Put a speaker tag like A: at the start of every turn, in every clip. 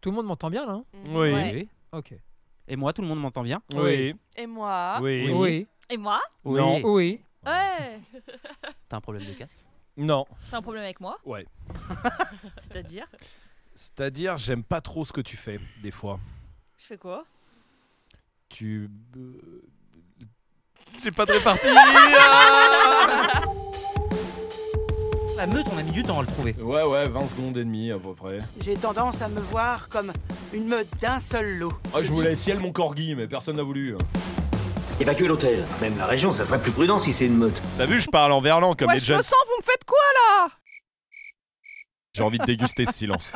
A: Tout le monde m'entend bien là hein
B: Mhm. Oui.
C: Ouais.
A: Ok.
D: Et moi, tout le monde m'entend bien
B: Oui. Ah.
C: Et moi
B: Oui.
A: Oui.
E: Et moi
D: Oui.
B: Non.
A: Oui.
C: Ouais
D: T'as un problème de casque
B: Non.
E: T'as un problème avec moi
B: Ouais.
E: C'est-à-dire
B: C'est-à-dire, j'aime pas trop ce que tu fais, des fois.
C: Je fais quoi
B: Tu. euh, J'ai pas de répartie Ah
D: La meute, on a mis du temps à le trouver.
B: Ouais, ouais, 20 secondes et demie à peu près.
F: J'ai tendance à me voir comme une meute d'un seul lot.
B: Ah, je voulais ciel mon corgi, mais personne n'a voulu. hein.
G: Évacuer l'hôtel, même la région, ça serait plus prudent si c'est une meute.
B: T'as vu, je parle en verlan comme
C: Ouais,
B: les
C: je
B: jeunes.
C: me sens, vous me faites quoi
B: J'ai envie de déguster ce silence.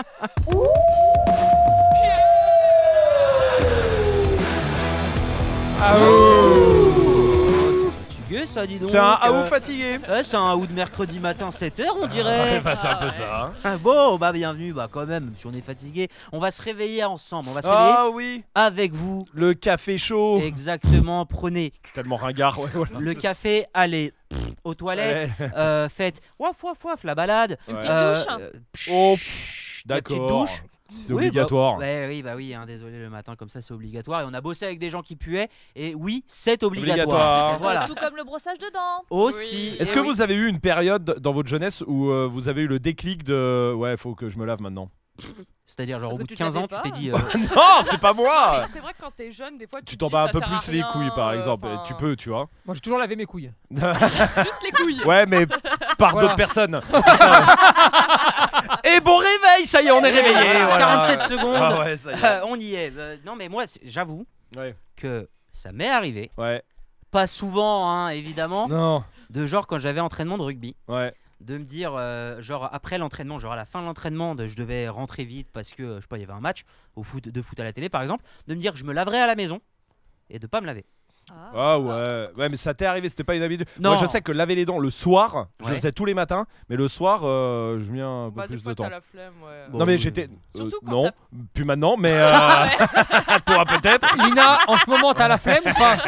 D: Oh, c'est fatigué ça, dis donc.
B: C'est un
D: euh,
B: haou fatigué.
D: ouais, c'est un haut de mercredi matin 7h, on dirait.
B: bah, c'est un
C: Ah,
B: peu
C: ouais.
B: ça. hein.
D: Ah, bon, bah bienvenue, bah quand même, même si on est fatigué, on va se réveiller ensemble, on va se réveiller
B: Ah oui,
D: avec vous.
B: le café chaud.
D: Exactement, prenez
B: Tellement ringard. Ouais, voilà.
D: le café, allez pff, aux toilettes,
B: Ouais.
D: euh, faites waf waf waf la balade. Euh,
B: Une
C: petite douche.
A: Euh,
C: hein.
D: psh,
B: Oh,
D: la petite
B: D'accord.
D: douche.
B: C'est
D: Oui,
B: obligatoire.
D: Bah, ouais, oui, bah oui, hein, désolé le matin comme ça c'est obligatoire. Et on a bossé avec des gens qui puaient. Et oui, c'est obligatoire.
B: Obligatoire.
D: Et Voilà.
E: Tout comme le brossage de dents.
D: Aussi.
C: Eh
B: Est-ce
D: et
B: que
D: oui.
B: vous avez eu une période dans votre jeunesse où euh, vous avez eu le déclic de ouais, faut que je me lave maintenant
D: C'est-à-dire genre au
C: Parce
D: bout
C: que
D: de
C: tu
D: 15 ans, tu
C: l'avais
D: t'es
C: pas.
D: dit. euh,
B: Non, c'est pas moi.
C: C'est vrai que quand t'es jeune, des fois,
B: Tu
C: te
B: t'en
C: dis,
B: bats un
C: ça
B: peu
C: sert à
B: plus les
C: rien,
B: couilles par
C: euh,
B: exemple, Et tu
C: enfin,
B: peux, tu vois.
A: Moi j'ai toujours lavé mes couilles.
C: Juste les couilles
B: Ouais, mais par
A: Voilà.
B: d'autres personnes. C'est ça. Et Eh, bon réveil, ça y est, on est réveillé. voilà.
D: 47 secondes.
B: Ah ouais, ça y est.
D: Euh, on y est. Euh, non mais moi, c'est- j'avoue
B: Ouais.
D: que ça m'est arrivé.
B: Ouais.
D: Pas souvent, hein, évidemment.
B: Non.
D: De genre quand j'avais entraînement de rugby.
B: Ouais.
D: de me dire, euh, genre après l'entraînement, genre à la fin de l'entraînement, de- je devais rentrer vite parce que, euh, je sais pas, il y avait un match au foot, de foot à la télé par exemple, de me dire que je me laverais à la maison et de pas me laver.
B: Ah ouais. Ouais, mais ça t'est arrivé, c'était pas une habitude.
D: Non.
B: Moi, je sais que laver les dents le soir, je le
D: Ouais.
B: faisais tous les matins, mais le soir, euh, je mets un peu
C: Bah, des
B: plus de
C: fois,
B: temps.
C: t'as la flemme, ouais.
D: Bon.
B: Non, mais
D: euh,
B: j'étais. euh,
C: Surtout quand Ah
B: non, plus maintenant, mais. euh, toi peut-être.
A: Lina, en ce moment t'as la flemme ou pas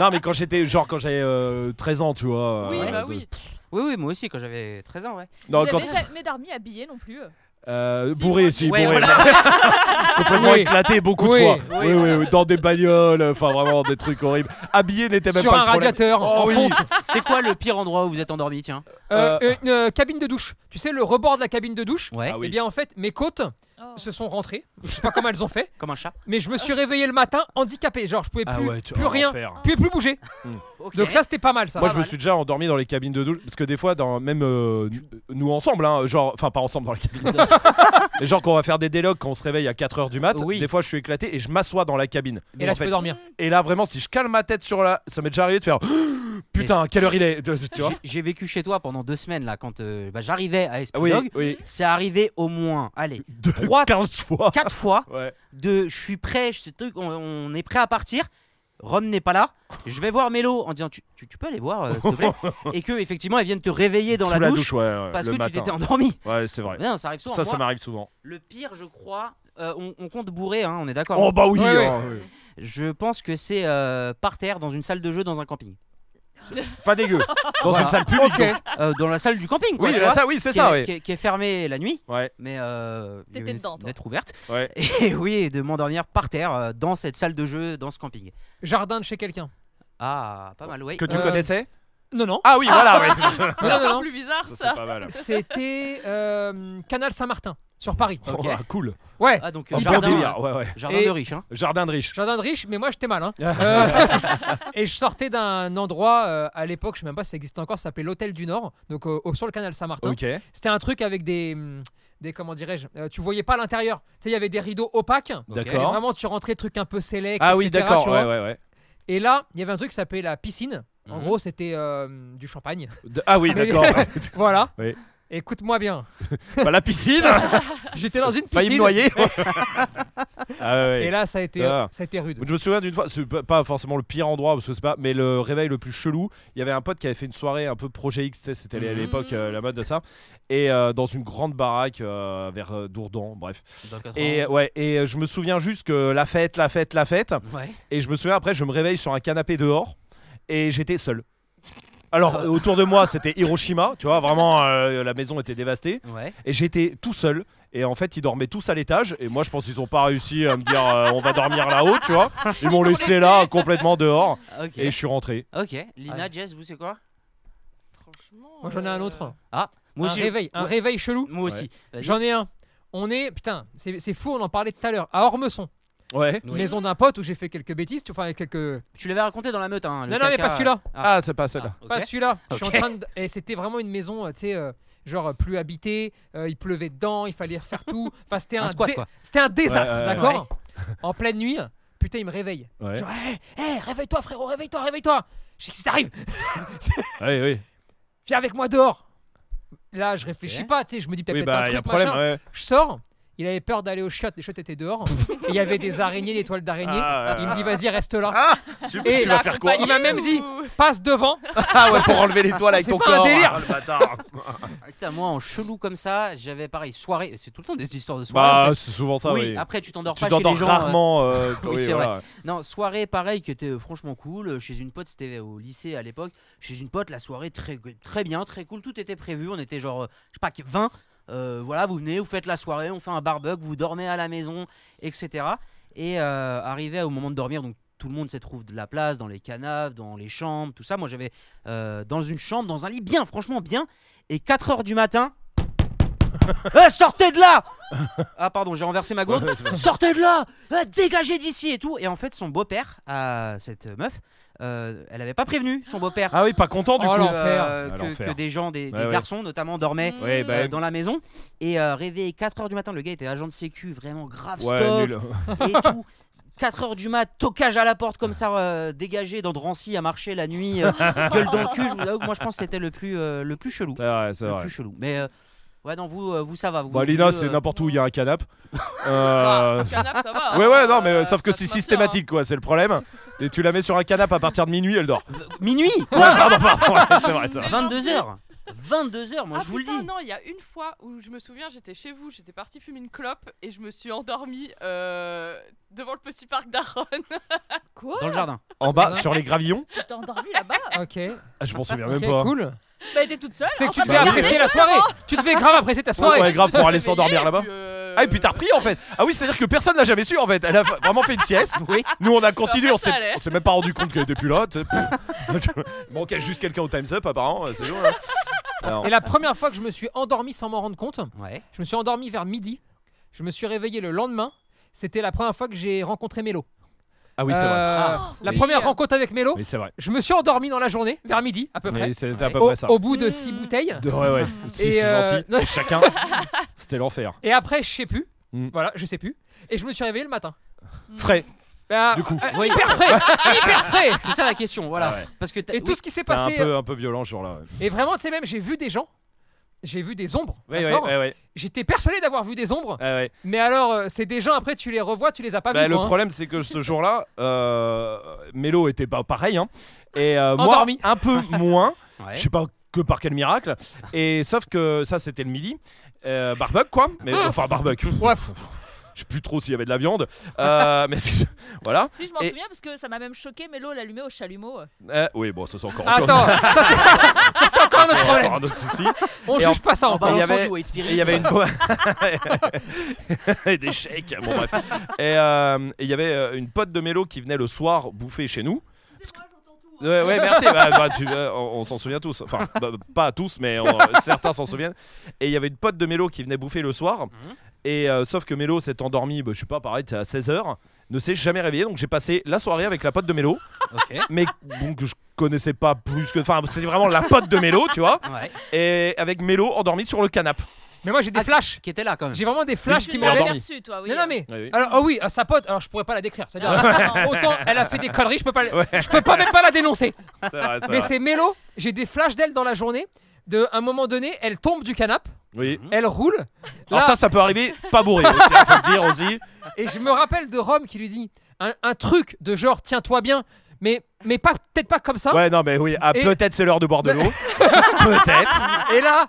B: Non, mais quand j'étais, genre quand j'avais euh, 13 ans, tu vois.
C: Oui,
B: euh,
C: bah
B: de-
C: oui.
D: Oui, oui, moi aussi quand j'avais 13 ans, ouais.
B: Non,
E: vous
B: quand.
E: avez jamais d'armée habillée non plus.
B: euh,
C: Si,
B: bourré,
C: moi,
B: si,
D: Ouais,
B: bourré. Complètement
A: Oui.
B: éclaté beaucoup
A: Oui.
B: de fois.
D: Oui.
B: Oui, oui, oui, dans des bagnoles, enfin vraiment des trucs horribles. Habillé n'était même
A: Sur
B: pas
A: un
B: le problème.
A: radiateur,
B: Oh,
A: en
B: oui.
A: fonte.
D: C'est quoi le pire endroit où vous êtes endormi, tiens
A: Euh,
B: Euh,
A: Une euh, cabine de douche. Tu sais, le rebord de la cabine de douche.
D: Ouais,
B: Ah
A: Eh
B: oui.
A: bien en fait, mes côtes
E: Oh.
A: se sont rentrées. Je sais pas comment elles ont fait,
D: comme un chat.
A: mais je me suis réveillé le matin handicapé. Genre je pouvais
B: Ah
A: plus,
B: ouais, tu-
A: plus
B: oh,
A: rien.
B: l'enfer.
A: Je pouvais plus bouger.
D: Ok.
A: Donc ça c'était pas mal ça.
B: Moi,
D: Pas
B: je me
D: mal.
B: suis déjà endormi dans les cabines de douche parce que des fois, dans, même euh, nous ensemble, hein, genre, enfin pas ensemble dans les cabines. de douche. Mais genre quand on va faire des délogues, quand on se réveille à 4 heures du mat,
D: Oui.
B: des fois, je suis éclaté et je m'assois dans la cabine.
A: Et
B: Mais
A: là
B: en
A: je
B: fait,
A: peux dormir.
E: Hmm.
B: et là, vraiment, si je calme ma tête sur la, ça m'est déjà arrivé de faire. Putain, quelle heure il est Tu vois
D: J'ai- J'ai vécu chez toi pendant deux semaines là, quand euh, bah, j'arrivais à
B: Ah Oui,
D: Espidog.
B: oui.
D: C'est arrivé au moins, allez,
B: De
D: Trois-
B: 15 fois.
D: 4 fois
B: Ouais.
D: de je suis prêt, je- ce truc, on, on est prêt à partir. Rome n'est pas là. Je vais voir Mélo en disant tu, tu- tu peux aller voir, euh, s'il te plaît. Et que effectivement, elle vienne te réveiller dans
B: Sous
D: la, douche,
B: ouais, ouais,
D: parce
B: le
D: que
B: matin.
D: tu t'étais endormi.
B: Ouais, c'est vrai.
D: Mais non, ça arrive souvent.
B: Ça, ça
D: Moi,
B: m'arrive souvent.
D: le pire, je crois, euh, on, on compte bourré, hein, on est d'accord.
B: Oh bah oui.
A: Ouais, ouais.
B: hein,
D: Je pense que c'est euh, par terre dans une salle de jeu dans un camping.
B: Pas dégueu. Dans
D: Voilà.
B: une salle publique.
A: Ok.
B: donc.
D: Euh, dans la salle du camping, quoi.
B: Oui,
D: tu
B: là,
D: vois,
B: ça, oui, c'est
D: qui,
B: ça,
D: est,
B: ouais.
D: qui est- qui est fermée la nuit,
B: Ouais,
D: mais euh, il y avait
E: T'étais
D: une
E: dedans, toi.
D: fenêtre ouverte.
B: ouais.
D: Et oui, et de m'endormir par terre euh, dans cette salle de jeu, dans ce camping.
A: Jardin de chez quelqu'un.
D: Ah, pas mal, oui.
B: Que tu
A: Euh,
B: connaissais
A: Non non.
B: Ah oui, voilà, ouais.
A: Non non non. non.
C: plus bizarre,
B: Ça,
C: ça. hein
B: c'est pas mal.
A: C'était euh, Canal Saint-Martin sur Paris.
D: Ok.
B: Oh, ah, cool.
A: Ouais.
D: Ah, donc
B: Un bon
D: jardin,
B: délire. Ouais, ouais.
D: jardin
A: Et-
D: de riche, hein.
B: Jardin de riche.
A: Jardin de riche, mais moi j'étais mal. hein. Euh, et je sortais d'un endroit euh, à l'époque, je sais même pas si ça existait encore, ça s'appelait l'Hôtel du Nord, donc euh, au- sur le canal Saint-Martin.
B: Ok.
A: C'était un truc avec des. hum, des comment dirais-je euh, Tu voyais pas l'intérieur. Tu sais, il y avait des rideaux opaques. Et
B: D'accord.
A: vraiment, tu rentrais truc un peu sélect.
B: Ah oui,
A: etc.,
B: d'accord.
A: tu vois.
B: Ouais, ouais, ouais.
A: Et là, il y avait un truc qui s'appelait la piscine. En
D: Mhm.
A: gros, c'était euh, du champagne.
B: D- Ah oui,
A: Mais-
B: d'accord.
A: voilà.
B: Oui.
A: Écoute-moi bien.
B: Bah, la piscine.
A: J'étais dans une piscine.
B: Failli me noyer. Ah ouais.
A: Et là, ça a été,
B: Ah.
A: ça a été rude.
B: Je me souviens d'une fois, c'est pas- pas forcément le pire endroit parce que c'est pas, mais le réveil le plus chelou. Il y avait un pote qui avait fait une soirée un peu projet X, tu sais, c'était à
D: Mhm.
B: l'époque euh, la mode de ça, et euh, dans une grande baraque euh, vers euh, Dourdan, bref.
D: Dans le 91.
B: Et ouais, et euh, je me souviens juste que la fête, la fête, la fête,
D: Ouais.
B: et je me souviens après, je me réveille sur un canapé dehors et j'étais seul. Alors, euh, autour de moi, c'était Hiroshima, tu vois, vraiment, euh, la maison était dévastée.
D: Ouais.
B: Et j'étais tout seul. Et en fait, ils dormaient tous à l'étage. Et moi, je pense qu'ils ont pas réussi à me dire euh, on va dormir là-haut, tu vois. Ils m'ont laissé là, complètement dehors.
D: Ok.
B: Et je suis rentré.
D: Ok. Lina, Jess, vous c'est quoi
C: Franchement.
A: Moi j'en ai un
C: euh,
A: autre.
D: Ah, moi
A: un
D: aussi.
A: réveil, un
D: Ouais.
A: réveil chelou.
D: Moi aussi. Vas-y.
A: J'en ai un. On est, putain, c'est c'est fou, on en parlait tout à l'heure, à Ormesson,
B: Ouais.
D: Oui.
A: maison d'un pote où j'ai fait quelques bêtises, tu vois, quelques.
D: Tu l'avais raconté dans la meute. Hein, le
A: non, non, mais
D: caca.
A: pas celui-là,
B: Ah, c'est pas celle-là.
D: Ah, ok.
A: pas celui-là. Je suis
D: Ok.
A: en train de. Et c'était vraiment une maison, euh, tu sais, euh, genre euh, plus habitée, euh, il pleuvait dedans, il fallait refaire tout. Enfin, c'était
D: Un
A: un,
D: squat,
A: dé-
D: quoi.
A: c'était un désastre,
B: Ouais, ouais, ouais.
A: d'accord En pleine nuit, putain, il me réveille.
B: Ouais.
A: Genre, hé, hé, réveille-toi, frérot, réveille-toi, réveille-toi. Je dis, qu'est-ce qui t'arrive
B: Oui, oui.
A: Viens avec moi dehors. Là, je réfléchis
D: Ok.
A: pas, tu sais, je me dis peut-être
B: Oui,
A: un
B: bah, il
A: truc,
B: y a un problème.
A: machin.
B: ouais.
A: Je sors, il avait peur d'aller aux chiottes, les chiottes étaient dehors. Et Il y avait des araignées, des toiles d'araignées.
B: Ah, ouais,
A: il
B: ouais.
A: me dit, vas-y, reste là.
B: Tu,
A: Et
B: tu vas faire quoi
A: il m'a même dit,
C: ou-
A: passe devant.
B: Ah ouais, pour enlever les toiles avec
A: C'est
B: ton
A: pas un
B: corps.
A: délire.
B: Ah, le bâtard.
D: Ah, Putain, moi en chelou comme ça, j'avais pareil soirée. C'est tout le temps des histoires de soirée. en
B: Bah,
D: fait.
B: c'est souvent ça,
D: oui,
B: oui.
D: Après, tu t'endors
B: Tu
D: pas chez
B: t'endors
D: les gens. euh,
B: rarement. euh,
D: Oui,
B: oui,
D: c'est
B: voilà.
D: Non, soirée pareil qui était euh, franchement cool. Euh, Chez une pote, c'était au lycée à l'époque. Chez une pote, la soirée très, très bien, très cool. Tout était prévu. On était genre, euh, je sais pas, 20. Euh, voilà, vous venez, vous faites la soirée, on fait un barbecue, vous dormez à la maison, etc. Et euh, arrivé au moment de dormir, donc tout le monde se trouve de la place, dans les canapes, dans les chambres, tout ça. Moi, j'avais euh, dans une chambre, dans un lit bien, franchement bien. Et 4 heures du matin. Eh, sortez de là Ah pardon, j'ai renversé ma gourde. Sortez de là Ah, Dégagez d'ici et tout Et en fait, son beau-père, à cette meuf, euh, elle avait pas prévenu son beau-père
B: Ah oui, pas content du
A: Oh,
B: coup.
A: l'enfer.
D: que,
B: Ah,
D: euh, que,
B: l'enfer.
D: que des gens, des, des
B: Ouais, ouais.
D: garçons notamment, dormaient
B: Ouais, bah,
D: euh, dans la maison. Et euh, réveillé 4h du matin, le gars était agent de sécu, vraiment grave
B: ouais,
D: stock
B: nul.
D: et tout. 4h du mat, tocage à la porte comme ça, euh, dégagé dans Drancy à marcher la nuit, euh, gueule dans le cul. Je vous avoue que moi je pense que c'était le plus, euh, le plus chelou.
B: C'est vrai, c'est
D: le
B: vrai.
D: plus chelou. Mais euh, ouais, non, vous, euh, vous ça va. Vous,
B: Bah, Lina,
D: vous,
B: c'est
D: euh,
B: n'importe où il y a un canap.
C: Ah,
B: Euh...
C: un canap, ça va.
B: Ouais,
C: hein,
B: ouais, non, mais
C: euh,
B: sauf que
C: ça
B: c'est
C: se maintient,
B: systématique, quoi, c'est le problème. Et tu la mets sur un canap à partir de minuit, elle dort.
D: Minuit
B: Ouais, pardon, pardon, ouais, c'est vrai, c'est vrai.
D: 22h 22h, moi
C: Ah
D: je vous
C: putain,
D: le dis.
C: non, il y a une fois où je me souviens, j'étais chez vous, j'étais partie fumer une clope et je me suis endormie euh, devant le petit parc d'Aron.
E: Quoi
D: Dans le jardin.
B: En bas, sur les gravillons,
E: Tu t'es endormie là-bas
A: Ok,
B: Ah, je m'en souviens
A: ok,
B: même pas.
A: cool.
E: Bah, t'es toute seule.
A: C'est
E: en
A: que tu
E: train de
A: devais
E: regarder
A: apprécier la soirée. Tu devais grave apprécier ta soirée.
B: Ouais, grave, pour aller s'endormir là-bas.
C: Euh,
B: Ah, et puis
C: putain
B: t'as repris en fait! Ah oui, c'est-à-dire que personne l'a jamais su en fait! Elle a fa- vraiment fait une sieste!
D: Oui.
B: Nous on a continué,
C: Alors,
B: on s'est
C: ça allait.
B: on s'est même pas rendu compte qu'elle était plus là! tu sais. Pff. Bon, qu'il y a juste quelqu'un au Time's Up apparemment, c'est chaud, hein. Alors,
A: Et la première fois que je me suis endormi sans m'en rendre compte,
D: Ouais.
A: je me suis endormi vers midi. Je me suis réveillé le lendemain. C'était la première fois que j'ai rencontré Mélo.
B: Ah oui, c'est
A: Euh,
B: vrai!
A: la
B: oui.
A: première rencontre avec Mélo,
B: Oui, c'est vrai!
A: je me suis endormi dans la journée, vers midi à peu près.
B: Mais c'était à peu
A: au,
B: près ça!
A: au bout de six
C: Mmh.
A: bouteilles.
B: De- Ouais, ouais, si
A: Et,
B: c'est
A: euh,
B: gentil,
A: non.
B: c'est chacun! C'était l'enfer!
A: Et après, je sais plus.
B: Mm.
A: Voilà, je sais plus. Et je me suis réveillé le matin.
B: Frais!
A: Bah,
B: Du coup.
A: euh, Hyper frais Hyper frais
D: C'est ça la question, voilà.
B: Ah ouais.
D: Parce que t'as-
A: Et tout
D: oui,
A: ce qui s'est
B: C'était un
A: passé.
B: peu, un peu violent ce jour-là!
A: Et vraiment, tu sais, même, j'ai vu des gens. J'ai vu des ombres.
B: Ouais, ouais,
A: d'accord
B: ouais, ouais!
A: J'étais persuadé d'avoir vu des ombres.
B: ouais, ouais.
A: Mais alors, euh, c'est des gens, après, tu les revois, tu les as pas
B: Bah,
A: vus.
B: le
A: quoi, hein.
B: problème, c'est que ce jour-là, euh, Mélo était pas pareil. Hein, et euh, moi,
A: Endormi.
B: un peu moins.
D: ouais.
B: Je sais pas que par quel miracle. Et sauf que ça, c'était le midi. Euh, barbecue, quoi. Mais, enfin, barbecue.
A: Ah. Ouais, pff,
B: Je sais plus trop s'il y avait de la viande. Euh, mais c'est- voilà.
E: Si, je m'en
B: Et-
E: souviens parce que ça m'a même choqué, Mélo l'allumait au chalumeau.
B: Euh, oui, bon, ça, c'est encore autre chose.
A: Attends, ça c'est ça, c'est encore un autre
B: C'est encore
A: problème.
B: un autre souci.
A: On
B: Et
A: juge pas ça
D: En
A: encore.
B: il y
D: balançant
B: avait-
D: bah, du White Spirit.
B: Et il y avait une boîte. et des chèques. Bon, bref. Et euh, et il y avait euh, une pote de Mélo qui venait le soir bouffer chez nous. Parce que- Ouais, ouais, merci. Bah, bah, tu- euh, on on s'en souvient tous. Enfin, bah, pas tous, mais on- euh, certains s'en souviennent. Et il y avait une pote de Mélo qui venait bouffer le soir. Et euh, sauf que Mélo s'est endormi, bah, je sais pas, pareil, à 16h. Ne s'est jamais réveillé. Donc j'ai passé la soirée avec la pote de Mélo.
D: Ok.
B: Mais bon, que je connaissais pas plus que. Enfin, c'était vraiment la pote de Mélo, tu vois.
D: Ouais.
B: Et avec Mélo endormi sur le canapé.
A: Mais moi j'ai des flashs.
D: Qui était là quand même.
A: J'ai vraiment des flashs
E: Tu
A: qui
E: l'as
A: m'ont
B: endormi.
E: aperçu, toi, oui.
A: Non, non, mais.
B: Ouais, oui.
A: Alors, oh oui, euh, sa pote, alors je pourrais pas la décrire. C'est-à-dire, euh, autant elle a fait des conneries, je peux pas, la-
B: Ouais.
A: je peux pas même pas la dénoncer.
B: C'est vrai, c'est
A: Mais
B: vrai.
A: c'est Mélo, j'ai des flashs d'elle dans la journée. De un moment donné, elle tombe du canapé,
B: Oui.
A: elle roule.
B: Mmh. Alors
A: Là-
B: ça, ça peut arriver pas bourré aussi, hein, faut le dire aussi.
A: Et je me rappelle de Rome qui lui dit un, un truc de genre tiens-toi bien, mais, mais pas peut-être pas comme ça.
B: Ouais, non, mais oui, ah,
A: Et-
B: peut-être c'est l'heure de boire de l'eau. peut-être.
A: Et là,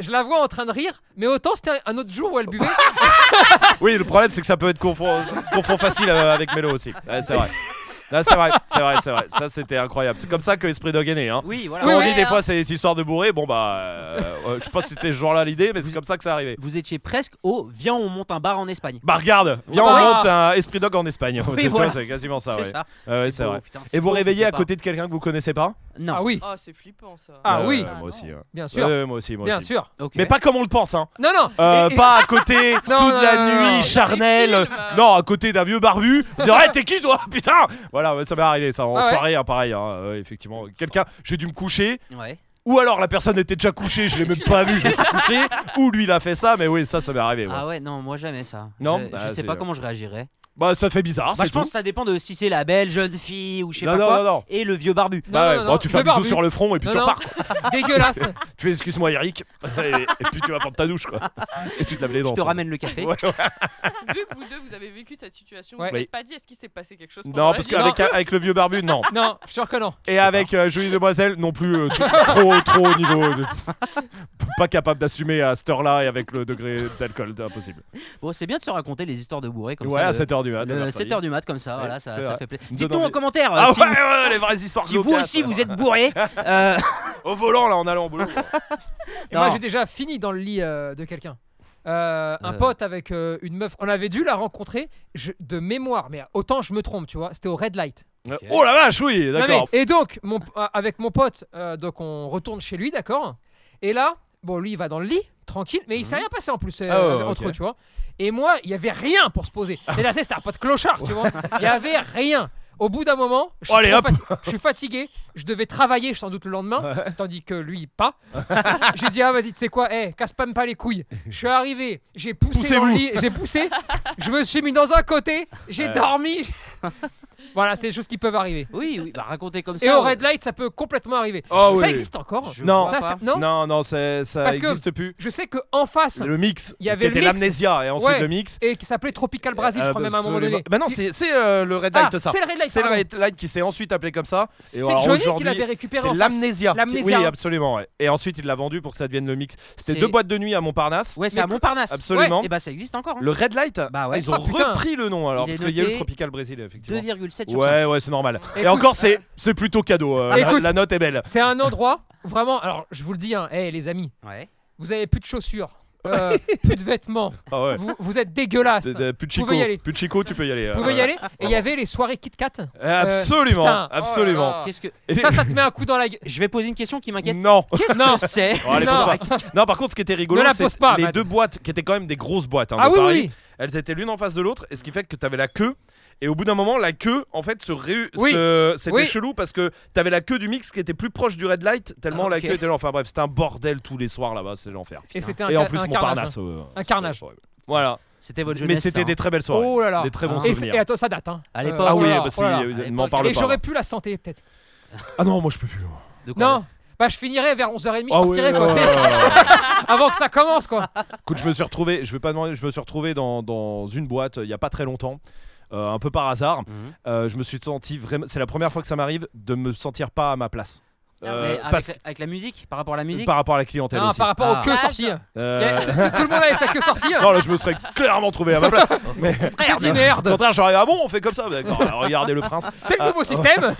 A: je la vois en train de rire, mais autant c'était un- un autre jour où elle buvait.
B: Ah, Oui, le problème, c'est que ça peut être confond, se confond facile euh, avec Mélo aussi. Ouais, c'est vrai. Là, c'est vrai, c'est vrai, c'est vrai. Ça, c'était incroyable. C'est comme ça que Esprit Dog est né. Hein.
D: Oui, voilà.
B: Quand on
E: ouais,
B: dit des
E: hein.
B: fois ces histoires de bourré, bon bah, euh, euh, je pense que c'était ce genre-là l'idée, mais c'est comme ça que ça arrivait.
D: Vous étiez presque au viens, on monte un bar en Espagne.
B: Bah regarde, viens
A: Ouais.
B: on monte un Esprit Dog en Espagne. Tu vois,
D: voilà.
B: C'est quasiment ça.
D: c'est
B: ouais. Ah
D: ça.
B: Ouais, ouais, c'est
D: beau,
B: vrai.
D: putain, c'est
B: Et vous
D: beau,
B: réveillez à
D: quelque part.
B: côté de quelqu'un que vous connaissez pas
D: Non.
A: Ah oui,
C: Ah, c'est flippant ça.
A: Ah oui.
B: Euh,
E: Ah,
B: Moi
E: non.
B: aussi. ouais.
A: bien sûr,
B: Ouais, ouais, moi aussi, moi
A: bien
B: aussi.
A: sûr.
D: Ok.
B: Mais pas comme on le pense, hein.
A: Non, non.
B: Euh,
A: Et- et-
B: pas à côté toute
A: Non, non,
B: la
A: non, non,
B: nuit
A: non.
B: charnelle.
C: Des films.
B: Non, à côté d'un vieux barbu. On dirait, Hey, t'es qui toi Putain Voilà, ouais, ça m'est arrivé ça en
A: Ah ouais.
B: soirée, hein, pareil. hein, euh, effectivement, quelqu'un, j'ai dû me coucher.
D: Ouais.
B: Ou alors la personne était déjà couchée, je l'ai même pas vu, je me suis couché. Ou lui il a fait ça, mais oui, ça, ça m'est arrivé. ouais.
D: Ah ouais, non, moi jamais ça.
B: Non,
D: je, je
B: bah,
D: sais
B: c'est-
D: pas comment je réagirais.
B: Bah, ça fait bizarre.
D: Bah,
B: c'est
D: je pense
B: tout.
D: que ça dépend de si c'est la belle jeune fille ou je sais
B: Non,
D: pas
B: non,
D: quoi.
B: non, non.
D: Et le vieux barbu.
A: Non,
B: Bah
A: non,
B: ouais,
A: non,
B: bon, tu
A: le
B: fais un bisou
A: barbu.
B: sur le front et puis
A: Non,
B: tu
A: non.
B: repars.
A: Dégueulasse.
B: Tu fais excuse-moi Eric et, et puis tu vas prendre ta douche quoi. Et tu te laves les dents.
D: Je te
B: ça.
D: ramène le café.
B: Ouais, ouais.
C: Vu que vous deux, vous avez vécu cette situation,
A: Ouais.
C: vous n'avez
B: Oui.
C: pas dit est-ce qu'il s'est passé quelque chose pendant
B: Non
C: la
B: parce
C: nuit
B: qu'avec avec le vieux barbu non.
A: Non, je te reconnais. non.
B: Et avec euh, Jolie Demoiselle non plus euh, tu- trop trop au niveau de- pas capable d'assumer à cette heure-là et avec le degré d'alcool c'est impossible.
D: Bon, c'est bien de se raconter les histoires de bourré comme
B: ouais
D: ça.
B: à
D: le-
B: 7h du matin. on a
D: le
B: failli.
D: 7h du mat comme ça,
B: Ouais,
D: voilà, ça,
B: c'est
D: ça
B: vrai.
D: fait plaisir.
B: Nous
D: Dites-nous
B: donnons
D: en
B: des-
D: glauques. commentaire euh,
B: Ah
D: si,
B: ouais, ouais, les vraies histoires
D: si vous
B: glauques,
D: aussi
B: ouais.
D: vous êtes bourré. euh,
B: au volant là en allant au boulot.
A: Et moi,
D: Non.
A: j'ai déjà fini dans le lit euh, de quelqu'un. Euh, un
D: Euh.
A: pote avec euh, une meuf, on avait dû la rencontrer je- de mémoire, mais autant je me trompe, tu vois, c'était au Red Light.
B: Euh, Oh la vache oui
A: Non,
B: d'accord.
A: mais- et donc, mon, euh, avec mon pote, euh, donc on retourne chez lui, d'accord Et là, bon, lui, il va dans le lit, tranquille, mais il s'est rien passé en plus euh,
B: Mhm. Ah ouais,
A: entre
B: ok.
A: eux, tu vois. Et moi, il y avait rien pour se poser. Et là, c'est- c'était un pote clochard, tu vois. Il y avait rien. Au bout d'un moment, je suis,
B: Allez,
A: trop
B: hop.
A: fati- je suis fatigué, je devais travailler sans doute le lendemain, tandis que lui, pas. j'ai dit, ah vas-y, tu sais quoi, eh, casse pas, me pas les couilles. Je suis arrivé, j'ai poussé dans le
B: Poussez-vous.
A: lit, j'ai poussé, je me suis mis dans un côté, j'ai
B: Ouais.
A: dormi. voilà, c'est des choses qui peuvent arriver.
D: oui, oui, bah raconter comme ça.
A: Et au
D: ouais.
A: red light, ça peut complètement arriver.
B: Oh,
A: ça
B: oui.
A: existe encore
D: Je
B: Non.
D: vois
A: Ça
D: pas.
A: fait- Non,
B: Non non c'est- ça
A: Parce que-
B: existe plus.
A: Je sais que en face,
B: Le mix.
A: Il y avait le
B: C'était
A: mix.
B: l'amnésia et ensuite
A: Ouais.
B: le mix.
A: et qui s'appelait Tropical Brasil, je crois même à un moment
B: Absolument.
A: donné.
B: Bah non,
A: Si-
B: c'est c'est, euh, le Red
A: Ah,
B: Light ça.
A: c'est le red light.
B: C'est le
A: pardon.
B: Red Light qui s'est ensuite appelé comme ça. Et
A: C'est
B: alors
A: Johnny qui
B: aujourd'hui,
A: l'avait récupéré
B: C'est
A: en face.
B: l'amnésia.
A: L'amnésia.
B: Oui, absolument. ouais. Et ensuite, il l'a vendu pour que ça devienne le mix. C'était
D: C'est-
B: deux boîtes de nuit à Montparnasse.
D: Ouais, c'est
A: Mais
D: à
A: que-
D: Montparnasse.
B: Absolument.
D: Et bah ça existe encore. hein.
B: Le Red Light,
D: Bah ouais.
B: ils ont
A: Ah, ben, putain.
B: repris le nom alors.
D: Il est
B: Parce qu'il y a eu le
D: noté
B: Tropical Brésil, effectivement.
D: 2,7 sur 5.
B: Ouais, ouais, c'est normal. Et
A: Écoute- euh,
B: encore, c'est c'est plutôt cadeau. euh, la,
A: Écoute.
B: la note est belle.
A: C'est un endroit où vraiment. Alors, je vous le dis, hein, hey, les amis,
D: Ouais.
A: vous avez plus de chaussures, euh, plus de vêtements,
B: Ah ouais.
A: vous, vous êtes dégueulasse.
B: De-
A: Vous
B: de- plus de Chico,
A: Pouvez y aller.
B: Plus de Chico, tu peux y aller. euh,
A: pouvez y
B: ouais.
A: aller. Et il y avait les soirées Kit Kat.
B: Absolument,
A: Putain, oh là
B: absolument.
A: là.
D: Qu'est-ce que
B: Et-
A: Ça, ça te met un coup dans la gueule.
D: Je vais poser une question qui m'inquiète.
B: Non.
D: Qu'est-ce
A: Non.
D: que c'est
B: Oh, allez,
A: Non.
B: pose pas. Non, par contre, ce qui était rigolo,
A: Ne la
B: c'est
A: pose pas,
B: les
A: Matt.
B: deux boîtes qui étaient quand même des grosses boîtes. hein,
A: Ah
B: de
A: oui,
B: Paris.
A: oui.
B: elles étaient l'une en face de l'autre, et ce qui fait que t'avais la queue. Et au bout d'un moment, la queue, en fait, se réu-
A: Oui.
B: se- c'était
A: Oui.
B: chelou parce que t'avais la queue du mix qui était plus proche du red light, tellement
D: Ah,
B: la
D: ok.
B: queue était là. Enfin bref, c'était un bordel tous les soirs là-bas, c'est l'enfer.
A: Et c'était un,
B: Et en
A: ca-
B: plus,
A: un carnage.
B: Montparnasse. euh,
A: Un carnage.
B: c'était horrible. Voilà.
D: C'était votre
B: Mais
D: jeunesse.
B: c'était
D: ça,
B: des
D: hein.
B: très belles soirées.
A: Oh là là.
B: Des très bons
D: Ah.
A: Et c'est-
B: souvenirs.
A: et attends, ça date. Hein.
D: À
A: Euh,
D: l'époque,
B: Ah
A: oh
B: oui,
A: là là,
B: bah si,
A: oh là là.
B: euh,
D: À
B: m'en
D: l'époque,
B: parle
A: Et
B: pas.
A: j'aurais pu la santé, peut-être.
B: Ah non, moi je peux plus.
D: De quoi
A: Non, bah je finirais vers 11h30,
B: Ah
A: je
B: ouais,
A: partirais quoi,
B: ouais,
A: tu sais,
B: ouais, ouais, ouais.
A: avant que ça commence quoi.
B: Écoute, je me suis retrouvé, je vais pas demander, je me suis retrouvé dans, dans une boîte euh, il y a pas très longtemps, euh, un peu par hasard.
D: Mhm.
B: Euh, je me suis senti vraiment, c'est la première fois que ça m'arrive de me sentir pas à ma place.
A: Ah,
B: Euh,
D: Mais avec,
B: parce Bah.
D: la- avec la musique, par rapport à la musique.
B: Par rapport à la clientèle
A: Non,
B: aussi.
A: par rapport
D: Ah.
A: aux queues
E: Ah,
A: sorties.
B: Euh,
A: Tout tout- tout le monde avait sa queue sortie.
B: Non, là, je me serais clairement trouvé à ma place. Mais
A: hein. C'est dit
B: au
A: merde.
B: contraire, j'aurais ah bon, on fait comme ça. D'accord, alors, regardez le prince.
A: C'est le
B: Ah,
A: nouveau système.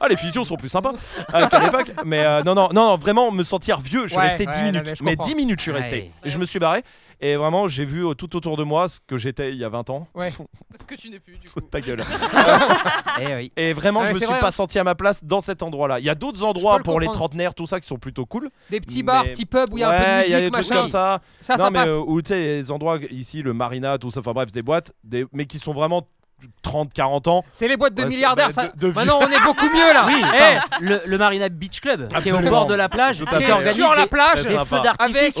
B: Ah, les physios sont plus sympas euh, qu'à l'époque. Mais euh, non, non, non, non, vraiment me sentir vieux. Je suis
A: Ouais,
B: resté
A: ouais,
B: 10
A: non,
B: minutes.
A: mais je
B: mais
A: comprends.
B: 10 minutes, je suis resté.
D: Ouais.
B: Et je me suis barré. Et vraiment, j'ai vu euh, tout autour de moi ce que j'étais il y a 20 ans.
A: Ouais.
C: Parce que tu n'es plus du coup.
B: Ta gueule.
D: Eh oui.
B: Et vraiment,
A: Ouais,
B: je me
A: c'est
B: suis
A: vrai,
B: pas
A: hein.
B: senti à ma place dans cet endroit-là. Il y a d'autres
A: peux
B: endroits
A: le
B: pour les
A: comprendre.
B: trentenaires, tout ça, qui sont plutôt cool.
A: Des petits bars,
B: Mais-
A: petits pubs où il y a
B: ouais,
A: un peu de
B: y a des
A: musique,
B: trucs
A: machin.
B: comme ça.
A: Ça,
B: non,
A: ça
B: mais
A: passe.
B: euh, où tu sais, il y a des endroits ici, le marina, tout ça, enfin bref, des boîtes, des, mais qui sont vraiment 30, 40 ans.
A: C'est les boîtes de
B: ouais, c'est-
A: milliardaires.
B: de-
A: ça.
B: de vieux.
A: Maintenant, on est beaucoup mieux là.
D: Oui,
A: Eh,
D: enfin, le, le Marina Beach Club qui est au
B: Absolument.
D: bord de la plage,
B: Tout à
A: t'es
B: fait.
D: qui organise
A: sur la
D: des-
A: plage
B: C'est
D: des
B: sympa.
D: feux d'artifice.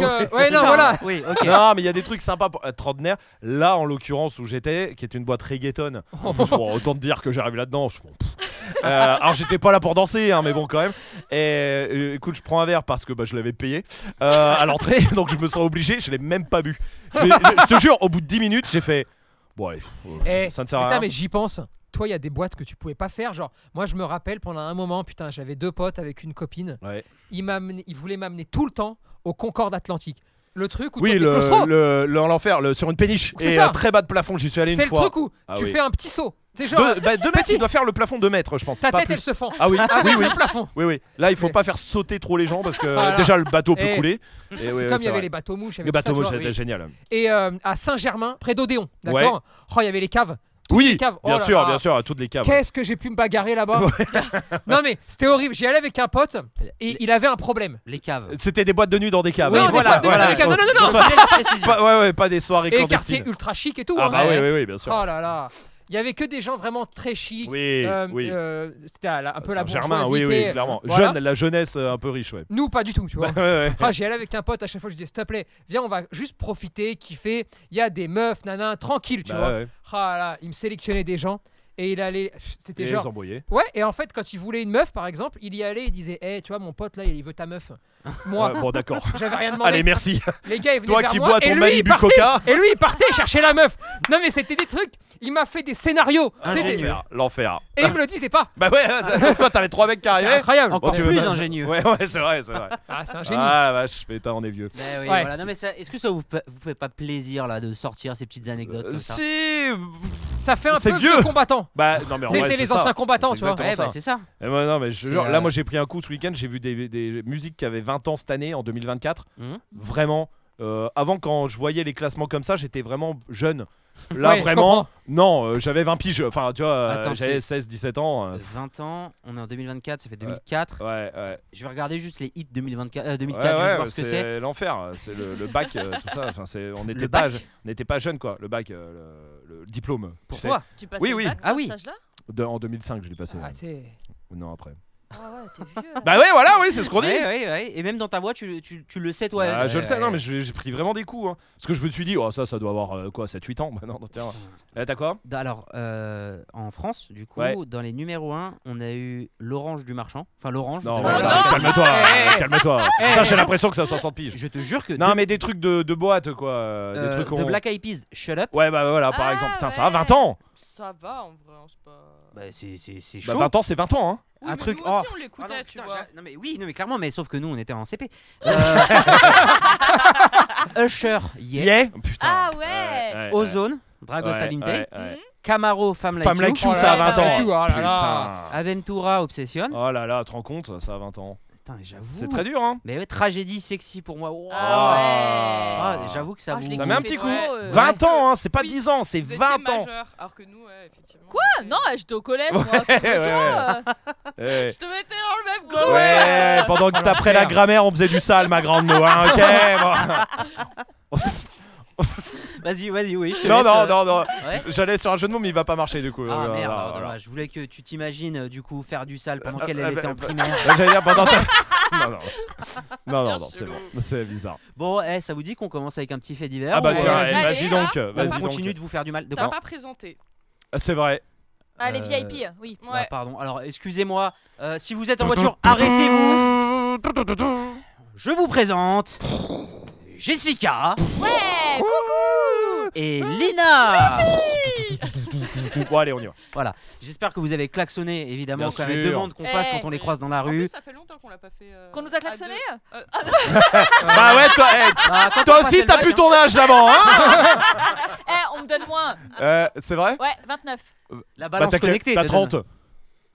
A: avec. euh, Ouais, non,
B: hein.
D: Ça, hein.
A: voilà.
D: Oui, ok.
B: Non, mais il y a des trucs sympas pour euh, trentenaire. Là, en l'occurrence, où j'étais, qui est une boîte reggaeton.
A: Oh.
B: Bon, autant te dire que j'arrive là-dedans. je- bon, pff. Euh, alors, j'étais pas là pour danser, hein, mais bon, quand même. Et euh, écoute, je prends un verre parce que bah, je l'avais payé euh, à l'entrée, donc je me sens obligé. Je l'ai même pas bu. Je, je te jure, au bout de 10 minutes, j'ai fait. Bon, allez, pff,
A: Eh,
B: ça ne sert à
A: Putain,
B: rien.
A: mais j'y pense. Toi, il y a des boîtes que tu pouvais pas faire. Genre, moi, je me rappelle pendant un moment, putain, j'avais deux potes avec une copine.
B: Ouais.
A: Ils, m'amenaient- ils voulaient m'amener tout le temps au Concorde Atlantique. le truc où
B: Oui,
A: toi, t'es
B: le,
A: claustro.
B: le, le- l'enfer, le- sur une péniche.
A: C'est
B: Et
A: ça.
B: euh, très bas de plafond, j'y suis allé
A: C'est le
B: une fois.
A: truc où
B: Ah
A: tu
B: oui.
A: fais un petit saut. C'est genre,
B: Deux, bah, deux mètres,
A: Petit.
B: il doit faire le plafond 2 mètres, je pense.
A: ta
B: pas
A: tête,
B: plus.
A: elle se fend.
B: Ah oui, oui, oui.
A: Le plafond.
B: Oui, oui. Là, il faut
A: Oui.
B: pas faire sauter trop les gens parce que
A: Voilà.
B: déjà le bateau peut
A: Et-
B: couler. Et
A: C'est
B: Eh oui, oui,
A: comme il y avait
B: vrai.
A: les bateaux mouches. il y avait
B: Le
A: tout ça,
B: bateau
A: tu
B: mouche,
A: vois.
B: c'était génial.
A: Et euh, à Saint-Germain, près d'Odéon. D'accord Oh, il y avait les caves. les
B: Oui,
A: caves. Oh
B: bien
A: là
B: sûr,
A: là.
B: bien sûr, Ah, bah. à toutes les caves.
A: Qu'est-ce que j'ai pu me bagarrer là-bas Non, mais c'était horrible. J'y allais avec un pote et il avait un problème.
D: Les caves.
B: C'était des boîtes de nuit dans des caves.
A: Oui,
B: hein.
A: des boîtes de nuit dans des caves. Non, non, non, non.
B: Des soirées- Pas, ouais, ouais, pas des soirées
A: Et quartier
B: clandestines.
A: ultra chic et tout.
B: Ah
A: hein.
B: bah oui, oui, oui, bien sûr.
A: Oh là là. Il y avait que des gens vraiment très chics.
B: Oui,
A: Euh,
B: oui.
A: euh, c'était à la- un peu la
B: Germain,
A: bourgeoisie.
B: oui, oui,
A: t'sais.
B: clairement. Bah,
A: Voilà.
B: Jeune, la jeunesse euh, un peu riche, ouais.
A: Nous, pas du tout, tu vois.
B: Ouais, ouais.
A: Ah, j'y allais avec un pote à chaque fois, je disais, s'il te plaît, viens, on va juste profiter, kiffer. Il y a des meufs, nanan, tranquille, tu
B: Bah
A: vois.
B: ouais.
A: Ah là, il me sélectionnait des gens et il allait. C'était
B: Et
A: genre.
B: les embrouillés.
A: Ouais, et en fait, quand il voulait une meuf, par exemple, il y allait et disait, hé, tu vois, mon pote là, il veut ta meuf. Moi,
B: Ouais, Bon, d'accord.
A: j'avais rien demandé.
B: Allez, merci.
A: Les gars, ils venaient
B: Toi
A: vers
B: qui
A: moi
B: bois
A: et
B: ton
A: lui, il
B: Malibu
A: partait,
B: Coca.
A: Et lui, il partait chercher la meuf. Non, mais c'était des trucs. Il m'a fait des scénarios. tu sais, c'est-
D: Ingénieux.
B: Ah, L'enfer, L'enfer.
A: Et il me le disait pas.
B: Bah ouais, ça- toi t'avais trois mecs
A: C'est
B: qui arrivaient.
A: incroyable.
D: Encore
B: Ah Oh, tu veux
D: plus hein.
B: pas-
D: ingénieux.
B: Ouais, ouais, c'est vrai, c'est vrai.
A: Ah, c'est un génie.
B: Ah la vache, putain, on est vieux.
D: Bah oui,
A: Ouais.
D: voilà. Non, mais ça- est-ce que ça vous, fa- vous fait pas plaisir là de sortir ces petites anecdotes
B: Euh,
D: comme ça
B: Si.
A: Ça fait un
B: c'est
A: peu
B: vieux.
A: vieux combattant.
B: Bah non mais en
A: Tu sais,
B: vrai,
A: c'est les
B: ça.
A: anciens combattants,
B: C'est
A: tu vois.
B: exactement
D: Ouais, bah
B: ça.
D: c'est ça.
B: Eh ben, non, mais je
D: C'est,
B: jure, là,
D: euh,
B: moi j'ai pris un coup ce week-end, j'ai vu des, des musiques qui avaient 20 ans cette année, en 2024.
D: Mhm.
B: Vraiment, euh, avant quand je voyais les classements comme ça, j'étais vraiment jeune. Là,
A: Ouais, je
B: vraiment,
A: comprends.
B: non, euh, j'avais 20 piges, enfin, tu vois, euh,
D: Attends,
B: j'avais
D: c'est-
B: 16-17 ans. euh,
D: 20 ans, on est en 2024, ça fait 2004.
B: ouais, ouais.
D: Je vais regarder juste les hits 2024, euh,
B: Ouais,
D: 2004, juste
B: ouais,
D: voir ce que c'est.
B: c'est l'enfer, c'est le, le bac, euh, tout ça. Enfin, c'est, on n'était
D: Le
B: pas,
D: bac
B: on n'était pas jeune quoi. Le bac, euh, le, le diplôme. tu sais.
D: Pourquoi
E: Tu passes
B: Oui, oui.
E: le bac
D: Ah
E: dans
D: oui.
E: cet âge-là
B: De- en 2005, je l'ai passé.
A: Ah,
B: euh,
A: c'est-
B: Non après.
E: Ah ouais, t'es vieux. là.
B: Bah oui, voilà, oui, c'est ce qu'on dit.
D: Ouais, ouais, ouais. Et même dans ta voix, tu, tu, tu le sais toi.
B: Ah, je le sais,
D: Ouais,
B: non,
D: ouais.
B: mais j'ai j'ai pris vraiment des coups. hein. Parce que je me suis dit, oh, ça, ça doit avoir euh, quoi, 7-8 ans Bah non, non, tiens. Là, t'as quoi
D: Alors, euh, en France, du coup,
B: Ouais.
D: dans les numéros 1, on a eu l'orange du marchand. Enfin, l'orange.
B: Non,
D: du
B: voilà,
D: marchand.
A: non
B: calme-toi,
A: Eh, eh.
B: calme-toi.
A: Eh,
B: ça,
A: eh.
B: j'ai l'impression que ça a 60 piges.
D: Je te jure que.
B: Non,
D: de-
B: mais des trucs de, de boîte, quoi. euh,
D: euh,
B: des trucs
D: The
B: qu'on-
D: Black Eyed Peas, Shut Up.
B: Ouais, bah voilà, par
E: Ah,
B: exemple. Putain, ça a
E: ouais.
B: 20 ans.
C: Ça va en vrai, hein, c'est pas.
D: Bah, c'est c'est- c'est
B: Bah,
D: chaud.
B: 20 ans, c'est 20 ans, hein.
C: Oui,
D: un
C: mais
D: truc
C: nous
D: hors.
C: aussi, on
D: Ah
C: l'écoutait,
D: non,
C: tu
D: putain,
C: vois.
D: j'ai- non, mais oui, non, mais clairement, mais sauf que nous, on était en CP. Euh, Usher, yeah.
B: Yeah. Putain.
E: Ah ouais.
D: Ozone, Dragosta Linte, Camaro, Femme Like
B: Femme
D: You,
B: like you,
A: Oh
B: ça a
E: là
B: 20
E: là,
B: ans.
A: ouais. Oh là là.
D: Ah.
B: Putain.
D: Aventura, Obsession.
B: Oh là là, te rends compte, ça a 20 ans.
D: Putain, j'avoue.
B: C'est très dur, hein. Oh.
D: Mais ouais, tragédie sexy pour moi. Wow.
E: Ah
D: Ah, j'avoue que ça
E: Ah, je
D: vous.
E: l'ai
B: Ça met un
E: kiffé
B: petit
E: trop,
B: coup.
E: euh,
B: 20 ans, hein, c'est pas
C: Oui,
B: 10 ans, c'est
C: Vous étiez
B: 20 ans.
C: majeurs, alors que nous, ouais, effectivement.
E: Quoi
C: on
E: Ah, Non, j'étais au collège, moi. Déjà,
B: Ouais, ouais,
E: euh,
B: ouais.
C: Je te mettais dans le même
E: Oh
C: groupe.
B: Ouais, pendant que t'apprenais la
A: L'enfer.
B: grammaire, on faisait du sale, ma grande hein, Noah. Ok,
D: Vas-y, vas-y, oui. Je te
B: bon. Non,
D: laisse,
B: non, non,
D: euh,
B: non.
D: Ouais.
B: J'allais sur un jeu de mots, mais il va pas marcher du coup.
D: Ah
B: Voilà,
D: merde,
B: voilà.
D: dommage. je voulais que tu t'imagines euh, du coup faire du sale pendant
B: Euh,
D: qu'elle
B: euh,
D: elle était
B: bah,
D: en
B: bah,
D: primaire.
B: J'allais dire pendant ta- Non, non, non, non, non,
C: Bien
B: c'est
C: chelou.
B: bon. C'est bizarre.
D: Bon, eh, ça vous dit qu'on commence avec un petit fait divers
B: Ah bah
D: on-
B: tiens,
D: on-
B: eh,
E: allez,
B: vas-y
E: hein.
B: donc,
D: on
B: vas-y
D: continue
B: donc.
D: de vous faire du mal. De
C: T'as
D: quoi
C: pas présenté.
B: Ah, C'est vrai.
E: Ah, les
D: Euh,
E: VIP, oui.
D: Ah,
C: Ouais.
D: Pardon. Alors, excusez-moi. euh, si vous êtes en voiture, arrêtez-vous. Je vous présente Jessica
E: Ouais,
D: et Lina.
B: Bon, allez, on y va.
D: Voilà. J'espère que vous avez klaxonné évidemment
B: Bien
D: quand même
B: sûr.
D: demande qu'on fasse
E: Eh.
D: quand on les croise dans la
C: En plus,
D: rue.
C: ça fait longtemps qu'on l'a pas fait. euh,
E: qu'on nous a
C: à
E: klaxonné
C: deux.
B: Bah ouais, toi, eh,
D: Bah, quand on
B: toi
D: passe
B: aussi,
D: le
B: t'as
D: bac,
B: plus
D: hein.
B: ton âge d'avant, hein
E: Eh, on me donne moins.
B: Euh, C'est vrai
E: Ouais, 29.
D: La
B: Bah,
D: balance
B: t'as
D: connectée.
B: t'as
D: te donne.
B: 30.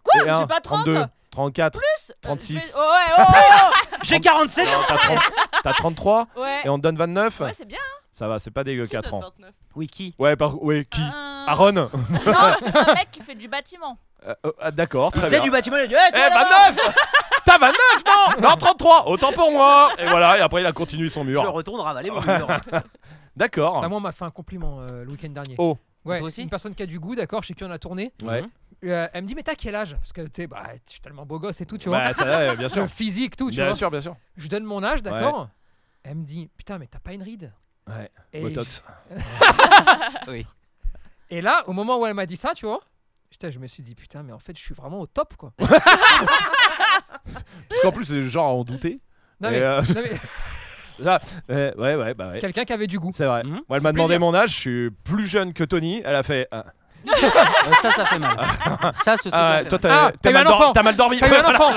E: Quoi
B: Et un,
E: J'ai pas 30
B: 32,
E: Euh,
B: 34.
E: je vais-
B: 36.
E: Oh, ouais, oh,
D: J'ai 47.
B: Non, T'as 30 t'as 33
E: oh, ouais.
B: et on te donne 29.
E: Ouais, c'est bien.
B: Ça va, c'est pas dégueu,
C: Qui
B: 4
C: donne
B: ans.
C: 29?
D: Oui, qui
B: Ouais, par... ouais qui
E: Un-
B: Aaron
E: hein. Non, un mec qui fait du bâtiment.
B: Euh, euh, ah, D'accord, très
D: C'est
B: bien.
D: du bâtiment. il a dit, Eh,
B: Eh,
D: toi, là-bas
B: 29 T'as 29, non Non, 33 Autant pour moi Et voilà, et après, il a continué son
D: Je
B: mur.
D: retourne ravaler mon mur.
B: D'accord.
A: Maman m'a fait un compliment euh, le week-end dernier.
B: Oh.
A: Ouais,
D: Toi aussi
A: une personne qui a du goût, d'accord, chez qui on a tourné.
B: Ouais.
A: Euh, elle me dit, mais t'as quel âge Parce que tu sais, bah, je suis tellement beau gosse et tout, tu vois.
B: Bah, ça, ouais, bien sûr.
A: Le physique, tout, tu
B: Bien
A: vois.
B: sûr, bien sûr.
A: Je donne mon âge, d'accord Elle me dit, putain, mais t'as pas une ride
B: Ouais.
A: Et
B: Botox.
A: Et là, au moment où elle m'a dit ça, tu vois, putain, je me suis dit, putain, mais en fait, je suis vraiment au top, quoi.
B: Parce qu'en plus, c'est le genre à en douter.
A: Non,
B: Et,
A: mais,
B: euh,
A: non, mais
B: euh, ouais, ouais, bah ouais.
A: quelqu'un qui avait du goût.
B: C'est vrai.
D: Mhm.
B: Moi, elle m'a
A: fait
B: demandé
A: plaisir.
B: mon âge, je suis plus jeune que Tony. Elle a fait. ah.
D: Euh, ça, ça fait mal. ça, ce
B: Ah,
D: truc-là
B: toi,
D: fait
B: t'as
A: Ah,
B: t'as
A: t'as eu
B: mal,
A: un
B: dor-
A: enfant.
B: t'as mal dormi.
A: T'as eu un enfant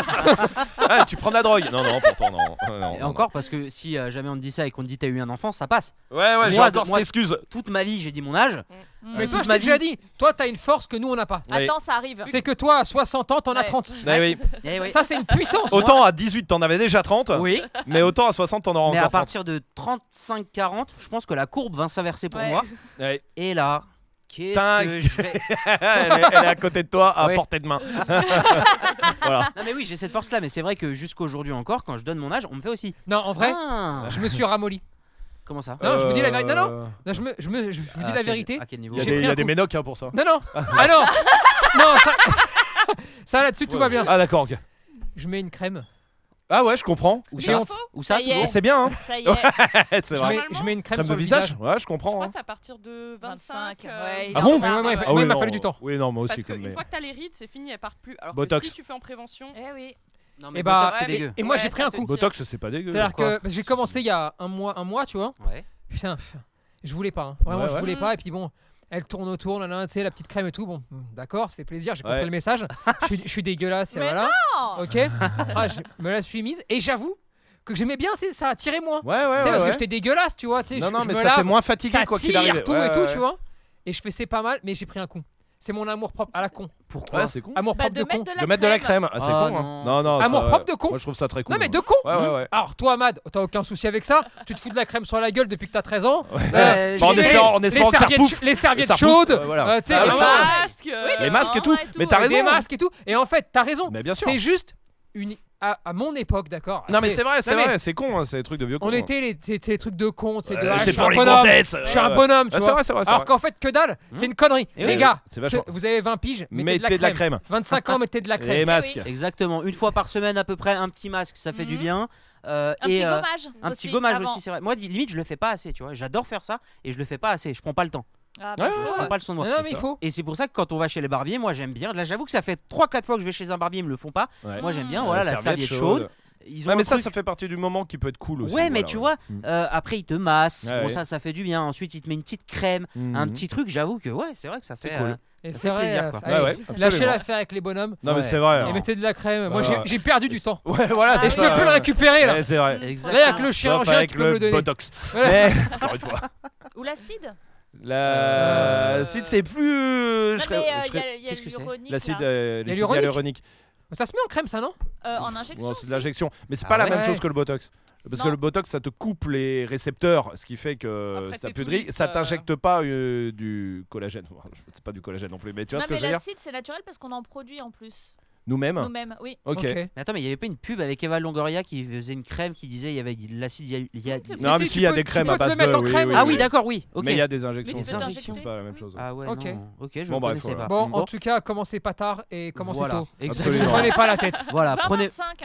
B: Ah, tu prends de la drogue. Non, non, pourtant, non. Euh, non,
D: mal. Et
B: non,
D: encore, parce que si euh, jamais on te dit ça et qu'on te dit t'as eu un enfant, ça passe.
B: non. Ouais, ouais, j'ai
D: Moi,
B: encore cette
D: moi-
B: excuse.
D: Toute ma vie, j'ai dit mon âge.
A: Mais toi,
D: toute
A: je
D: ma
A: t'ai déjà
D: vie.
A: dit, toi, t'as une force que nous, on n'a pas.
B: Ouais.
E: Hmm. Attends, ça arrive.
A: C'est que toi, à 60 ans, t'en as
E: Ouais.
A: 30.
B: Ouais, oui.
D: Eh oui.
A: Ça, c'est une puissance.
B: Autant à 18, t'en avais déjà 30.
D: oui.
B: Mais autant à 60, t'en auras
D: Mais
B: encore
D: à
B: 30.
D: partir de 35-40, je pense que la courbe va s'inverser pour
E: Ouais.
D: moi.
B: Ouais.
D: Et là, qu'est-ce
B: Tinc.
D: que je vais.
B: Eh elle, est, elle est à côté de toi, à
D: Ouais.
B: portée de main. voilà.
D: Non, mais oui, j'ai cette force-là, mais c'est vrai que jusqu'aujourd'hui encore, quand je donne mon âge, on me fait aussi.
A: Non, en vrai,
D: Ah.
A: je me suis ramolli.
D: Comment ça
A: Non, je vous dis la
B: Euh,
A: vérité. Non, Non, je, me- je me- je vous dis
B: Ah,
D: À
A: la
D: quel-
A: vérité.
D: À quel niveau
B: Il y a
A: J'ai
B: des,
A: pris
B: il y a
A: un
B: des
A: coup.
B: médocs hein, pour ça.
A: Non, non. Ah non Non, ça. Ça là-dessus, tout va bien.
B: Ah, d'accord, ok.
A: Je mets une crème.
B: Ah, ouais, je comprends.
D: Où
E: Mais
D: ça
E: on-
D: Où ça
E: Ça y est.
D: toujours
B: C'est bien, hein.
E: Ça y est.
B: C'est
A: Je
B: vrai.
A: mets, je mets une crème,
B: Crème de
A: sur le
B: visage Ouais, je
C: Je
B: comprends.
C: crois
B: hein.
C: que c'est à partir de 25.
E: 25,
C: euh,
E: ouais,
B: Ah
A: Mais
B: bon
A: moi, moi, il
E: Ouais,
A: fa-
E: ouais.
A: moi, il m'a
B: non.
A: fallu du temps.
B: Oui, non, moi
C: Parce
B: aussi. comme
C: qu'une
B: mais-
C: fois que t'as les rides, c'est fini, elles partent plus. Alors
B: Botox. Ah,
C: que si tu fais en prévention,
E: Eh oui.
D: Non,
A: Eh
D: mais
A: bah,
D: Botox, Ah, c'est
C: ouais, mais-
D: dégueu.
A: Et moi,
C: Ouais,
A: j'ai pris
C: ça
A: un
C: te
A: coup.
C: dit.
B: Botox, c'est pas dégueu.
A: C'est-à-dire
B: pourquoi
A: que j'ai commencé il y a un mois, un mois, tu vois.
D: Ouais.
A: Putain, putain, je voulais pas. hein. Vraiment,
B: Ouais,
A: je
B: ouais.
A: voulais pas. Et puis bon, elle tourne autour, là, là, tu sais, la petite crème et tout. Bon, mm, d'accord, ça fait plaisir, j'ai compris
B: Ouais.
A: le message. Je suis- Je suis dégueulasse, et
E: Mais
A: voilà.
E: Oh.
A: Ok. Ah, je me la suis mise. Et j'avoue que j'aimais bien, tu sais, ça attirait moins.
B: Ouais, ouais,
A: Tu sais,
B: ouais.
A: parce que
B: ouais.
A: j'étais dégueulasse, tu vois. tu sais,
B: Non,
A: je-
B: non,
A: je
B: mais
A: me
B: ça
A: lave,
B: fait moins fatigué
A: ça
B: quoi qu'il
A: tire
B: arrive.
A: tout
B: Ouais,
A: et tout,
B: ouais,
A: tu vois. Et je fais c'est pas mal, mais j'ai pris un con. C'est mon amour propre à la con.
D: Pourquoi
B: Ouais, c'est con.
A: Amour
E: Bah,
A: propre
E: de
A: de con.
E: mettre de la
B: Oh, De mettre de la
E: crème.
B: crème, ah, c'est
D: Ah,
B: con. hein. Non,
D: non.
B: non.
A: Amour
B: ça-
A: propre de con.
B: Moi, je trouve ça très cool.
A: Non mais
B: moi.
A: de con
B: Ouais, ouais, ouais.
A: Alors toi Amad, t'as aucun souci avec ça Tu te fous de la crème sur la gueule depuis que t'as 13 ans
D: Ouais,
B: Bah, en
A: les-
B: espérant- en espérant
A: les
B: que ça
A: serviettes,
B: repouffe.
A: les serviettes
B: Ça repousse,
A: chaudes,
B: euh, voilà.
A: euh, tu sais,
B: Ah,
A: et
B: ouais,
A: ça,
B: ouais.
C: masque, euh,
B: Les masques et tout.
E: Ouais,
B: Mais t'as
E: ouais.
A: des
B: raison.
A: masques et tout. Et en fait, t'as raison.
B: Mais bien sûr.
A: C'est juste une à, à mon époque, d'accord.
B: Non, mais c'est vrai, c'est
A: mais
B: vrai, c'est con, hein, c'est des trucs de vieux
A: On
B: cons, hein.
A: était les, c'est, c'est les trucs de con, c'est de.
B: Euh,
A: ah, je
B: C'est
A: suis
B: pour
A: un
B: les
A: bonhomme,
B: gonzesses.
A: Je suis un
B: ouais.
A: bonhomme, tu
B: Ah, C'est
A: vois.
B: vrai, c'est vrai. c'est
A: Alors
B: vrai.
A: qu'en fait, que dalle, c'est une connerie.
D: Eh
A: les
D: oui,
A: gars,
B: c'est vachement-
A: ce- vous avez 20 piges, mettez, de, la crème. 25 ans, mettez de la crème.
B: Les masques.
D: Exactement. Une fois par semaine, à peu près, un petit masque, ça fait du
E: Mhm.
D: bien. Euh,
E: Un
D: et,
E: petit
D: euh,
E: gommage.
D: Un petit gommage aussi, c'est vrai. Moi, di- limite, je le fais pas assez, tu vois. J'adore faire ça et je le fais pas assez. Je prends pas le temps.
E: Ah, bah,
B: Ouais,
D: Je prends pas le son de
A: Non,
D: moi.
A: non, mais il faut.
D: Et c'est pour ça que quand on va chez les barbiers, moi j'aime bien. Là, j'avoue que ça fait 3-4 fois que je vais chez un barbier, ils me le font pas.
B: Ouais.
D: Moi, j'aime bien,
B: Euh,
D: voilà, la serviette chaude. Ils ont
B: Ouais, mais
D: un
B: ça,
D: truc-
B: ça fait partie du moment qui peut être cool aussi.
D: Ouais, mais tu vois,
B: Mm.
D: euh, après, ils te massent.
B: Ouais,
D: bon,
B: ouais. Mm.
D: ça, ça fait du bien. Ensuite, ils te mettent une petite crème, un petit truc. J'avoue que, ouais, c'est vrai que ça fait.
B: cool.
D: euh,
A: Et
D: Ça
A: c'est
D: fait
A: vrai.
D: plaisir,
A: euh,
D: quoi.
B: Ouais,
A: allez,
B: ouais,
A: Lâchez
B: absolument.
A: l'affaire avec les bonhommes
B: Non, mais
D: Ouais.
B: c'est vrai.
A: et
B: hein.
A: mettez de la crème. Moi,
B: Ouais,
A: j'ai,
B: ouais.
A: j'ai perdu du temps.
B: Ouais, voilà,
E: Ah
A: Et
B: c'est
A: je
B: ça.
A: peux plus le récupérer là.
B: Ouais, C'est vrai.
D: Exact.
A: Là, avec le
B: Sauf
A: chirurgien
B: avec
A: qui peut me
B: le
A: le donner.
B: botox.
A: Ouais.
B: Mais, encore une fois.
E: Ou l'acide.
B: La. Si c'est plus. euh, je
E: Non,
B: serais-
E: mais
B: je
E: euh, il y
B: serais-
E: a- il y a
D: Qu'est-ce que c'est
E: l'uronique.
B: L'acide
E: là.
B: euh, l'acide
A: Hyaluronique.
B: hyaluronique.
A: Ça se met en crème, ça, non
E: Euh, En
B: Ou
E: injection.
B: alors, c'est de
E: aussi.
B: l'injection. Mais c'est
D: Ah
B: pas la
D: ouais.
B: même
A: Ouais.
B: chose que le botox. Parce que
E: Non.
B: le botox, ça te coupe les récepteurs, ce qui fait que
C: Après,
B: ça
C: t'es tout
B: pudrit.
C: lisse,
B: Ça
C: euh.
B: t'injecte pas euh, du collagène. Bon, C'est pas du collagène non plus, mais tu vois
E: Non,
B: ce que
E: mais
B: je veux dire Ah.
E: l'acide, c'est naturel parce qu'on en produit en plus.
B: Nous-mêmes.
E: Nous-mêmes, oui.
B: Ok.
D: Mais attends, mais il y avait pas une pub avec Eva Longoria qui faisait une crème qui disait il y avait de l'acide. hyal- hyal-
E: C'est
B: Non,
A: Si,
B: mais
A: si,
B: s'il
A: tu
B: y a
A: peux-
B: des
A: tu
B: crèmes
A: peux
B: à
A: te
B: base
A: le mettre
B: de.
A: en crème
B: oui,
D: Ah oui,
A: oui.
D: d'accord, oui. Ok.
B: Mais il y a des injections.
E: Mais tu
D: peux
B: aussi.
E: t'injecter.
B: C'est pas la même chose.
D: Ah ouais,
A: Ok.
D: non. Ok, je
B: Bon,
D: ne
B: bah,
D: connaissais
B: voilà.
D: pas.
A: Bon, en
D: Bon.
A: tout cas, commencez pas tard et commencez
D: Voilà.
A: tôt. Ne
B: Absolument.
A: prenez pas la tête.
B: Ah,
D: Voilà,
E: 20,
D: prenez
E: 25.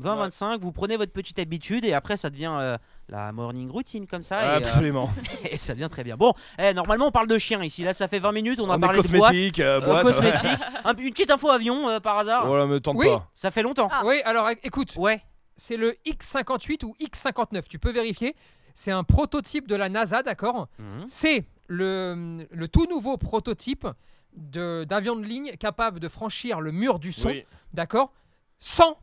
D: 20-25, vous prenez votre petite habitude et après ça devient euh, la morning routine comme ça. et, euh,
B: Ah, Absolument.
D: Et, ça devient très bien. Bon, eh, normalement on parle de chiens ici. Là ça fait 20 minutes, on a
B: On est
D: parlé de boîte,
B: cosmétique, euh,
D: euh,
B: boîte.
D: cosmétique. Un- une petite info avion euh, par hasard.
B: Voilà, me tente
A: Oui.
B: pas.
D: Ça fait longtemps.
E: Ah.
A: Oui, alors éc- écoute,
D: Ouais.
A: c'est le X58 ou X59, tu peux vérifier. C'est un prototype de la NASA, d'accord
D: Hein
B: Mmh.
A: C'est le, le tout nouveau prototype de- d'avion de, ligne capable de franchir le mur du son,
B: Oui.
A: d'accord Sans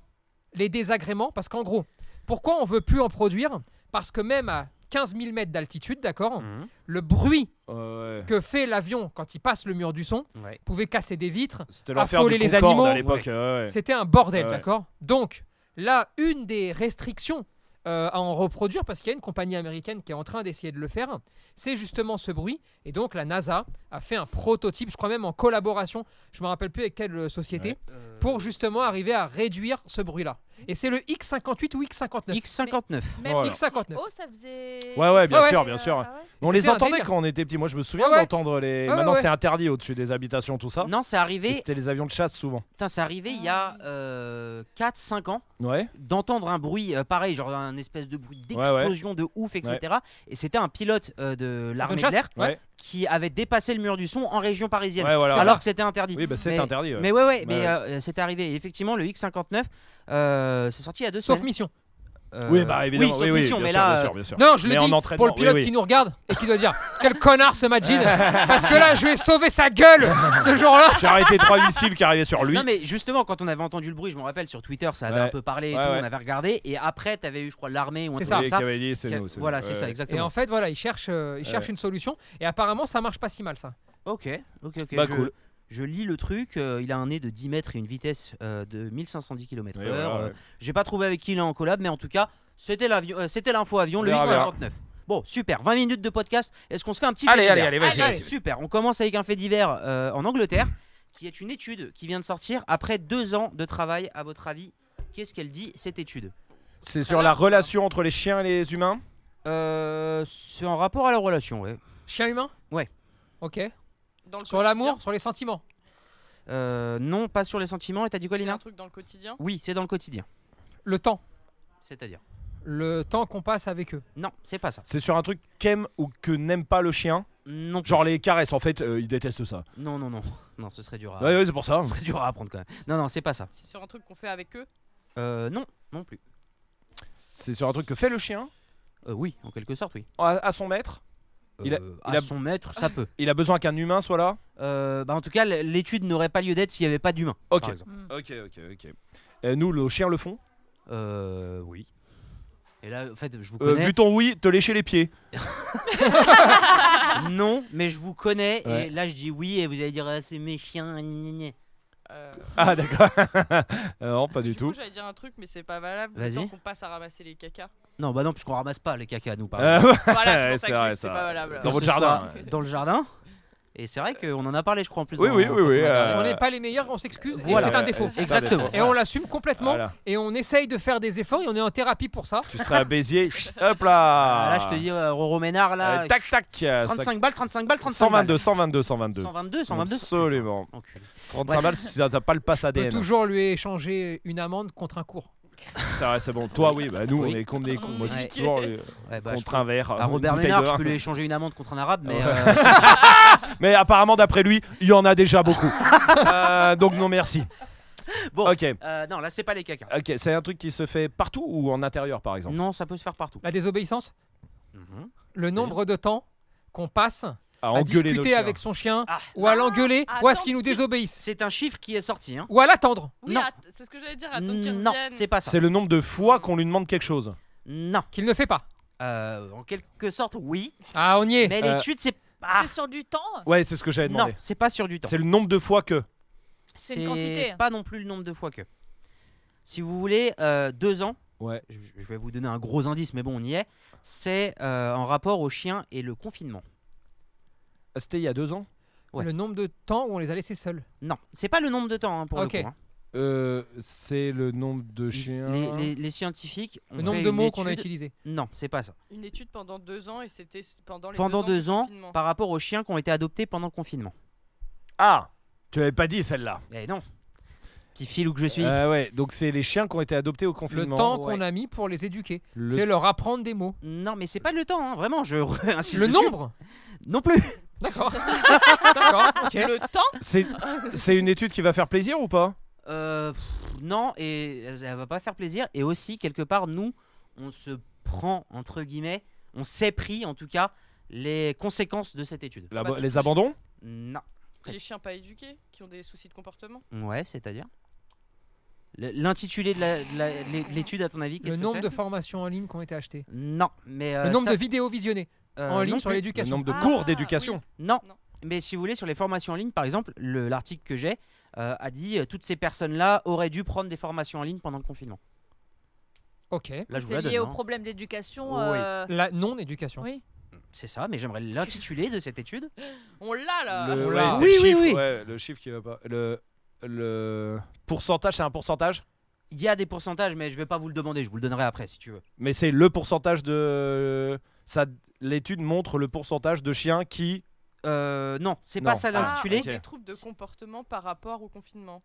A: les désagréments, parce qu'en gros, pourquoi on veut plus en produire Parce que même à 15 000 mètres d'altitude, d'accord
D: Mhm.
B: Mmh.
A: Le bruit
B: Euh, ouais.
A: que fait l'avion quand il passe le mur du son
D: Ouais.
A: pouvait casser des vitres.
B: C'était l'enfer
A: affoler
B: du
A: les
B: Concorde
A: animaux.
B: à l'époque. euh, ouais.
A: C'était un bordel,
B: Ouais, ouais.
A: d'accord Donc, là, une des restrictions euh, à en reproduire, parce qu'il y a une compagnie américaine qui est en train d'essayer de le faire, c'est justement ce bruit. Et donc, la NASA a fait un prototype, je crois même en collaboration, je me rappelle plus avec quelle euh, société, pour justement arriver à réduire ce bruit-là. Et c'est le X58 ou X59
D: X59.
E: Même
B: Voilà.
A: X59.
E: Oh, ça faisait.
B: Ouais, ouais, bien
A: Ouais,
B: sûr,
E: ouais.
B: bien sûr.
E: Ah ouais.
B: On les
A: c'était un
B: entendait
A: délire.
B: quand on était petits. Moi, je me souviens
A: Ouais, ouais.
B: d'entendre les.
A: Ouais,
B: Maintenant,
A: ouais.
B: c'est interdit au-dessus des habitations, tout ça.
D: Non, c'est
B: Et
D: arrivé.
B: c'était les avions de chasse souvent.
D: Putain, c'est arrivé il y a
A: Ah.
D: 4-5 ans.
B: Ouais.
D: d'entendre un bruit euh, pareil, genre un espèce de bruit
B: Ouais, ouais.
D: d'explosion de ouf, etc. Et c'était un pilote euh, de l'armée
A: Bonne
D: de
A: chasse.
D: l'air
A: Ouais.
D: qui avait dépassé le mur du son en région parisienne,
B: Ouais, voilà.
D: alors que c'était interdit.
B: Oui, bah c'est
D: Mais-
B: interdit. ouais. Bah,
D: Mais ouais, ouais, mais
B: Ouais.
D: euh, euh, c'était arrivé. Et effectivement, le X59, euh, c'est sorti il y a deux
A: Sauf
D: semaines.
A: mission.
D: Euh,
B: Oui, bah évidemment.
D: sauf
B: Oui, oui,
D: mission,
B: bien
D: mais
B: sûr,
D: là,
B: bien
D: euh,
B: sûr, bien sûr.
A: Non, je le
B: Mais en
A: dis pour
B: entraînement,
A: le
B: oui,
A: pilote
B: oui.
A: qui nous regarde et qui doit dire Quel connard ce Majid Parce que là, je vais sauver sa gueule ce jour-là
B: J'ai arrêté trois missiles qui arrivaient sur lui.
D: Non mais justement quand on avait entendu le bruit, je me rappelle sur Twitter, ça avait
B: Ouais.
D: un peu parlé, et
B: Ouais,
D: tout,
B: ouais.
D: on avait regardé et après t'avais eu je crois l'armée ou un
A: C'est
D: truc
A: ça.
D: comme
B: Les
D: ça.
B: cavaliers, c'est
D: Qui a-
B: nous. c'est
D: voilà,
B: nous.
D: c'est
B: Ouais,
D: ça
B: ouais.
A: Et en
D: exactement.
A: fait, voilà, il cherche, euh, il cherche une solution. Et apparemment, ça marche pas si mal, ça.
D: Ok, ok, ok.
B: Bah
D: je,
B: cool.
D: je lis le truc. euh, il a un nez de 10 mètres et une vitesse euh, de 1510 km/h.
B: Oui, voilà, ouais.
D: euh, J'ai pas trouvé avec qui il est en collab, mais en tout cas c'était l'avion, euh, c'était l'info avion le
B: On verra, on verra.
D: 859. Bon, super. 20 minutes de podcast. Est-ce qu'on se fait un petit
B: Allez,
D: fait
B: allez,
D: divers
B: allez, vas-y.
E: Allez,
B: vas-y.
D: Super, on commence avec un fait divers euh, en Angleterre, qui est une étude qui vient de sortir après deux ans de travail. À votre avis, qu'est-ce qu'elle dit cette étude
B: C'est sur la relation entre les chiens et les humains.
D: Euh, C'est en rapport à la relation, ouais.
A: Chien humain
D: Ouais.
A: Ok.
C: Dans le
A: Sur l'amour, sur les sentiments.
D: Euh, non, pas sur les sentiments. Et t'as dit quoi,
C: quotidien, C'est
D: Lina
C: un truc dans le quotidien.
D: Oui, c'est dans le quotidien.
A: Le temps.
D: C'est-à-dire
A: Le temps qu'on passe avec eux.
D: Non, c'est pas ça.
B: C'est sur un truc qu'aime ou que n'aime pas le chien.
D: Non,
B: Genre les caresses, en fait, euh, il déteste ça.
D: non, non, non. Non, ce serait dur à,
B: Ouais, ouais, c'est pour ça.
D: ce serait dur à apprendre quand même. Non, non, c'est pas ça.
C: C'est sur un truc qu'on fait avec eux.
D: Euh, non, non plus.
B: C'est sur un truc que fait le chien
D: Euh, oui, en quelque sorte, oui.
B: à, à son maître. Il a-
D: Euh,
B: il
D: à
B: a-
D: son maître, ça peut.
B: Il a besoin qu'un humain soit là.
D: Euh, bah, en tout cas, l'étude n'aurait pas lieu d'être s'il n'y avait pas d'humain.
B: Ok.
D: par exemple.
E: Hmm.
B: Ok, ok, ok. Et nous, le chien le font.
D: Euh, oui. Et là, en fait, je vous
B: Euh,
D: connais.
B: vu ton oui, te lécher les pieds.
D: non, mais je vous connais.
B: Ouais.
D: Et là, je dis oui, et vous allez dire ah, c'est mes chiens. gna, gna, gna.
C: Euh,
B: Ah, d'accord. Euh, non, pas du
C: du coup,
B: tout.
C: j'allais dire un truc, mais c'est pas valable.
D: Vas-y.
C: Le temps qu'on passe à ramasser les cacas.
D: Non, bah non, puisqu'on ramasse pas les caca, nous, par
B: Euh,
D: exemple.
C: Voilà,
B: Ouais,
C: c'est
B: c'est
C: pour ça
B: vrai,
C: que je dis que c'est
B: ça.
C: pas valable.
B: Dans
D: Que
B: votre
D: ce
B: jardin,
D: soit Dans le jardin. Et c'est vrai qu'on en a parlé, je crois, en plus.
B: Oui,
D: dans-
B: oui,
D: quand
B: oui,
D: on
B: oui,
D: a regardé.
B: euh,
A: On n'est pas les meilleurs, on s'excuse.
D: voilà.
A: Et c'est un défaut.
B: c'est
D: Exactement.
B: défaut.
A: Et on l'assume complètement.
B: Voilà.
A: Et on essaye de faire des efforts. Et on est en thérapie pour ça.
B: Tu serais à Béziers. chut, Hop
D: Ah,
B: là.
D: Là, je te dis, euh, Roro Ménard, là.
B: Euh, tac, tac. euh,
D: 35 balles, 35 balles, 35
B: 122,
D: balles.
B: 122, 122.
D: 122, 122.
B: Absolument.
D: Enculé.
B: 35
D: Ouais.
B: balles si t'as pas le pass
A: On peut
B: ADN.
A: toujours lui échanger une amende contre un cours.
B: C'est vrai, c'est bon. Toi, oui, bah nous,
D: Oui.
B: on est contre des cons. Moi, je dis
D: Ouais.
B: toujours euh,
D: Ouais, bah, je
B: contre un verre. euh,
D: À
B: une
D: Robert
B: bouteille de
D: Ménard, je
B: vin. Ah
D: peux lui échanger une amende contre un arabe, mais.
B: Ouais.
D: euh,
B: Mais apparemment, d'après lui, il y en a déjà beaucoup. Euh, donc, non, merci.
D: Bon.
B: Ok.
D: euh, non, là, c'est pas les caca.
B: Ok, c'est un truc qui se fait partout ou en intérieur, par exemple
D: Non, ça peut se faire partout.
A: La désobéissance,
D: Mhm.
A: le nombre de temps qu'on passe
B: À
A: à
B: engueuler nos
A: discuter
B: chiens.
A: avec son chien,
D: Ah.
A: ou à l'engueuler,
E: Ah,
A: ou à ce qu'il
E: attends,
A: nous
E: qui-
A: désobéisse,
D: C'est un chiffre qui est sorti. Hein.
A: ou à l'attendre.
C: Oui,
D: Non.
C: att- c'est ce que j'allais dire. Attends qu'ils
D: Non,
C: reviennent.
D: c'est pas ça.
B: C'est le nombre de fois qu'on lui demande quelque chose.
D: Non.
A: Qu'il ne fait pas.
D: Euh, en quelque sorte, oui.
A: Ah, on y est.
D: Mais
B: euh,
D: l'étude, c'est pas.
E: C'est sur du temps
B: Ouais, c'est ce que j'avais
D: Non,
B: demandé.
D: c'est pas sur du temps.
B: C'est le nombre de fois que.
E: C'est une
C: hein.
E: quantité.
D: Pas non plus le nombre de fois que. Si vous voulez, euh, deux ans.
B: Ouais.
D: Je, je vais vous donner un gros indice, mais bon, on y est. C'est euh, en rapport aux chiens et le confinement.
B: C'était il y a deux ans
D: ouais.
A: Le nombre de temps où on les a laissés seuls.
D: Non, c'est pas le nombre de temps hein, pour
A: Ok.
D: le coup. hein.
B: euh, C'est le nombre de
D: Ils-
B: chiens.
D: Les, les- les scientifiques. ont
A: Le nombre
D: fait
A: de
D: une
A: mots qu'on a
D: étude-
A: utilisés.
D: Non, c'est pas ça.
C: Une étude pendant deux ans et c'était pendant les
D: pendant
C: deux
D: deux
C: ans.
D: ans,
C: du confinement.
D: par rapport aux chiens qui ont été adoptés pendant le confinement.
B: Ah Tu l'avais pas dit celle-là.
D: Eh non. Petit filou que je suis.
B: Euh, ouais, donc c'est les chiens qui ont été adoptés au
A: Le
B: confinement.
A: temps
D: ouais.
A: qu'on a mis pour les éduquer.
B: Le-
A: C'est leur apprendre des mots.
D: Non, mais c'est pas le temps, hein, vraiment. Je réinsiste
A: Le
D: dessus.
A: nombre
D: Non plus.
A: D'accord. D'accord. ok.
C: Le temps
B: C'est c'est une étude qui va faire plaisir ou pas
D: Euh, pff, non, et elle elle va pas faire plaisir. Et aussi, quelque part, nous, on se prend, entre guillemets, on s'est pris, en tout cas, les conséquences de cette étude.
B: La-
C: Bah, du
B: Les
C: coup,
B: abandons
D: Non.
C: Les chiens pas éduqués qui ont des soucis de comportement.
B: Ah
D: Ouais, c'est-à-dire Le- L'intitulé de la- de la- de l'étude, à ton avis,
A: Le
D: qu'est-ce que
A: nombre
D: c'est
A: de formations en ligne qui ont été achetées.
D: Non, mais... euh,
A: le nombre
D: ça-
A: de vidéos visionnées
D: euh,
A: en
D: non
A: ligne sur
D: plus.
B: Le
A: l'éducation.
B: nombre de
C: Ah,
B: cours d'éducation.
D: Non.
C: Non.
D: Mais si vous voulez, sur les formations en ligne, par exemple, le- l'article que j'ai euh, a dit euh, toutes ces personnes-là auraient dû prendre des formations en ligne pendant le confinement.
A: Ok.
D: Là, je vous
E: C'est
D: la
E: lié
D: donne.
E: au
D: hein.
E: problème d'éducation.
D: Oui.
B: Oh,
E: euh,
A: La non-éducation.
E: Oui.
D: C'est ça, mais j'aimerais l'intitulé de cette étude.
C: On l'a là
B: Le,
A: Ah,
B: ouais,
A: voilà.
B: c'est
D: Oui,
B: le
D: oui,
B: chiffre,
D: oui.
B: ouais, le chiffre qui va pas. Le, le pourcentage, c'est un pourcentage
D: Il y a des pourcentages, mais je vais pas vous le demander, je vous le donnerai après si tu veux.
B: Mais c'est le pourcentage de. Ça, l'étude montre le pourcentage de chiens qui.
D: Euh, non, c'est
B: Non. Ah,
D: pas ça l'intitulé.
B: ok.
C: Des Ah, troubles de comportement par rapport au confinement.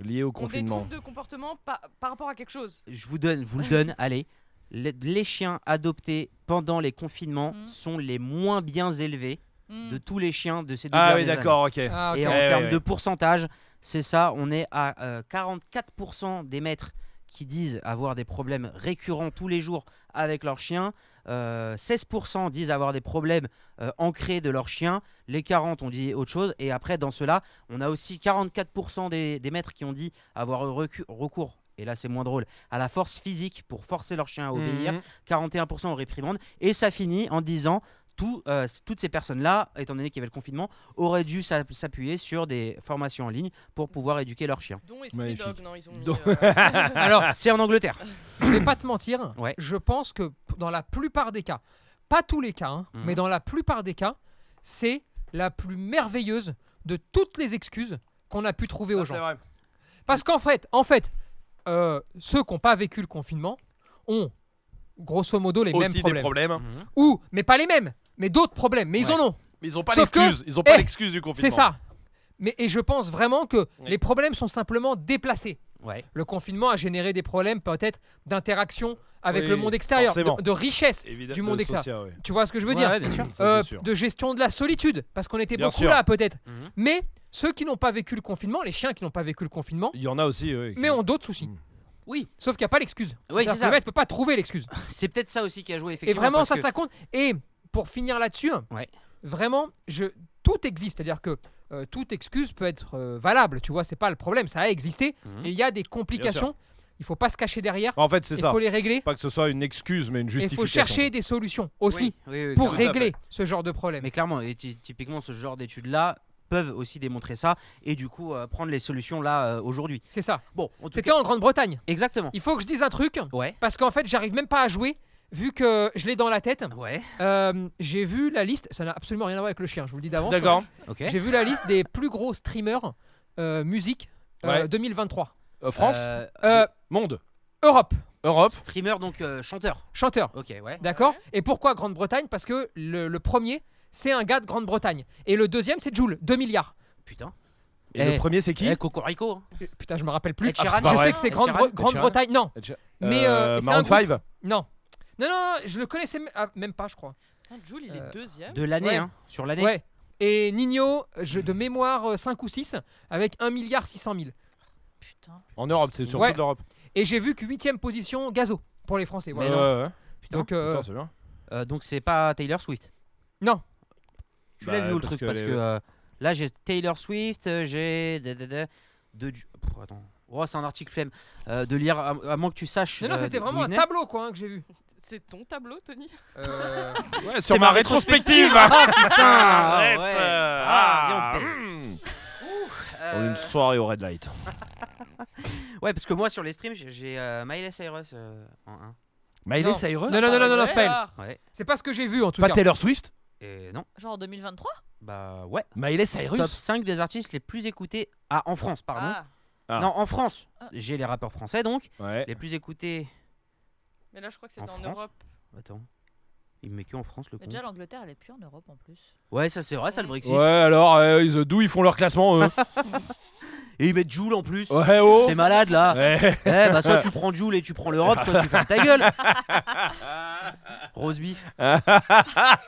B: liés au
C: On Des
B: confinement.
C: troubles de comportement par, par rapport à quelque chose.
D: Je vous donne, vous le donne, allez. Les, les chiens adoptés pendant les confinements
E: Mm.
D: sont les moins bien élevés
E: Hmm.
D: de tous les chiens de ces deux
B: Mm. Ah oui,
D: dernières
B: d'accord, ok.
A: Ah, ok.
D: années. Et en
B: Eh Ouais,
D: termes
B: ouais,
D: de
B: ouais.
D: pourcentage, c'est ça, on est à euh, 44% des maîtres qui disent avoir des problèmes récurrents tous les jours avec leur chien. Euh, 16% disent avoir des problèmes euh, ancrés de leur chien. Les 40 ont dit autre chose. Et après, dans cela, on a aussi 44% des, des maîtres qui ont dit avoir eu recu- recours. Et là, c'est moins drôle. À la force physique pour forcer leur chien à obéir.
A: Mhm.
D: 41% en réprimande. Et ça finit en disant tout, euh, toutes ces personnes-là, étant donné qu'il y avait le confinement, auraient dû s'a- s'appuyer sur des formations en ligne pour pouvoir éduquer leurs chiens.
C: Dont Esprit
B: Magnifique.
C: Dog, non, ils ont mis.
B: Dont-
C: euh,
A: Alors,
D: C'est en Angleterre.
A: je vais pas te mentir,
D: Ouais.
A: je pense que p- dans la plupart des cas, pas tous les cas, hein,
D: Mhm.
A: mais dans la plupart des cas, c'est la plus merveilleuse de toutes les excuses qu'on a pu trouver aux gens.
B: vrai.
A: Parce qu'en fait, en fait euh, ceux qui n'ont pas vécu le confinement ont grosso modo les mêmes
B: Aussi des
A: problèmes.
B: problèmes.
A: Ou, mais pas les mêmes, mais d'autres problèmes, mais ils
B: Ouais.
A: en ont.
B: Mais ils ont pas
A: Sauf que-
B: l'excuse. Ils ont pas
A: Eh,
B: l'excuse du confinement.
A: C'est ça. Mais, et je pense vraiment que
B: Ouais.
A: les problèmes sont simplement déplacés.
D: Ouais.
A: Le confinement a généré des problèmes peut-être d'interaction avec
B: Oui,
A: le monde extérieur,
B: forcément.
A: de, de richesse,
B: Évidemment.
A: Du monde
B: de
A: externe.
B: Euh, social, ouais.
A: tu vois ce que je veux
D: Ouais,
A: dire
D: ouais, bien sûr.
B: Ça, c'est
A: Euh,
B: sûr.
A: De gestion de la solitude, parce qu'on était
B: Bien
A: beaucoup
B: sûr.
A: là peut-être.
D: Mhm.
A: Mais ceux qui n'ont pas vécu le confinement, les chiens qui n'ont pas vécu le confinement,
B: Il y en a aussi. ouais, qui-
A: mais ont d'autres soucis.
B: Mhm.
D: Oui.
A: Sauf qu'il n'y a pas l'excuse.
D: Oui,
A: C'est-à-dire
D: c'est
A: que
D: ça.
A: Le maître peut pas trouver l'excuse.
D: C'est peut-être ça aussi qui a joué
A: Et
D: effectivement.
A: vraiment,
D: parce
A: ça,
D: que-
A: ça compte. Et pour finir là-dessus,
D: Ouais.
A: vraiment, je, tout existe. C'est-à-dire que euh, toute excuse peut être euh, valable. Tu vois, c'est pas le problème. Ça a existé.
D: Mhm.
A: Et il y a des complications. Il faut pas se cacher derrière.
B: En fait, c'est
A: Il
B: ça.
A: faut les régler.
B: Pas que ce soit une excuse, mais une
A: Et il
B: justification.
A: faut chercher des solutions
D: Oui,
A: aussi
D: oui, oui,
A: pour
D: clairement.
B: ré- à
A: régler ce genre de problème.
D: Mais clairement, et ty- typiquement, ce genre d'études-là peuvent aussi démontrer ça et du coup euh, prendre les solutions là euh, aujourd'hui.
A: C'est ça.
D: Bon, en tout
A: C'était
D: cas,
A: en Grande-Bretagne.
D: exactement.
A: Il faut que je dise un truc
D: Ouais.
A: parce qu'en fait, j'arrive même pas à jouer vu que je l'ai dans la tête.
D: Ouais.
A: Euh, J'ai vu la liste. Ça n'a absolument rien à voir avec le chien. Je vous le dis d'avance.
B: D'accord.
D: Ok.
A: J'ai vu la liste des plus gros streamers euh, musique euh,
B: Ouais.
A: 2023.
B: Euh, France,
D: Euh,
A: Euh,
B: monde,
A: Europe,
B: Europe.
D: streamer donc euh, chanteur.
A: chanteur.
D: Ok, ouais.
A: D'accord
C: Ouais.
A: Et pourquoi Grande-Bretagne Parce que le, le premier, c'est un gars de Grande-Bretagne. Et le deuxième, c'est Joule, 2 milliards.
D: Putain.
B: Et
D: Eh,
B: le premier, c'est qui
D: Eh, Cocorico. hein.
A: Euh, Putain, je me rappelle plus.
D: Ed Sheeran.
A: je
B: Ah,
A: sais
B: c'est
A: que c'est
D: pas
A: Grande-
D: vrai.
A: Bre-
D: Ed
A: Grande-Bretagne. non, mais, euh, c'est un
B: Maroon
A: groupe.
B: 5
A: non. Non, non, je le connaissais m- ah, même pas, je crois.
C: Putain, Jules, il est
A: Euh,
C: deuxième.
D: De l'année,
A: Ouais.
D: hein, sur l'année.
A: Ouais. Et Nino, je, de mémoire 5 ou 6, avec 1 milliard 600 000.
E: Putain.
B: en Europe, c'est surtout
A: Ouais.
B: de l'Europe.
A: Et j'ai vu que 8ème position, Gazo, pour les Français. voilà.
D: Mais non.
B: Ouais, ouais, ouais.
D: Putain.
A: Donc, euh,
B: Putain, c'est bien.
D: Euh, donc c'est pas Taylor Swift.
A: Non.
D: Tu
B: Bah,
D: l'as vu où le
B: parce
D: truc
B: que
D: parce
B: les-
D: que euh, là j'ai Taylor Swift, euh, j'ai de, de, de, de du- Pff, attends. Oh, c'est un article flemme euh, de lire à, à moins que tu saches.
A: non, non,
D: euh,
A: c'était
D: d'où
A: vraiment
D: il
A: un
D: venait.
A: tableau quoi, hein, que j'ai vu.
C: C'est ton tableau, Tony
A: Euh,
B: Ouais,
D: C'est
B: sur ma
D: ma
B: rétrospective.
D: Ah putain
B: Arrête,
D: ouais.
B: euh,
D: Ah, viens, on
B: mm.
D: Euh,
B: Une soirée au red light.
D: Ouais, parce que moi sur les streams j'ai- j'ai euh, Miley Cyrus euh, en 1.
B: Miley
A: Non.
B: Cyrus
A: Non, non, non, non, non, non, c'est pas elle.
C: Alors,
D: Ouais.
A: C'est pas ce que j'ai vu en tout
B: Pas
A: cas.
B: Taylor Swift
D: Et non.
E: Genre en 2023
B: Mmh.
D: Bah ouais.
B: Miley
D: Top
B: Cyrus
D: 5 des artistes les plus écoutés. Ah, en France, pardon.
C: Ah,
B: Ah.
D: Non, en France.
E: Ah.
D: J'ai les rappeurs français donc.
B: Ouais.
D: Les plus écoutés.
C: mais là, je crois que
D: En
C: c'était en,
D: France
C: Europe.
D: Attends. Il me met que en France le
E: Mais
D: con.
E: déjà, l'angleterre, elle est plus en Europe en plus.
D: Ouais, ça c'est vrai, ça le Brexit.
B: Ouais, alors, euh, ils- d'où ils font leur classement eux
D: Et ils mettent Joule en plus.
B: Ouais, oh
D: C'est malade là.
B: Ouais.
D: Eh bah soit tu prends Joule et tu prends l'Europe, soit tu fermes ta gueule. Rose beef. Y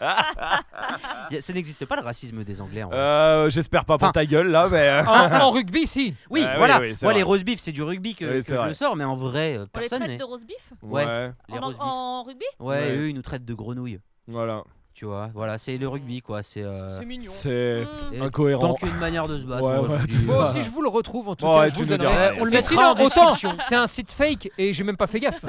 D: a- ça n'existe pas le racisme des Anglais. en vrai.
B: Euh, J'espère pas pour
D: Enfin.
B: ta gueule là, mais. euh,
A: En, en rugby, si.
D: oui,
B: Ah oui,
D: voilà.
B: oui, c'est
D: Moi
B: vrai.
D: les rose beef, c'est du rugby que,
B: Oui,
D: que
B: c'est
D: je
B: vrai.
D: le sors, mais en vrai, euh,
E: On les
D: personne.
E: traite
D: n'est-
E: de roast beef
D: Oh. Ouais. Les
E: en,
D: rose beef.
E: en rugby
D: Ouais,
B: Ouais.
D: eux ils nous traitent de grenouilles.
B: Voilà.
D: Tu vois, voilà, c'est le rugby quoi. C'est
C: C'est-
D: euh,
C: C'est mignon.
B: C'est
C: Hum.
D: et tant
B: incohérent.
D: qu'une manière de se battre.
B: Ouais,
D: moi, je
B: ouais,
D: dis,
B: c'est
A: Bon,
D: euh,
B: ça.
A: si je vous le retrouve, en tout
B: Ouais,
A: cas, je
B: tu
A: vous le
B: nous
A: donnerai.
B: diras.
D: Ouais, Euh, on le
A: Mais
D: mettra
A: sinon,
D: en
A: autant,
D: description.
A: c'est un site fake et j'ai même pas fait gaffe.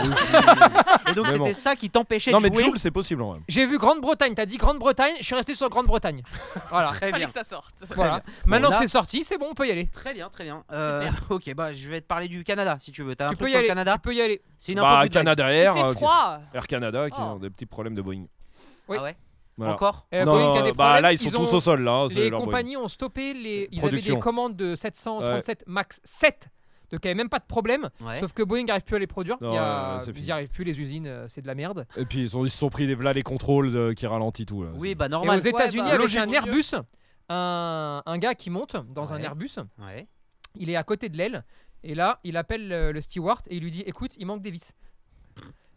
D: Et donc
B: Mais
D: c'était
B: bon.
D: ça qui t'empêchait de
B: Non, mais
D: jouer.
B: Joule, c'est possible en vrai.
A: J'ai vu Grande-Bretagne, t'as dit Grande-Bretagne, je suis resté sur Grande-Bretagne. Voilà.
D: Très
C: Fallait
D: bien.
C: que ça sorte.
A: voilà. Maintenant
D: là-
A: que c'est sorti, c'est bon, on peut y aller.
D: Très bien, très bien. Euh, ok, bah je vais te parler du Canada si tu veux. T'as un
A: Tu peux
D: truc
A: y
D: sur le
A: aller.
D: Canada
A: Tu peux y aller.
D: C'est une info
B: Bah,
D: bootleg.
B: Canada
E: Il
B: Air.
E: fait
B: euh, qui-
E: froid
B: Air Canada qui
E: Oh.
B: ont des petits problèmes de Boeing.
A: oui.
D: Ah ouais
B: Voilà.
D: Encore
A: Euh,
B: Non,
A: Boeing a des
B: bah
A: problèmes,
B: là, ils sont tous
A: ont-
B: au sol là. hein, c'est
A: Les
B: leur Boeing.
A: compagnies ont stoppé les. Ils avaient
B: Production.
A: des commandes de 737 max 7. Donc il n'y avait même pas de problème,
D: Ouais.
A: Eh, sauf que Boeing n'arrive plus à les produire.
B: Non,
A: Il y a-
B: ouais, ouais, c'est
A: ils n'y
B: fini.
A: arrivent plus, les usines, euh, c'est de la merde.
B: Et puis ils, ont- ils se sont pris des, là, les contrôles euh, qui ralentit tout. Là.
D: Oui, bah
A: Et aux
D: normal.
C: Ouais,
A: États-Unis,
C: bah,
A: avec
C: logique,
A: un
C: mon Dieu.
A: Airbus, un, un gars qui monte dans un
D: Ouais.
A: Airbus,
D: Ouais.
A: il est à côté de l'aile, et là, il appelle euh, le steward et il lui dit Écoute, il manque des vis.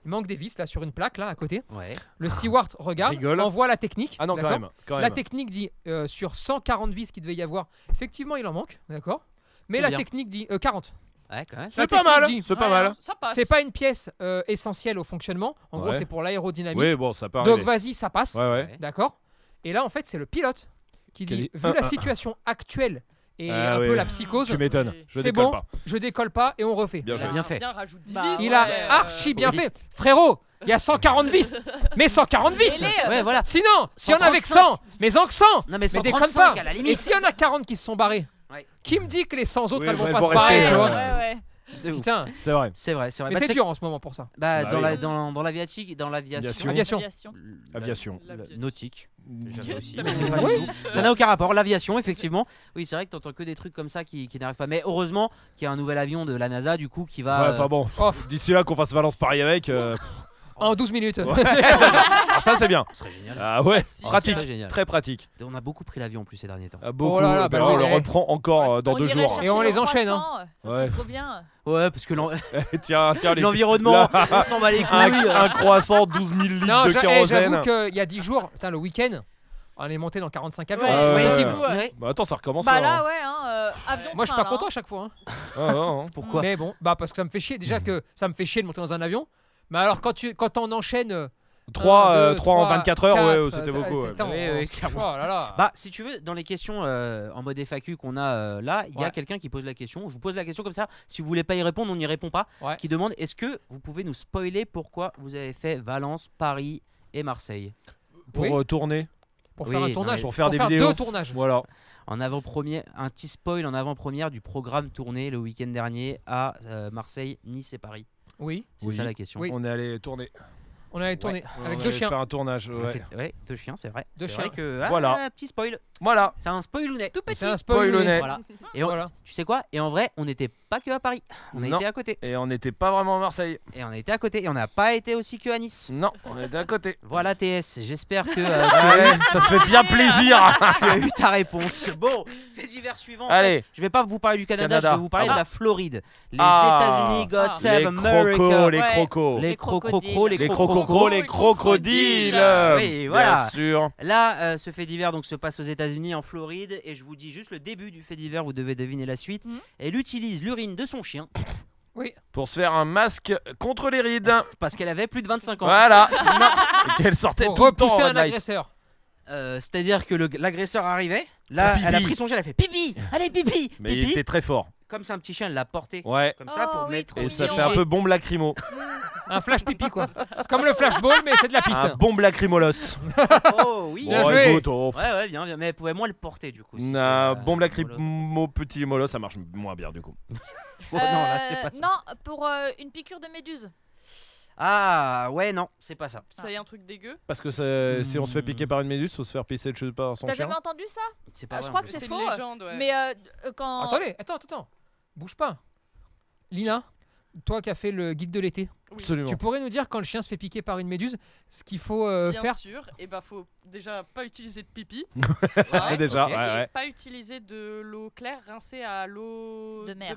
A: Il manque des vis, là, sur une plaque, là, à côté.
D: Ouais.
A: Le steward regarde,
B: Ah, Rigole.
A: envoie la technique.
B: Ah non, quand
A: d'accord
B: même. Quand
A: La
B: même.
A: technique dit euh, Sur 140 vis qu'il devait y avoir, effectivement, il en manque, d'accord Mais la
D: Combien
A: technique dit euh, 40.
D: Ouais, quand même.
B: C'est pas mal, hein.
A: technique dit.
B: c'est pas mal.
C: Ça passe.
A: C'est pas une pièce euh, essentielle au fonctionnement. En gros,
B: Ouais.
A: c'est pour l'aérodynamique.
B: Oui, bon, ça part.
A: Donc vas-y, ça passe.
B: Ouais, ouais.
A: D'accord Et là, en fait, c'est le pilote qui
B: Qui a
A: dit
B: dit,
A: Vu
B: un,
A: la
B: un, un.
A: situation actuelle et
B: Ah
A: un
B: oui.
A: peu la psychose,
B: Tu m'étonnes. Je
A: C'est
B: décolle
A: bon.
B: pas.
A: je décolle pas et on refait.
B: Bien
D: Il a
B: joué.
D: bien fait.
C: Bien rajoute 10
E: Bah,
C: vis,
A: Il
E: ouais,
A: a
C: euh,
A: archi bien
D: Oui.
A: fait. Frérot, il y a 140 vis Mais 140 vis
D: Ouais, voilà.
A: Sinon, si on avait que 100,
D: 135.
A: mais en que 100
D: Non, mais
A: Mais déconne
D: 135
A: pas
D: à la
A: Et
D: limite.
A: s'il y en a 40 qui se sont barrés
D: Ouais.
A: Qui me dit que les 100 autres,
B: Oui,
A: elles vont
B: elles
A: pas
B: vont
A: se barrer
B: rester,
A: tu vois
B: euh, ouais.
E: ouais.
D: De ouf.
A: Putain,
B: C'est vrai.
D: C'est vrai, c'est vrai.
A: mais
D: Bah,
A: c'est
D: tu sais
A: dur en ce moment pour ça.
D: que- bah,
B: Bah
D: dans,
B: oui.
D: la, dans, dans l'aviatique, dans l'aviation.
B: Aviation.
E: Aviation.
D: l- la-
B: Aviation. Ah
D: la-
C: L'aviation.
D: nautique. J'avais aussi,
C: T'as
D: mais c'est
C: raison.
D: pas du tout. Ça n'a aucun rapport. L'aviation, effectivement. Oui, c'est vrai que t'entends que des trucs comme ça qui, qui n'arrivent pas. Mais heureusement qu'il y a un nouvel avion de la NASA du coup qui va.
B: Ouais,
D: euh,
B: enfin bon.
A: Oh,
B: D'ici là qu'on fasse Valence Paris avec, euh,
A: en 12 minutes.
B: ah, ça c'est bien.
D: ce serait génial.
B: Ah ouais,
C: si,
B: pratique,
D: c'est génial.
B: très pratique.
D: On a beaucoup pris l'avion en plus ces derniers temps.
B: Ah, beaucoup.
A: là là,
B: Eh ben,
A: bah
B: on
A: oui,
B: le
A: eh.
B: reprend encore euh, dans deux jours.
A: Et on les enchaîne,
E: C'est
B: Ouais.
E: trop bien.
D: Ouais, parce que l'en-
B: tiens, tiens les.
D: l'environnement, on s'en bat les
B: Un,
D: couilles. euh.
B: un croissant, 12 000 litres
A: Ah Non,
B: de
A: j'a- eh,
B: kérosène.
A: j'avoue qu'il y a 10 jours, putain, le week-end, on est monté dans 45 avions.
E: Ouais,
A: c'est pas
B: Ah ouais,
A: possible.
B: ouais.
D: Ouais.
B: Bah attends, ça recommence
E: Bah
B: alors.
E: là, ouais, hein, euh, avion.
A: Moi, je suis
E: train,
A: pas
E: là,
A: content à chaque fois. hein.
B: Ah, ah, ah.
D: Pourquoi
A: Mais bon, bah parce que ça me fait chier.
B: Mhm.
A: Déjà que ça me fait chier de monter dans un avion. Mais alors, quand, tu, quand on enchaîne. euh,
B: 3,
A: un, deux,
B: en
A: trois,
B: 24 heures,
A: quatre,
B: ouais,
A: euh,
B: ouais, c'était
A: ça-
B: beaucoup. ouais.
A: attends,
D: Oui,
A: on-
D: oui,
A: c'est-
D: clairement.
A: oh là là.
D: Bah, si tu veux, dans les questions euh, en mode FAQ qu'on a euh, là, il y a
A: Ouais.
D: quelqu'un qui pose la question. Je vous pose la question comme ça. Si vous voulez pas y répondre, on n'y répond pas.
A: Ouais.
D: Qui demande est-ce que vous pouvez nous spoiler pourquoi vous avez fait Valence, Paris et Marseille
B: Pour
A: Oui.
B: euh, tourner,
A: pour
D: oui,
A: faire un
D: non,
A: tournage,
D: mais
B: pour faire des
A: deux
B: vidéos.
A: tournages.
B: voilà.
D: En avant-première, un petit spoil en avant-première du programme tourné le week-end dernier à euh, Marseille, Nice et Paris.
A: Oui,
D: C'est
B: Oui.
D: ça la question.
A: Oui.
B: On est allé tourner.
A: on avait tourné
B: On est
A: avec deux
B: allé
A: chiens.
B: Faire un tournage.
D: On a
B: ouais.
D: fait- ouais, deux chiens, c'est vrai.
A: Deux
D: C'est vrai
A: chiens.
D: que- ah,
B: Voilà.
D: petit spoil.
B: Voilà.
D: C'est un spoilounet.
E: Tout petit.
A: C'est un spoil.
B: Spoil honnête.
D: Voilà. Et on-
A: Voilà.
D: tu sais quoi Et en vrai, on n'était pas que à Paris. On a
B: Non.
D: été à côté.
B: Et on n'était pas vraiment à Marseille.
D: Et on a été à côté. Et on n'a pas été aussi que à Nice.
B: Non, on était à côté.
D: Voilà TS, j'espère que euh,
B: Allez, ça te fait bien plaisir.
D: tu as eu ta réponse. Bon, fait divers suivant. en fait,
B: Allez,
D: je vais pas vous parler du Canada,
B: Canada.
D: je vais vous parler
B: Ah
D: de la Floride. Les
B: Ah.
D: États-Unis, God
E: Ah.
B: les
D: save
B: crocos,
D: America.
B: les
E: Ouais.
B: crocos.
D: Les
E: Les
D: crococros,
E: crocodiles.
D: les
B: Les
D: crococros.
B: crocos, les
C: les crocodiles.
B: crocodiles.
D: Oui, voilà.
B: Bien sûr.
D: Là, euh, ce fait divers donc se passe aux États-Unis, en Floride, et je vous dis juste le début du fait divers. Vous devez deviner la suite.
E: Mhm.
D: Elle utilise l'urine de son chien
B: Pour se faire un masque contre les rides.
D: parce qu'elle avait plus de 25 ans.
B: Voilà. Et Qu'elle sortait
A: Pour
B: tout le temps en
A: repousser un
B: red light.
A: agresseur.
D: Euh, C'est-à-dire que le- l'agresseur arrivait. Là,
B: Pipi.
D: elle a pris son chien, elle a fait pipi. Allez pipi,
B: Mais il
D: pipi.
B: était très fort.
D: Comme c'est un petit chien, elle l'a porté.
B: Ouais.
D: Comme ça
E: Oh,
D: pour
E: oui,
D: mettre.
E: trop
B: Et ça
E: mignon.
B: fait un peu bombe lacrymo.
A: Un flash pipi quoi. C'est comme le flashball mais c'est de la pisse.
B: Un bombe lacrymolos.
D: Oh oui.
A: Bien
B: Bon,
A: joué.
B: écoute, oh,
D: Ouais, ouais, bien, bien. Mais elle pouvait moins le porter du coup. si c'est,
B: Na-
D: euh,
B: bombe
D: pour le-
B: lacrymo petit mollo, ça marche moins bien du coup.
D: Oh, non, là, c'est
E: Euh,
D: pas ça.
E: non, pour euh, une piqûre de méduse.
D: Ah, ouais, non, c'est pas ça.
C: Ça y est, un truc dégueu.
B: Parce que ça- si on se fait
D: Hmm.
B: piquer par une méduse, faut se faire pisser de par son
E: T'as
B: chien.
E: jamais entendu ça
D: C'est pas
E: Ah,
D: vrai,
E: je crois
D: en
E: que
D: fait.
E: C'est
C: C'est une
E: faux.
C: légende, ouais.
E: Mais euh, euh, quand.
A: Attendez, attends, attends, attends. Bouge pas. Lina, toi qui as fait le guide de l'été,
B: Absolument.
A: tu pourrais nous dire quand le chien se fait piquer par une méduse, ce qu'il faut euh,
C: Bien
A: faire
C: sûr, et bah faut déjà pas utiliser de pipi.
B: Ouais, déjà, ouais,
C: Et
B: ouais.
C: pas utiliser de l'eau claire rincée à l'eau
E: De mer.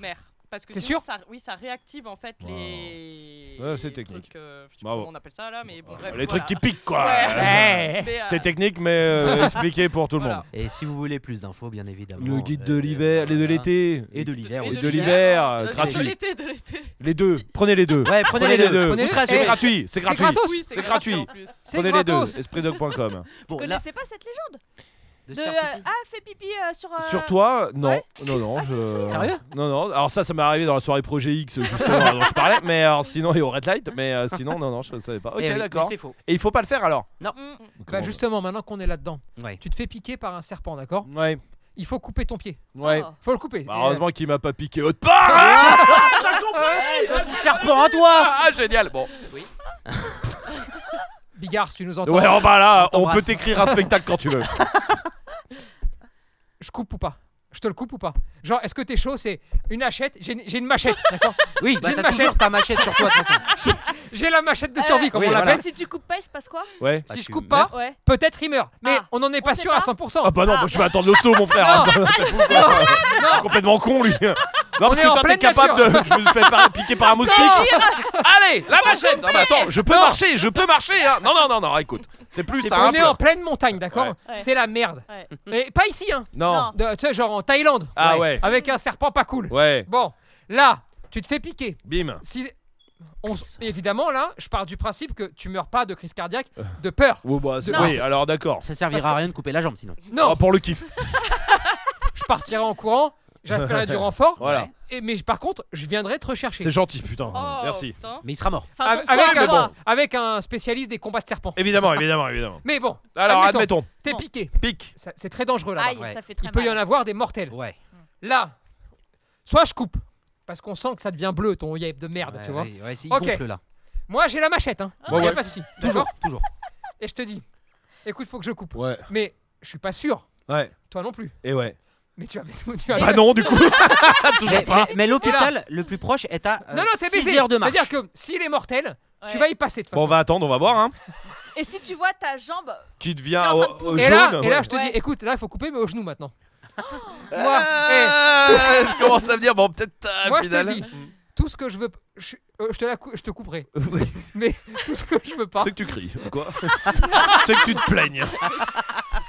C: Parce que
A: C'est
C: sinon,
A: sûr
C: ça, oui, ça réactive en fait
B: Wow.
C: les.
B: Ouais, c'est
C: les
B: technique.
C: trucs, euh, je sais
B: Bravo.
C: pas comment on appelle ça là, mais bon,
B: Euh,
C: bref,
B: Les
C: voilà.
B: trucs qui piquent quoi.
A: Ouais.
B: Euh,
C: Mais, euh,
B: C'est technique mais euh, expliqué pour tout le
C: Voilà.
B: monde.
D: Et si vous voulez plus d'infos, bien évidemment.
B: Le guide
D: euh,
B: de l'hiver, les de
D: voilà.
B: l'été
D: Et de l'hiver
C: Et
B: Et
D: aussi.
B: de
C: l'hiver.
B: l'hiver, euh,
C: de- de- De
B: gratuit.
C: l'été, de l'été.
B: Les deux, prenez les deux.
D: Ouais, prenez les deux.
A: Prenez-
B: Vous serez- C'est
A: Eh,
B: gratuit, c'est gratuit.
A: gratos.
C: Oui,
B: C'est gratuit.
C: en plus.
A: C'est
B: Prenez les deux,
A: gratos.
B: espritdog.com.
D: Bon,
E: Vous
D: là,
E: connaissez pas cette légende
D: de se
E: de,
D: faire
E: euh,
D: pipi.
E: Ah, fais pipi euh, sur. euh,
B: Sur toi, non,
E: ouais.
B: non, non,
E: Ah, si,
B: je.
E: si.
D: Sérieux
B: Non, non. Alors ça, ça m'est arrivé dans la soirée Projet X justement dont je parlais, mais alors, sinon et au Red Light, mais euh, sinon non, non, je savais pas. Ok,
D: Eh oui, mais
B: d'accord.
D: C'est faux.
B: Et il faut pas le faire alors.
E: Mm.
A: Bah justement, maintenant qu'on est là-dedans,
D: Ouais.
A: tu te fais piquer par un serpent, d'accord
B: Ouais,
A: Il faut couper ton pied.
B: ouais.
E: Oh.
A: Faut le couper.
B: Bah,
A: Et, euh,
B: heureusement qu'il m'a pas piqué haute part. hein.
D: serpent à toi
B: Ah, génial. Bon.
A: Euh, Bigard, si tu nous entends,
B: Ouais, en bas là,
D: On
B: on peut
D: t'embrasse.
B: t'écrire un spectacle quand tu veux.
A: je coupe ou pas Je te le coupe ou pas Genre, est-ce que t'es chaud C'est une hachette, j'ai une- j'ai une machette, d'accord
D: Oui, bah
A: J'ai une
D: t'as toujours ta machette sur toi de toute façon.
A: J'ai la machette de survie,
E: Euh,
A: comme
D: oui,
A: on
D: voilà.
A: l'appelle.
E: Si tu coupes pas, il se passe quoi
B: Ouais.
D: Bah,
A: si je
D: tu
A: coupe pas,
E: Ouais.
A: peut-être il meurt. Mais
E: Ah,
A: on n'en est
E: on
A: pas
E: sait
A: sûr
E: pas.
A: à 100%.
B: Ah bah non, moi, je vais attendre l'hosto, mon frère. hein. T'es fou, quoi. Complètement con lui. Non, parce
A: est en
B: que toi t'es
A: pleine
B: capable de. Je me fais par- piquer par un moustique. Allez, la machette. Non, mais attends, je peux
A: Non.
B: marcher, je peux marcher. hein. Non, non, non, non. Écoute, c'est plus
A: on
B: simple.
A: est en pleine montagne, d'accord
E: Ouais.
A: C'est la merde.
E: Ouais. Ah.
A: Mais pas ici, hein
B: Non.
E: Non.
A: De- Tu sais, genre en Thaïlande,
B: Ah ouais.
A: avec un serpent pas cool.
B: Ouais.
A: Bon, là, Tu te fais piquer.
B: Bim.
A: Si... on s- Évidemment, là, je pars du principe que tu meurs pas de crise cardiaque, de peur.
B: Oui, bah, c'est-
E: Non,
B: oui,
E: c'est-
B: alors d'accord.
D: Ça servira à rien de couper la jambe sinon.
A: Non,
B: Ah, pour le kiff.
A: je partirai en courant, j'appellerai du renfort.
B: Voilà.
A: Et, mais par contre, je viendrai te rechercher.
B: Oh. C'est gentil, putain.
C: Oh,
B: Merci.
C: putain.
D: Mais il sera mort.
E: Enfin,
A: Avec-
E: ton
A: avec,
E: corps,
A: un,
E: quoi.
A: avec un spécialiste des combats de serpents.
B: Évidemment, évidemment, évidemment.
A: Mais bon,
B: Alors,
A: Admettons.
B: admettons,
A: t'es
E: Bon.
A: piqué.
B: pique.
A: Ça- C'est très dangereux là.
E: Aïe,
D: Ouais.
E: ça fait
A: Il
E: très
A: peut y en
E: mal.
A: avoir des mortels.
D: Ouais.
A: Là, soit je coupe, parce qu'on sent que ça devient bleu ton yep de merde,
D: Ouais,
A: tu vois.
D: ouais, ouais, c'est- il
A: Ok.
D: gonfle là.
A: Moi, j'ai la machette, hein.
B: Ouais,
A: Y a
B: ouais.
A: pas de souci.
D: Toujours,
A: D'accord
D: toujours.
A: Et je te dis, écoute, faut que je coupe.
B: Ouais.
A: Mais je suis pas sûr,
B: Ouais.
A: toi non plus.
B: Et ouais.
A: Mais tu vas peut-être. tu vas-
B: Bah non, du coup.
D: Mais,
B: Toujours pas.
D: mais- mais l'hôpital le plus proche est à
B: Euh,
A: Non, non, c'est
D: 6
A: baisé.
D: heures de marche.
A: C'est-à-dire que s'il est mortel, tu
E: Ouais.
A: vas y passer de toute
B: Bon, on
A: façon.
B: va attendre, on va voir. Hein.
E: Et si tu vois ta jambe,
B: Qui
E: T'es
B: devient
E: en
B: au,
E: train de
B: au jaune.
A: et, là, et là, je te
E: Ouais.
A: dis, écoute, là, il faut couper, mais au genou maintenant.
B: Ouais.
A: Moi, eh,
B: Euh, je commence à me dire, bon, peut-être. euh,
A: Moi, je te le
B: finalement.
A: tout ce que je veux. Je, suis- euh, je te la cou- je te couperai.
B: Oui.
A: mais tout ce que je veux pas.
B: C'est que tu cries, ou quoi C'est que tu te plaignes.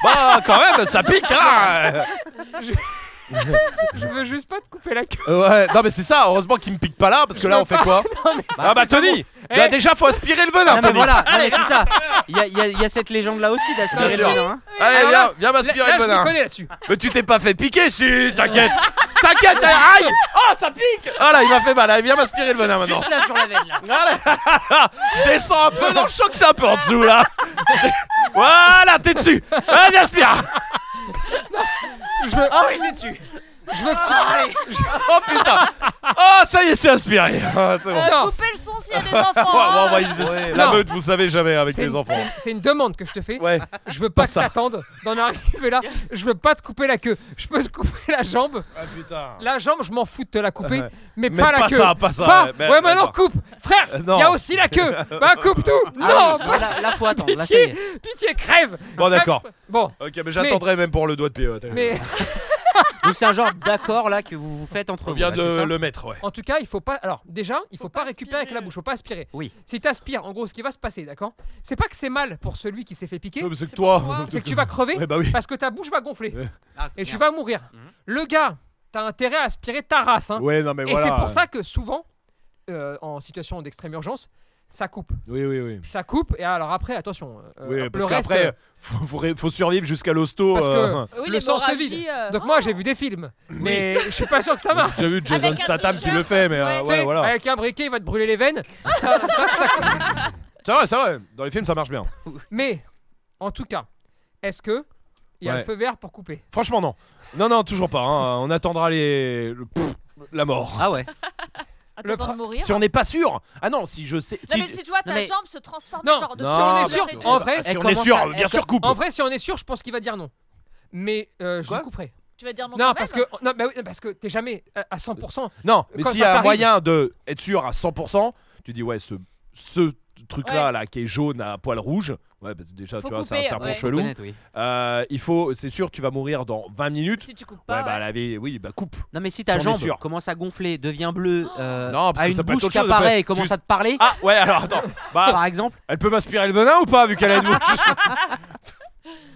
B: bah, quand même, ça pique, hein
A: Je veux juste pas te couper la queue.
B: Ouais, non, mais c'est ça, heureusement qu'il me pique pas là, parce que
A: Je
B: là,
A: veux
B: on fait
A: pas.
B: quoi
A: Non, mais-
B: Ah, bah,
A: c'est ça,
B: Tony
A: Eh,
B: bah, Déjà, faut aspirer le venin,
D: Non, mais
B: Tony
D: voilà, non, mais c'est ça. Il y a, il y a- il y a cette légende là aussi
B: Bien
D: d'aspirer le
B: sûr.
D: venin, hein.
B: Allez,
A: Alors là,
B: viens, viens
A: Là,
B: m'aspirer
A: là,
B: le
A: je
B: venin
A: me connais là-dessus.
B: Mais tu t'es pas fait piquer, si T'inquiète T'inquiète, aïe Oh, ça pique Ah là, il m'a fait mal, allez, viens m'aspirer le venin maintenant
D: Juste là sur la veine là.
B: Allez, Descends un peu dans le choc, c'est un peu en dessous là Voilà, t'es dessus Vas-y, aspire
A: Je veux,
D: Ah oui, il est dessus.
A: je veux que tu.
B: Oh putain Oh, ça y est, c'est aspiré Ah, C'est bon.
E: euh,
A: Non.
E: coupez le son s'il y a des enfants.
B: Ouais,
E: hein.
B: ouais, ouais, ils- La
A: Ah. Non.
B: meute, vous savez jamais avec
A: C'est
B: les
A: une-
B: enfants.
A: c'est- C'est une demande que je te fais.
B: Ouais.
A: Je veux pas
B: Pas
A: que
B: ça.
A: t'attendes d'en arriver là. Je veux pas te couper la queue. Je peux te couper la jambe.
B: Ah putain.
A: La jambe, je m'en fous de te la couper,
B: Ouais.
A: mais,
B: Mais
A: pas, la
B: pas
A: queue.
B: ça, pas ça,
A: Pas-
B: ouais, mais-
A: ouais, maintenant
B: d'accord.
A: coupe, frère.
B: Euh,
A: Il
B: non.
A: y a aussi la queue. Bah coupe tout.
D: Ah
A: non,
D: oui,
A: pas-
D: là, là, faut attendre. Là, ça
A: pitié,
D: y est.
A: pitié, crève. Crève.
B: Bon, Oh, d'accord.
A: Bon,
B: Ok, mais j'attendrai même pour le doigt de E pied. ouais, t'as-
A: mais
D: Donc c'est un genre d'accord là que vous vous faites entre
B: On
D: vous.
B: vient
D: là,
B: de
D: c'est
B: le,
D: ça
B: le mettre, ouais.
A: en tout cas, il faut pas. Alors déjà, il faut,
C: Faut
A: pas,
C: pas
A: récupérer avec la
C: aspirer.
A: bouche. Faut pas aspirer.
D: Oui.
A: Si t'aspires, en gros, ce qui va se passer, d'accord, c'est pas que c'est mal pour celui qui s'est fait piquer,
B: Non, mais c'est que
C: C'est
B: toi.
C: pourquoi
A: c'est que tu vas crever
B: Ouais, bah oui.
A: parce que ta bouche va gonfler
D: Ah,
A: et tu
D: merde.
A: vas mourir.
D: Mhm.
A: Le gars, t'as intérêt à aspirer ta race, hein.
B: Ouais, non, mais
A: Et
B: voilà.
A: c'est pour ça que souvent, euh, en situation d'extrême urgence, ça coupe.
B: Oui, oui, oui.
A: Ça coupe, et alors après, attention. euh,
B: Oui,
A: le
B: parce
A: reste,
B: qu'après,
A: euh,
B: faut, faut ré- faut survivre jusqu'à l'hosto.
A: Parce que-
B: euh,
E: Oui,
A: le sang se
E: l'hémorragie,
A: vide.
E: euh,
A: donc moi, j'ai vu des films, mais je suis pas sûr que ça marche.
B: J'ai vu Jason
E: Avec un
B: Statham qui
E: t-shirt.
B: le fait, mais euh,
E: Ouais.
A: Tu
B: ouais,
A: sais,
B: voilà.
A: Avec un briquet, il va te brûler les veines. Ça- ça- ça-
B: C'est vrai, c'est vrai. Dans les films, ça marche bien.
A: Mais, en tout cas, est-ce que il y a
B: Ouais.
A: le feu vert pour couper
B: Franchement, non. Non, non, toujours pas. hein. On attendra les. le- pff, la mort.
D: Ah ouais.
A: Le
E: Attends
A: pro-
E: de mourir.
B: Si on n'est pas sûr. Ah non, si je sais.
E: Non,
B: si-
E: mais si tu vois ta
D: Non, mais-
E: jambe se transformer,
A: Non,
E: genre de
B: Non,
A: Si on est
B: mais
A: sûr,
B: c'est-
A: en vrai,
B: Ah, si
D: elle
B: on est
D: commence
B: sûr,
D: à- elle
B: bien sûr, coupe.
A: En vrai, si on est sûr, je pense qu'il va dire non. Mais euh, je
B: Quoi
A: le couperai.
E: Tu vas dire non,
A: Non,
E: quand
A: parce que
E: même.
A: non, bah oui, parce que t'es jamais euh, à à 100%.
B: Non, mais
A: Quand
B: s'il
A: ça
B: y a un
A: t'arrive-
B: moyen de être sûr à 100%, tu dis ouais, ce, ce truc-là là, qui est jaune à poil rouge, ouais, bah, déjà,
E: Faut
B: tu vois, c'est un
E: couper,
B: serpent
E: ouais.
B: chelou.
D: Honnête, oui.
B: Euh, il faut, c'est sûr, tu vas mourir dans 20 minutes.
E: Si tu coupes
B: ouais,
E: pas.
B: bah
E: ouais.
B: la vie, oui, bah coupe.
D: Non mais si ta
B: Si on est
D: jambe
B: sûr.
D: commence à gonfler, devient bleue, euh,
B: Non, parce
D: a
B: que
D: une
B: ça peut être
D: bouche
B: autre
D: qui
B: chose, elle peut
D: apparaît et
B: être
D: commence
B: juste-
D: à te parler,
B: Ah, ouais, alors attends. Bah,
D: par exemple.
B: elle peut m'aspirer le venin ou pas, vu qu'elle a une bouche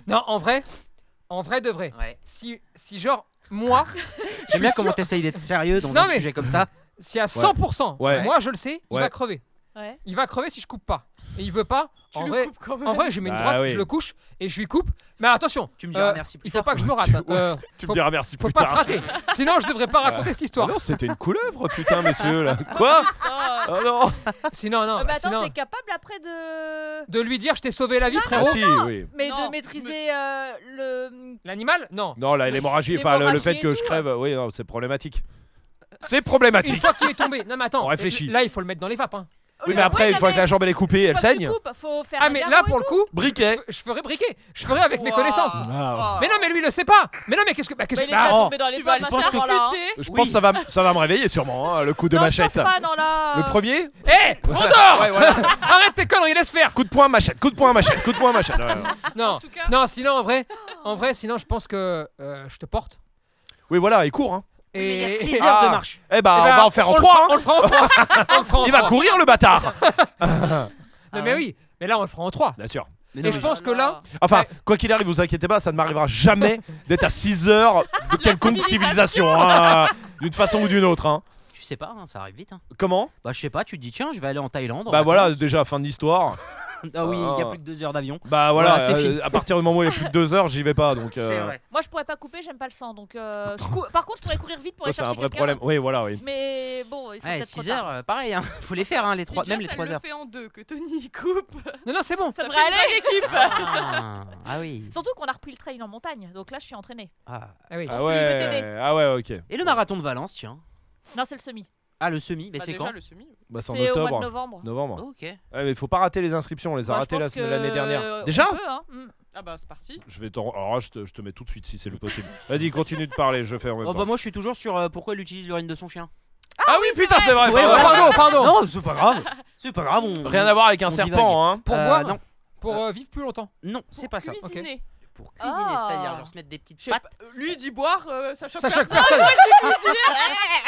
A: Non, en vrai, en vrai de vrai.
D: Ouais.
A: Si si genre moi,
D: J'aime bien
A: suis
D: comment
A: sûr-
D: t'essayes d'être sérieux dans
A: Non,
D: un
A: mais-
D: sujet comme ça.
A: si à 100%,
B: Ouais.
A: moi je le sais, il
B: Ouais.
A: va crever.
E: Ouais.
A: Il va crever si je coupe pas. Et il veut pas.
C: Tu
A: en
C: le
A: vrai,
C: coupes quand même.
A: en vrai, je mets une
B: Bah
A: droite,
B: oui.
A: je le couche et je lui coupe. Mais attention,
D: Tu me diras
A: euh,
D: merci plus
A: il faut
D: tard.
A: pas que je me rate.
B: Ouais.
A: euh,
B: Tu
A: Faut-
B: me diras merci
A: faut
B: plus
A: pas se
B: tard.
A: rater. Sinon, je devrais pas raconter cette
B: Ah
A: histoire.
B: non, c'était une couleuvre, putain, messieurs, là. Quoi
C: Ah,
B: Oh non
A: Sinon, non.
E: Euh, bah
A: bah,
E: attends,
A: sinon,
E: t'es capable après de.
A: de lui dire, je t'ai sauvé la vie,
B: Ah
A: frérot.
B: si, oui.
E: Mais
C: Non,
E: de maîtriser euh, le.
A: L'animal Non.
B: Non, là, l'hémorragie, enfin, le, le fait
E: L'hémorragie et
B: que je
E: tout.
B: crève, oui, non, c'est problématique. C'est
A: Une
B: problématique.
A: fois qu'il est tombé. Non, mais attends. euh,
B: On réfléchit.
A: Là, il faut le mettre dans les vapes. hein.
B: Oui, mais après, une fois que la jambe elle est coupée, elle saigne.
E: Coupe, faut faire
A: Ah,
E: un
A: mais là,
E: garrot et
A: pour le coup,
B: Briquet.
A: je ferai briquer. Je ferai avec mes
C: Ouah.
A: connaissances.
B: Ah,
C: ah.
A: Mais non, mais lui, il le sait pas. Mais non, mais qu'est-ce que. Bah,
E: tout.
A: qu'est-ce
E: Bah,
A: que.
E: il est déjà
B: Bah,
E: tombé dans les
C: tu
E: pommes,
C: vas
E: à
B: je pense
E: ce
B: que-
E: moment-là, hein.
B: Je
D: Oui.
B: pense que ça va, m- ça va me réveiller sûrement, hein, le coup de
E: Non, je pense
B: machette.
E: pas dans la.
B: Le premier
A: Hé, eh, Rondor
B: Ouais, voilà.
A: Arrête tes conneries, laisse faire.
B: Coup de poing, machette, coup de poing, machette, coup de poing, machette. Ouais, ouais.
A: Non.
C: tout cas-
A: Non, sinon, en vrai, en vrai, sinon, je pense que euh, je te porte.
B: Oui, voilà, il court. Hein.
A: Et.
D: Il y a 6
A: et-
D: heures
B: Ah.
D: de marche.
B: Eh bah,
A: Eh
B: on
A: ben,
B: va en faire en
A: on le
B: trois.
A: fera- On
B: hein.
A: le fera en trois. On le fera en
B: Il va
A: trois.
B: courir, Ah le bâtard.
A: Non, mais oui. Mais là, on le fera en trois.
B: Bien sûr.
D: Mais
A: Et je pense que là,
B: Enfin,
A: Ouais.
B: quoi qu'il arrive, vous inquiétez pas, ça ne m'arrivera jamais d'être à 6 heures de quelconque civilisation. hein, D'une façon ou d'une autre. hein.
D: tu sais pas, hein, ça arrive vite. hein.
B: Comment
D: Bah, je sais pas, tu te dis, tiens, je vais aller en Thaïlande. en
B: Bah
D: vacances.
B: voilà, déjà fin de l'histoire.
D: Ah oui, il y a
B: Ah.
D: plus de deux heures d'avion.
B: Bah voilà,
D: Voilà, c'est
B: euh,
D: fini.
B: à partir du moment où il y a plus de deux heures, j'y vais pas. Donc, euh,
D: C'est vrai.
E: Moi, je pourrais pas couper, j'aime pas le sang. Donc, euh, je cou- Par contre, je pourrais courir vite pour
B: toi,
E: aller
B: c'est un
E: chercher
B: vrai
E: quelqu'un.
B: problème. Oui, voilà, oui.
E: Mais bon, ils sont
D: Ouais,
E: peut-être trop
D: 6
E: tard.
D: heures, euh, pareil, hein. faut les faire, hein, les trois,
C: si
D: même
C: Jess,
D: les
C: elle
D: 3 heures.
C: le fait en deux, que Tony il coupe.
A: Non, non, c'est bon.
E: Ça
B: Ah
C: fait
E: devrait aller.
C: une bonne équipe.
D: Ah, ah oui.
E: Surtout qu'on a repris le trail en montagne, donc là je suis entraînée.
D: Ah.
A: Ah oui.
B: Ah
E: vais t'aider.
B: ouais, ah ouais, ok.
D: Et le marathon de Valence, tiens.
E: Non, c'est le semi.
D: Ah, le semi, mais
C: Bah,
D: c'est
C: déjà
D: quand Oh,
C: le semi. oui.
B: Bah, c'est en
E: C'est au mois de
B: octobre.
E: novembre.
B: Novembre.
D: Ok.
B: Ouais, mais il faut pas rater les inscriptions, on les a
E: Bah, je
B: ratées la-
E: pense que-
B: l'année dernière.
E: on
B: Déjà
E: peut, hein. Mm.
C: Ah bah c'est parti.
B: Je vais t'en. Alors là, je te, je te mets tout de suite si c'est le possible. Vas-y, continue de parler, je fais en même
D: Oh,
B: temps.
D: bah, moi, je suis toujours sur euh, pourquoi il utilise l'urine de son chien.
B: ah, oui, putain, c'est vrai.
A: Eh,
D: Ouais,
A: oh,
B: pardon,
D: voilà.
B: pardon, pardon.
D: Non, c'est pas grave. C'est pas grave. On...
B: Rien à voir avec un
D: On divague.
B: serpent, hein.
A: Pour
D: Euh,
A: boire
D: Non,
A: Pour euh, vivre plus longtemps.
D: non c'est pas ça.
C: Cuisiner.
D: Pour cuisiner,
E: Ah.
D: c'est-à-dire genre se mettre des petites
C: Je sais
D: pattes.
C: pas, Lui il dit boire, euh, ça choque
A: Ça choque
C: personne.
A: personne. Ah,
E: Ah,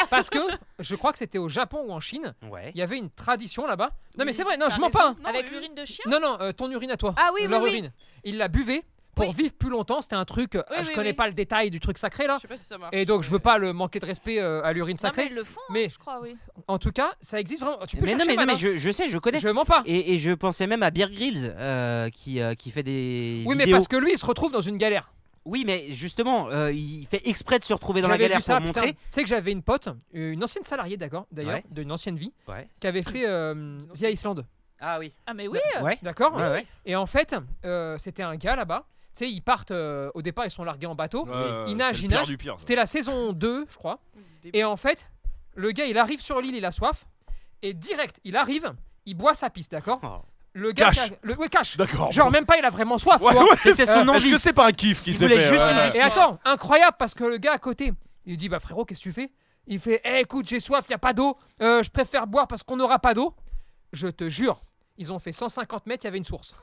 A: Parce que je crois que c'était au Japon ou en Chine,
D: Ouais.
A: il y avait une tradition là-bas. Non, mais
C: Oui,
A: c'est vrai, non,
C: t'as
A: je mens pas.
C: raison.
A: hein.
C: Non,
E: Avec
C: oui.
E: l'urine de chien
A: Non, non, euh, ton urine à toi.
E: Ah oui, oui,
A: Leur
E: oui.
A: urine. Il la buvait pour
E: Oui.
A: vivre plus longtemps. C'était un truc. euh,
E: Oui,
A: je
E: oui,
A: connais
E: oui.
A: pas le détail du truc sacré là.
C: Je sais pas si ça marche.
A: Et donc, je veux
C: mais-
A: pas le manquer de respect euh, à l'urine
E: euh, Non, mais
A: sacrée.
E: ils le font,
A: Mais
E: je crois, oui.
A: en tout cas, ça existe vraiment. Tu peux
D: Mais non,
A: chercher,
D: mais, non,
A: Manon.
D: mais je, je sais, je connais.
A: Je mens pas.
D: Et, et je pensais même à Beer Grylls euh, qui, euh, qui fait des.
A: Oui, mais
D: vidéos.
A: parce que lui, il se retrouve dans une galère.
D: Oui, mais justement, euh, il fait exprès de se retrouver dans la
A: J'avais
D: galère
A: vu ça,
D: pour
A: putain.
D: montrer.
A: Tu sais que j'avais une pote, une ancienne salariée, d'accord, d'ailleurs,
D: Ouais.
A: d'une ancienne vie,
D: Ouais.
A: qui avait fait euh, The Island,
D: Ah oui.
E: Ah, mais oui
D: Ouais.
A: d'accord
D: Ouais, ouais.
A: Et en fait, euh, c'était un gars là-bas. Tu sais, ils partent euh, au départ, ils sont largués en bateau. il nage, il nage. C'était la saison 2, je crois.
C: Des-
A: Et en fait, le gars, il arrive sur l'île, il a soif. Et direct, il arrive, il boit sa pisse, d'accord
D: Oh.
A: Le gars.
B: Cache.
A: qui a- Le, ouais, cache
B: D'accord.
A: Genre, même pas, il a vraiment soif,
B: Ouais,
A: quoi.
B: ouais,
D: C'était son
B: Est-ce
D: envie.
B: que c'est pas un kiff qui
D: Il
B: s'est
D: voulait
B: fait
D: juste
B: ouais,
D: une
B: ouais.
D: justice.
A: Et attends, incroyable, parce que le gars à côté, il lui dit Bah frérot, qu'est-ce que tu fais Il fait Eh écoute, j'ai soif, y a pas d'eau. Euh, je préfère boire parce qu'on n'aura pas d'eau. Je te jure, ils ont fait 150 mètres, il y avait une source.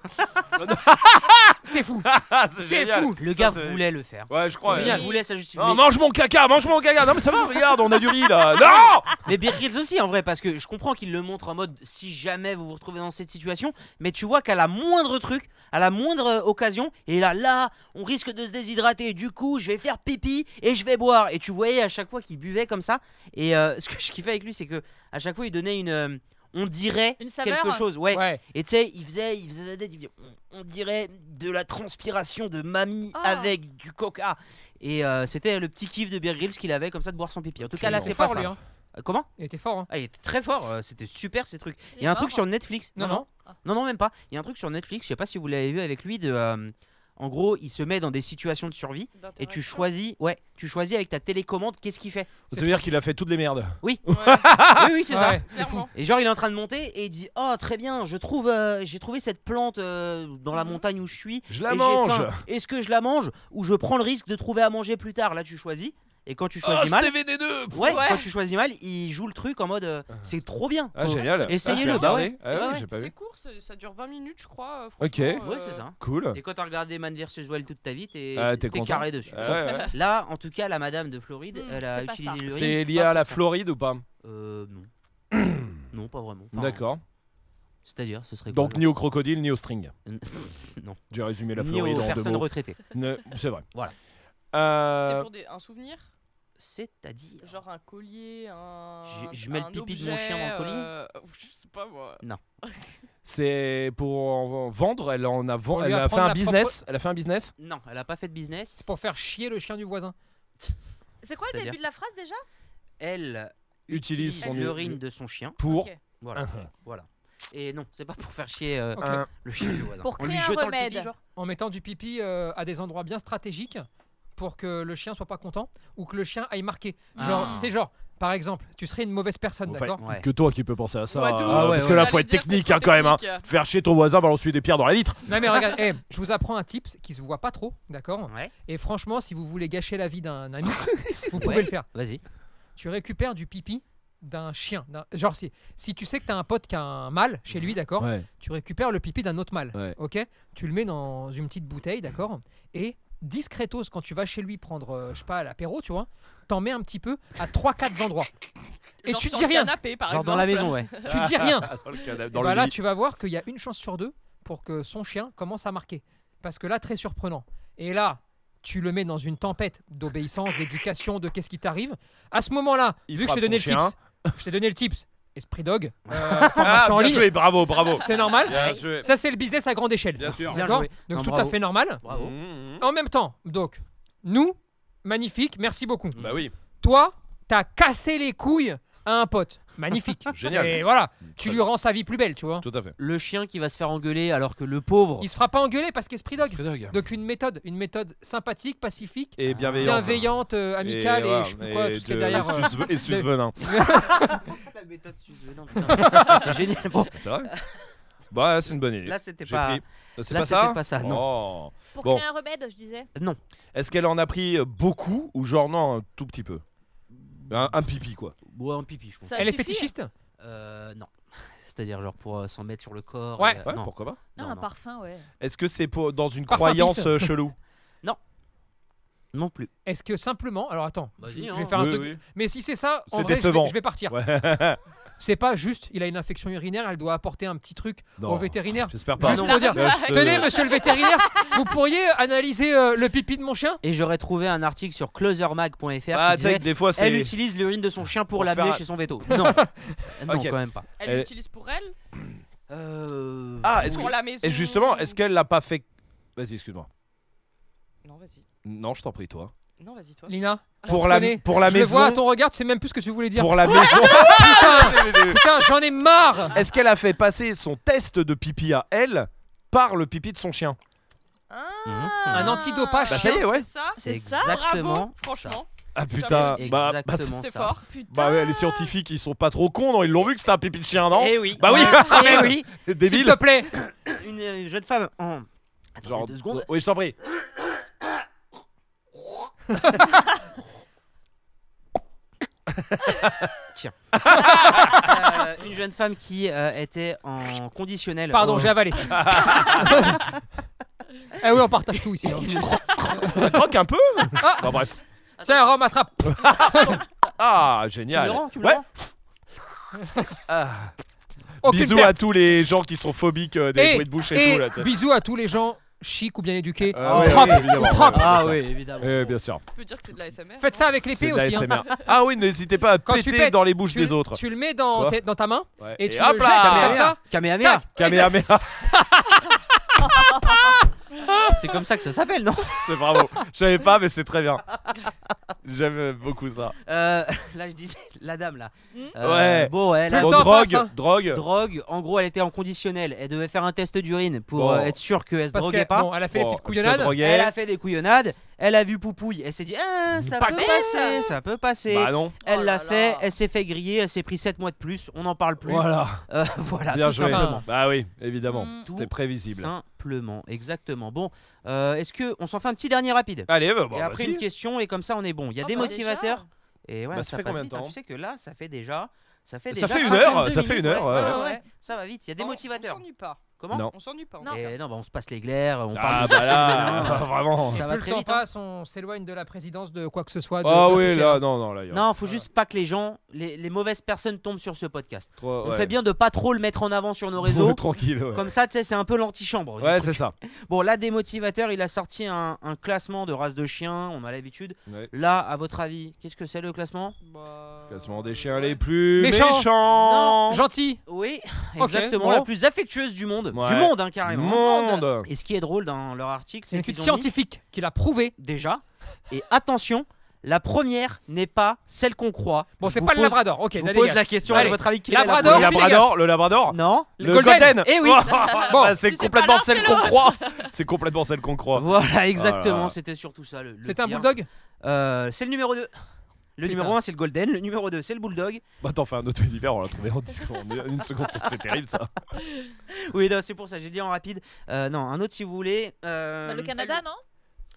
A: C'était fou.
B: Ah, c'est
A: C'était
B: génial.
A: fou.
D: Le
B: Ça,
D: gars
B: c'est-
D: voulait le faire.
B: Ouais, je crois.
A: C'est
B: ouais.
A: génial.
D: Il voulait ça justifier.
B: Non, mange mon caca, mange mon caca. Non, mais ça va, regarde, on a du riz là. Non
D: Mais Beer Grylls aussi en vrai parce que je comprends qu'il le montre en mode si jamais vous vous retrouvez dans cette situation, mais tu vois qu'à la moindre truc, à la moindre euh, occasion, et là là, on risque de se déshydrater. Du coup, je vais faire pipi et je vais boire. Et tu voyais à chaque fois qu'il buvait comme ça. Et euh, ce que je kiffais avec lui, c'est que à chaque fois il donnait une, euh, on dirait
E: Une saveur.
D: quelque chose. Ouais.
A: Ouais.
D: Et tu sais, il faisait, il faisait la tête, il faisait, on, on dirait de la transpiration de mamie
E: Ah.
D: avec du coca. Et euh, c'était le petit kiff de Beer Grylls qu'il avait comme ça de boire son pipi. En tout cas
A: Il
D: là,
A: était
D: c'est pas
A: fort,
D: ça.
A: lui. hein.
D: Euh, Comment
A: Il était fort. hein.
D: ah, il était très fort, euh, c'était super ces trucs. Il y
E: est
D: a un truc
E: mort.
D: sur Netflix.
A: Non, non.
D: Non, non, même pas. Il y a un truc sur Netflix, je sais pas si vous l'avez vu avec lui, de. euh, en gros, il se met dans des situations de survie
C: Ah
D: et tu choisis, ouais, tu choisis avec ta télécommande qu'est-ce qu'il fait.
B: Ça veut dire qu'il a fait toutes les merdes.
D: oui, oui, c'est
A: Ah Ouais,
D: ça.
A: ouais, c'est fou.
C: Clairement.
D: Et genre, il est en train de monter et il dit Oh, très bien, je trouve, euh, j'ai trouvé cette plante euh, dans la
C: Mhm.
D: montagne où je suis.
B: Je la
D: et j'ai
B: mange.
D: faim. Est-ce que je la mange ou je prends le risque de trouver à manger plus tard Là, tu choisis. Et quand tu
B: Oh,
D: choisis mal,
B: des deux
D: ouais,
C: Ouais.
D: quand tu choisis mal, il joue le truc en mode euh, C'est trop bien.
B: Ah,
D: Faut-
B: génial.
D: Essayez-le,
B: Ah, je vais
D: bah
B: regarder.
D: ouais.
B: Ah ouais,
D: Ouais,
B: j'ai pas
C: C'est
B: vu.
C: court, c'est- ça dure 20 minutes, je crois. euh,
B: Ok.
C: franchement,
D: Ouais,
C: euh,
D: c'est ça.
B: Cool.
D: Et quand t'as regardé Man vs Wild toute ta vie, t'es
B: Ah, t'es
D: t'es
B: content.
D: carré dessus.
B: Ah, ouais, ouais.
D: Là, en tout cas, la madame de Floride,
E: Mm,
D: elle a
E: c'est pas
D: utilisé
E: ça.
D: l'urine.
B: C'est lié
D: pas
B: à la
D: pour ça.
B: Floride ou pas
D: Euh, non. non, pas vraiment. Enfin,
B: D'accord.
D: C'est-à-dire, ce serait quoi,
B: Donc
D: genre
B: ni au crocodile ni au string.
D: Non.
B: J'ai résumé la
D: Ni
B: Floride
D: aux
B: en deux
D: personnes
B: mots.
D: retraitées.
B: Ne- C'est vrai.
D: Voilà.
C: C'est
B: Euh,
C: pour des- un souvenir
D: C'est-à-dire.
C: Genre un collier, un.
D: Je- je mets le
C: un
D: pipi de mon
C: objet,
D: chien dans le collier
C: euh, Je sais pas moi.
B: C'est pour en vendre. Elle en a
A: pour
B: vend-
A: lui
B: Elle a fait
A: apprendre
B: un
A: la
B: business. Elle a fait un business.
D: Non, elle a pas fait de business.
A: Pour faire chier le chien du voisin.
E: euh, C'est quoi le
D: C'est-à-dire
E: début de la phrase déjà
D: Elle
B: Utilise son
D: l'urine de son chien.
B: pour
E: Ok.
D: Voilà. voilà. Et non, c'est pas pour faire chier euh,
A: Ok.
B: un-
D: le chien du voisin.
E: Pour
D: En lui
E: créer un
D: jetant le
E: remède.
D: pipi, genre
A: En mettant du pipi euh, à des endroits bien stratégiques pour que le chien soit pas content ou que le chien aille marquer. Genre,
D: Ah.
A: c'est genre, par exemple, tu serais une mauvaise personne,
B: Enfin,
A: d'accord
D: Ouais.
B: que toi qui peux penser à ça.
C: Ouais, de
B: Ah,
C: ouf,
B: parce
D: ouais,
B: que
D: ouais.
B: là,
C: j'allais
B: faut être
C: dire, c'est
B: technique
C: trop
B: hein, quand même. hein.
C: technique.
B: Faire chier ton voisin, balancer des pierres dans la vitre.
A: Non mais regarde, eh, je vous apprends un tips qui se voit pas trop, d'accord
D: Ouais. Ah
A: Et franchement, si vous voulez gâcher la vie d'un ami, vous pouvez
D: Ouais.
A: le faire.
D: Vas-y.
A: Tu récupères du pipi d'un chien. d'un- Genre si, si tu sais que t'as un pote qui a un mâle chez lui, d'accord
B: Ouais.
A: Tu récupères le pipi d'un autre mâle,
B: Ouais.
A: ok Tu le mets dans une petite bouteille, d'accord Et discretos, quand tu vas chez lui prendre, euh, je sais pas, l'apéro, tu vois, t'en mets un petit peu à 3-4 endroits. Et
C: Genre
A: tu
C: sur
A: dis
C: le
A: rien,
C: Canapé, par
D: Genre dans
C: exemple.
D: la maison, ouais.
A: tu dis rien.
B: Dans le canapé,
A: Et
B: dans
A: bah
B: le
A: là,
B: lit.
A: tu vas voir qu'il y a une chance sur deux pour que son chien commence à marquer. Parce que là, très surprenant. Et là, tu le mets dans une tempête d'obéissance, d'éducation, de qu'est-ce qui t'arrive. À ce moment-là,
B: Il
A: vu que je
B: frappe
A: t'ai donné le
B: son chien.
A: tips, Je t'ai donné le tips. Esprit Dog, euh,
B: Ah,
A: formation en
B: bien
A: ligne,
B: joué, bravo, bravo.
A: c'est normal.
B: Bien joué.
A: Ça, c'est le business à grande échelle.
B: Bien sûr.
D: Bien
A: D'accord
D: joué.
A: Donc,
D: Non,
A: c'est tout à
D: bravo.
A: fait normal.
D: Bravo.
B: Mhm.
A: En même temps, donc, nous, magnifique, merci beaucoup.
B: Bah oui,
A: Toi, t'as cassé les couilles à un pote. Magnifique.
B: Génial.
A: Et voilà,
B: Très
A: tu lui
B: bien.
A: rends sa vie plus belle, tu vois.
B: tout à fait.
D: Le chien qui va se faire engueuler alors que le pauvre.
A: Il se fera pas engueuler parce qu'Esprit Dog.
B: Esprit Dog.
A: Donc, une méthode, une méthode sympathique, pacifique,
B: Et bienveillant.
A: bienveillante, euh, amicale et, je sais plus quoi, tout ce qui est derrière. euh,
B: Et susvenin.
D: Ah, C'est génial. Bon,
B: C'est vrai Bah, c'est une bonne idée.
D: là c'était
B: J'ai
D: pas.
B: pris. C'est
D: là,
B: pas
D: c'était
B: ça Oh.
D: pas ça,
B: non.
E: Pour
B: Bon.
E: créer un remède, je disais.
B: Est-ce qu'elle en a pris euh, beaucoup ou genre non, un tout petit peu un, un pipi quoi.
D: Ouais, un pipi, je pense.
E: Ça
A: Elle est
E: suffit.
A: fétichiste
D: Euh, non. C'est-à-dire, genre pour euh, s'en mettre sur le corps.
A: Ouais.
D: et, euh,
B: Ouais,
D: non.
B: pourquoi pas
E: hein. Non, Euh,
D: Non,
E: un
D: non.
E: parfum, ouais.
B: Est-ce que c'est pour- dans une
A: Parfois,
B: croyance
A: pisse.
B: euh, chelou
D: Non plus.
A: Est-ce que simplement. Alors attends,
D: Vas-y,
A: je, je
D: hein.
A: vais faire un
B: Oui,
A: truc.
B: oui.
A: Mais si c'est ça, en vrai,
B: C'est
A: je vais-
B: décevant.
A: Je, vais, partir.
B: Ouais.
A: C'est pas juste, il a une infection urinaire, elle doit apporter un petit truc
B: Non,
A: au vétérinaire.
B: J'espère pas.
A: Juste
D: non.
A: pour dire
B: Euh, je te-
A: Tenez, monsieur le vétérinaire, vous pourriez analyser euh, le pipi de mon chien
D: Et j'aurais trouvé un article sur closermag.fr qui
B: Ah, tu sais
D: disait,
B: que des fois
D: Elle
B: c'est
D: utilise l'urine de son chien pour
B: Pour
D: l'amener
B: faire un-
D: chez son veto. Non, non,
B: Ok.
D: quand même pas.
C: Elle
B: Elle-
C: l'utilise pour elle
D: Euh...
B: Ah, est-ce que
C: Pour la maison
B: et justement, est-ce qu'elle l'a pas fait Vas-y, excuse-moi.
C: Non, vas-y.
B: Non, je t'en prie toi.
C: Non, vas-y, toi.
A: Lina,
B: Pour
A: te
B: la
A: connais.
B: pour la
A: je le vois à
B: maison
A: ton regard, tu sais même plus ce que tu voulais dire.
B: pour la maison.
A: Putain, putain, j'en ai marre
B: Est-ce qu'elle a fait passer son test de pipi à elle par le pipi de son chien
A: Un antidopage.
B: Bah, ça y est, ouais.
C: C'est ça
D: C'est
E: C'est ça,
D: exactement
C: Bravo, franchement.
B: Ah
C: putain,
B: putain,
D: ça.
B: bah, bah, c'est-
D: Exactement
C: C'est
D: ça.
C: fort.
B: bah ouais, les scientifiques ils sont pas trop cons, non Ils l'ont vu que c'était un pipi de chien, non
D: Eh oui.
B: Bah oui,
A: Eh oui, s'il
B: débile.
A: te plaît
D: Une euh, jeune femme en. Attendez
B: Genre,
D: deux secondes.
B: Oui, je t'en prie.
D: Euh, une jeune femme qui euh, était en conditionnel.
A: Pardon,
D: Oh.
A: j'ai avalé. ah oui, on partage tout ici. hein.
B: Ça croque un peu
A: Ah.
B: Bah bref.
A: Tiens, Rome attrape
B: Ah,
D: Tu me
B: génial.
D: le rends, tu me le
B: ouais.
D: rends
B: Ah.
A: Aucune
B: Bisous
A: perte.
B: à tous les gens qui sont phobiques euh, des
A: Et-
B: bruits de bouche et,
A: Et
B: tout là. tu sais.
A: bisous à tous les gens chics ou bien éduqués.
B: Euh, ouais,
A: propre,
B: ouais, évidemment,
A: propre.
B: ouais, bien
D: Ah
B: sûr.
D: oui, évidemment.
B: Eh, bien sûr.
C: Tu peux Ah, dire que c'est de la SMR.
A: Faites ça avec l'épée
B: C'est de
A: aussi. hein.
B: l'ASMR. Ah oui, n'hésitez pas à
A: Quand tu
B: péter
A: pètes,
B: dans les bouches
A: Tu,
B: des autres.
A: tu le mets dans,
B: Quoi
A: ta- dans ta main
B: Ouais.
A: et tu
B: hop
A: le jettes
B: là
A: comme ça.
D: Kamehameha
B: Kamehameha,
D: C'est comme ça que ça s'appelle, non
B: c'est bravo. J'avais pas, mais c'est très bien. J'aime beaucoup ça.
D: Euh, Là, je disais, la dame là. Euh,
C: Hmm
B: Ouais.
D: Bon, ouais, la
A: Plus
B: Bon,
A: le temps
B: drogue,
A: passe, hein.
B: drogue.
D: drogue, en gros, elle était en conditionnel. Elle devait faire un test d'urine pour
B: Bon.
D: euh, être sûre qu'elle se
A: Parce
D: droguait
A: que,
D: pas.
A: bon, elle a fait
B: Bon,
A: les petites
B: Oh, se
A: couillonnades.
B: droguait.
D: Elle a fait des couillonnades, elle a vu Poupouille, elle s'est dit ah, ça
B: Pas
D: peut
B: grave.
D: passer, ça peut passer.
B: Eh, Bah non.
D: elle
C: Oh
D: l'a
C: là
D: fait,
C: là.
D: elle s'est fait griller, elle s'est pris 7 mois de plus, on n'en parle plus.
B: Voilà.
D: Euh, voilà,
B: Bien
D: tout
B: joué.
D: simplement.
B: Bah oui, évidemment.
E: Mm.
B: C'était prévisible.
D: Simplement, exactement. Bon, euh, est-ce que on s'en fait un petit dernier rapide
B: Allez, bah, bon,
D: Et après
B: vas-y.
D: une question et comme ça on est bon. Il y a
E: Ah
D: des
E: bah
D: motivateurs. Et ouais,
B: Bah, ça
D: ça,
B: fait
D: passe
B: combien de
D: vite, hein.
B: temps
D: Tu sais que là, ça fait déjà, ça fait
B: Ça
D: déjà.
B: fait une heure,
D: 52
B: ça fait une
D: minutes,
B: heure.
D: ouais,
B: ouais,
D: ouais,
B: ouais.
D: ouais. Ça va vite. Il y a des
C: Non,
D: motivateurs.
C: On s'ennuie pas.
D: Comment
B: Non.
C: On s'ennuie pas.
E: Non.
D: Et non, bah, on se passe les glaires, on
B: Ah
D: parle. de
B: bah
D: semaine,
B: là,
D: hein.
B: vraiment.
D: ça va
A: Plus le
D: très
A: temps
D: vite. hein.
A: passe, on s'éloigne de la présidence de quoi que ce soit. de-
B: Ah oui,
A: d'officiel.
B: là, non, non, là. il y a-
D: Non, faut juste pas que les gens, les, les mauvaises personnes tombent sur ce podcast.
B: Trois-
D: On
B: ouais.
D: fait bien de pas trop le mettre en avant sur nos
B: Faut-
D: réseaux.
B: Tranquille. ouais.
D: Comme ça, tu sais, c'est un peu l'antichambre. du
B: Ouais,
D: truc.
B: c'est ça.
D: Bon, là, Démotivateur, il a sorti un, un classement de races de chiens, on a l'habitude.
B: Ouais.
D: Là, à votre avis, qu'est-ce que c'est le classement
C: Bah,
B: Eh. Classement des chiens les plus
A: Méchant.
B: méchants.
A: Gentil.
D: Oui,
A: Ok,
D: exactement,
A: bon.
D: la plus affectueuse du monde. Du
B: Ouais.
D: monde, hein, carrément.
B: Monde.
D: Et ce qui est drôle dans leur article,
A: C'est
D: c'est
A: une
D: qu'ils
A: étude
D: ont mis-
A: scientifique qui l'a prouvé.
D: déjà. Et attention, la première n'est pas celle qu'on croit.
A: Bon,
D: Je
A: c'est
D: vous
A: pas le
D: pose-
A: Labrador. Ok,
D: Je vous
A: ça
D: pose
A: dégage.
D: la question,
A: Allez.
D: à votre avis, qui
A: Labrador,
B: le
A: tu
B: Labrador, le Labrador.
D: Non.
A: Le Golden.
D: Eh oui.
A: Bon,
B: Bah, c'est
C: si c'est
B: complètement
C: pas l'un,
B: celle
C: c'est
B: qu'on croit. C'est complètement celle qu'on
A: Oh.
B: croit.
D: Voilà,
B: Ah là
D: exactement,
B: là.
D: c'était surtout ça. le- le
A: C'est un
D: pire.
A: bulldog
D: Euh, c'est le numéro 2.
A: Putain.
D: Le numéro 1, c'est le Golden. Le numéro 2, c'est le Bulldog.
B: Bah attends, fais un autre univers, on l'a trouvé en 10 secondes. En Une seconde, c'est terrible ça.
D: Oui, non, c'est pour ça, j'ai dit en rapide. Euh, non, un autre si vous voulez. euh,
E: Bah, le Canada, non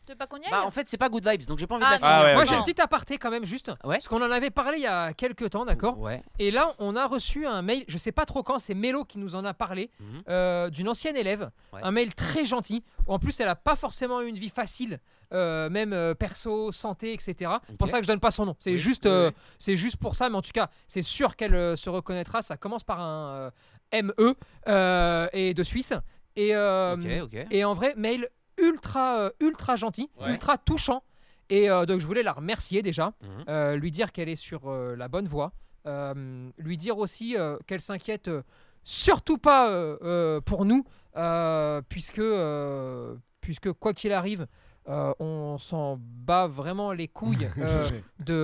E: Tu veux pas qu'on y aille
D: Bah, en fait, c'est pas Good Vibes, donc j'ai pas envie
E: Ah,
D: de la
E: non,
D: finir.
B: Ah ouais,
A: Moi
B: ok.
A: j'ai un petit aparté quand même juste.
D: Ouais.
A: Parce qu'on en avait parlé il y a quelques temps, d'accord
D: Ouais.
A: Et là, on a reçu un mail, je sais pas trop quand, c'est Mélo qui nous en a parlé,
D: Mhm.
A: euh, d'une ancienne élève.
D: Ouais.
A: Un mail très gentil. En plus, elle a pas forcément eu une vie facile, euh, même euh, perso, santé, etc. C'est pour
D: Ok.
A: ça que je donne pas son nom. C'est
D: Oui,
A: juste,
D: oui,
A: euh,
D: oui.
A: c'est juste pour ça. Mais en tout cas, c'est sûr qu'elle euh, se reconnaîtra. Ça commence par un euh, ME euh, et de Suisse. Et, euh,
D: Ok, ok.
A: et en vrai, mail ultra, euh, ultra gentil,
B: Ouais.
A: ultra touchant. Et euh, donc, je voulais la remercier déjà,
D: Mhm.
A: euh, lui dire qu'elle est sur euh, la bonne voie, euh, lui dire aussi euh, qu'elle s'inquiète euh, surtout pas euh, euh, pour nous, euh, puisque, euh, puisque quoi qu'il arrive, euh, on s'en bat vraiment les couilles euh,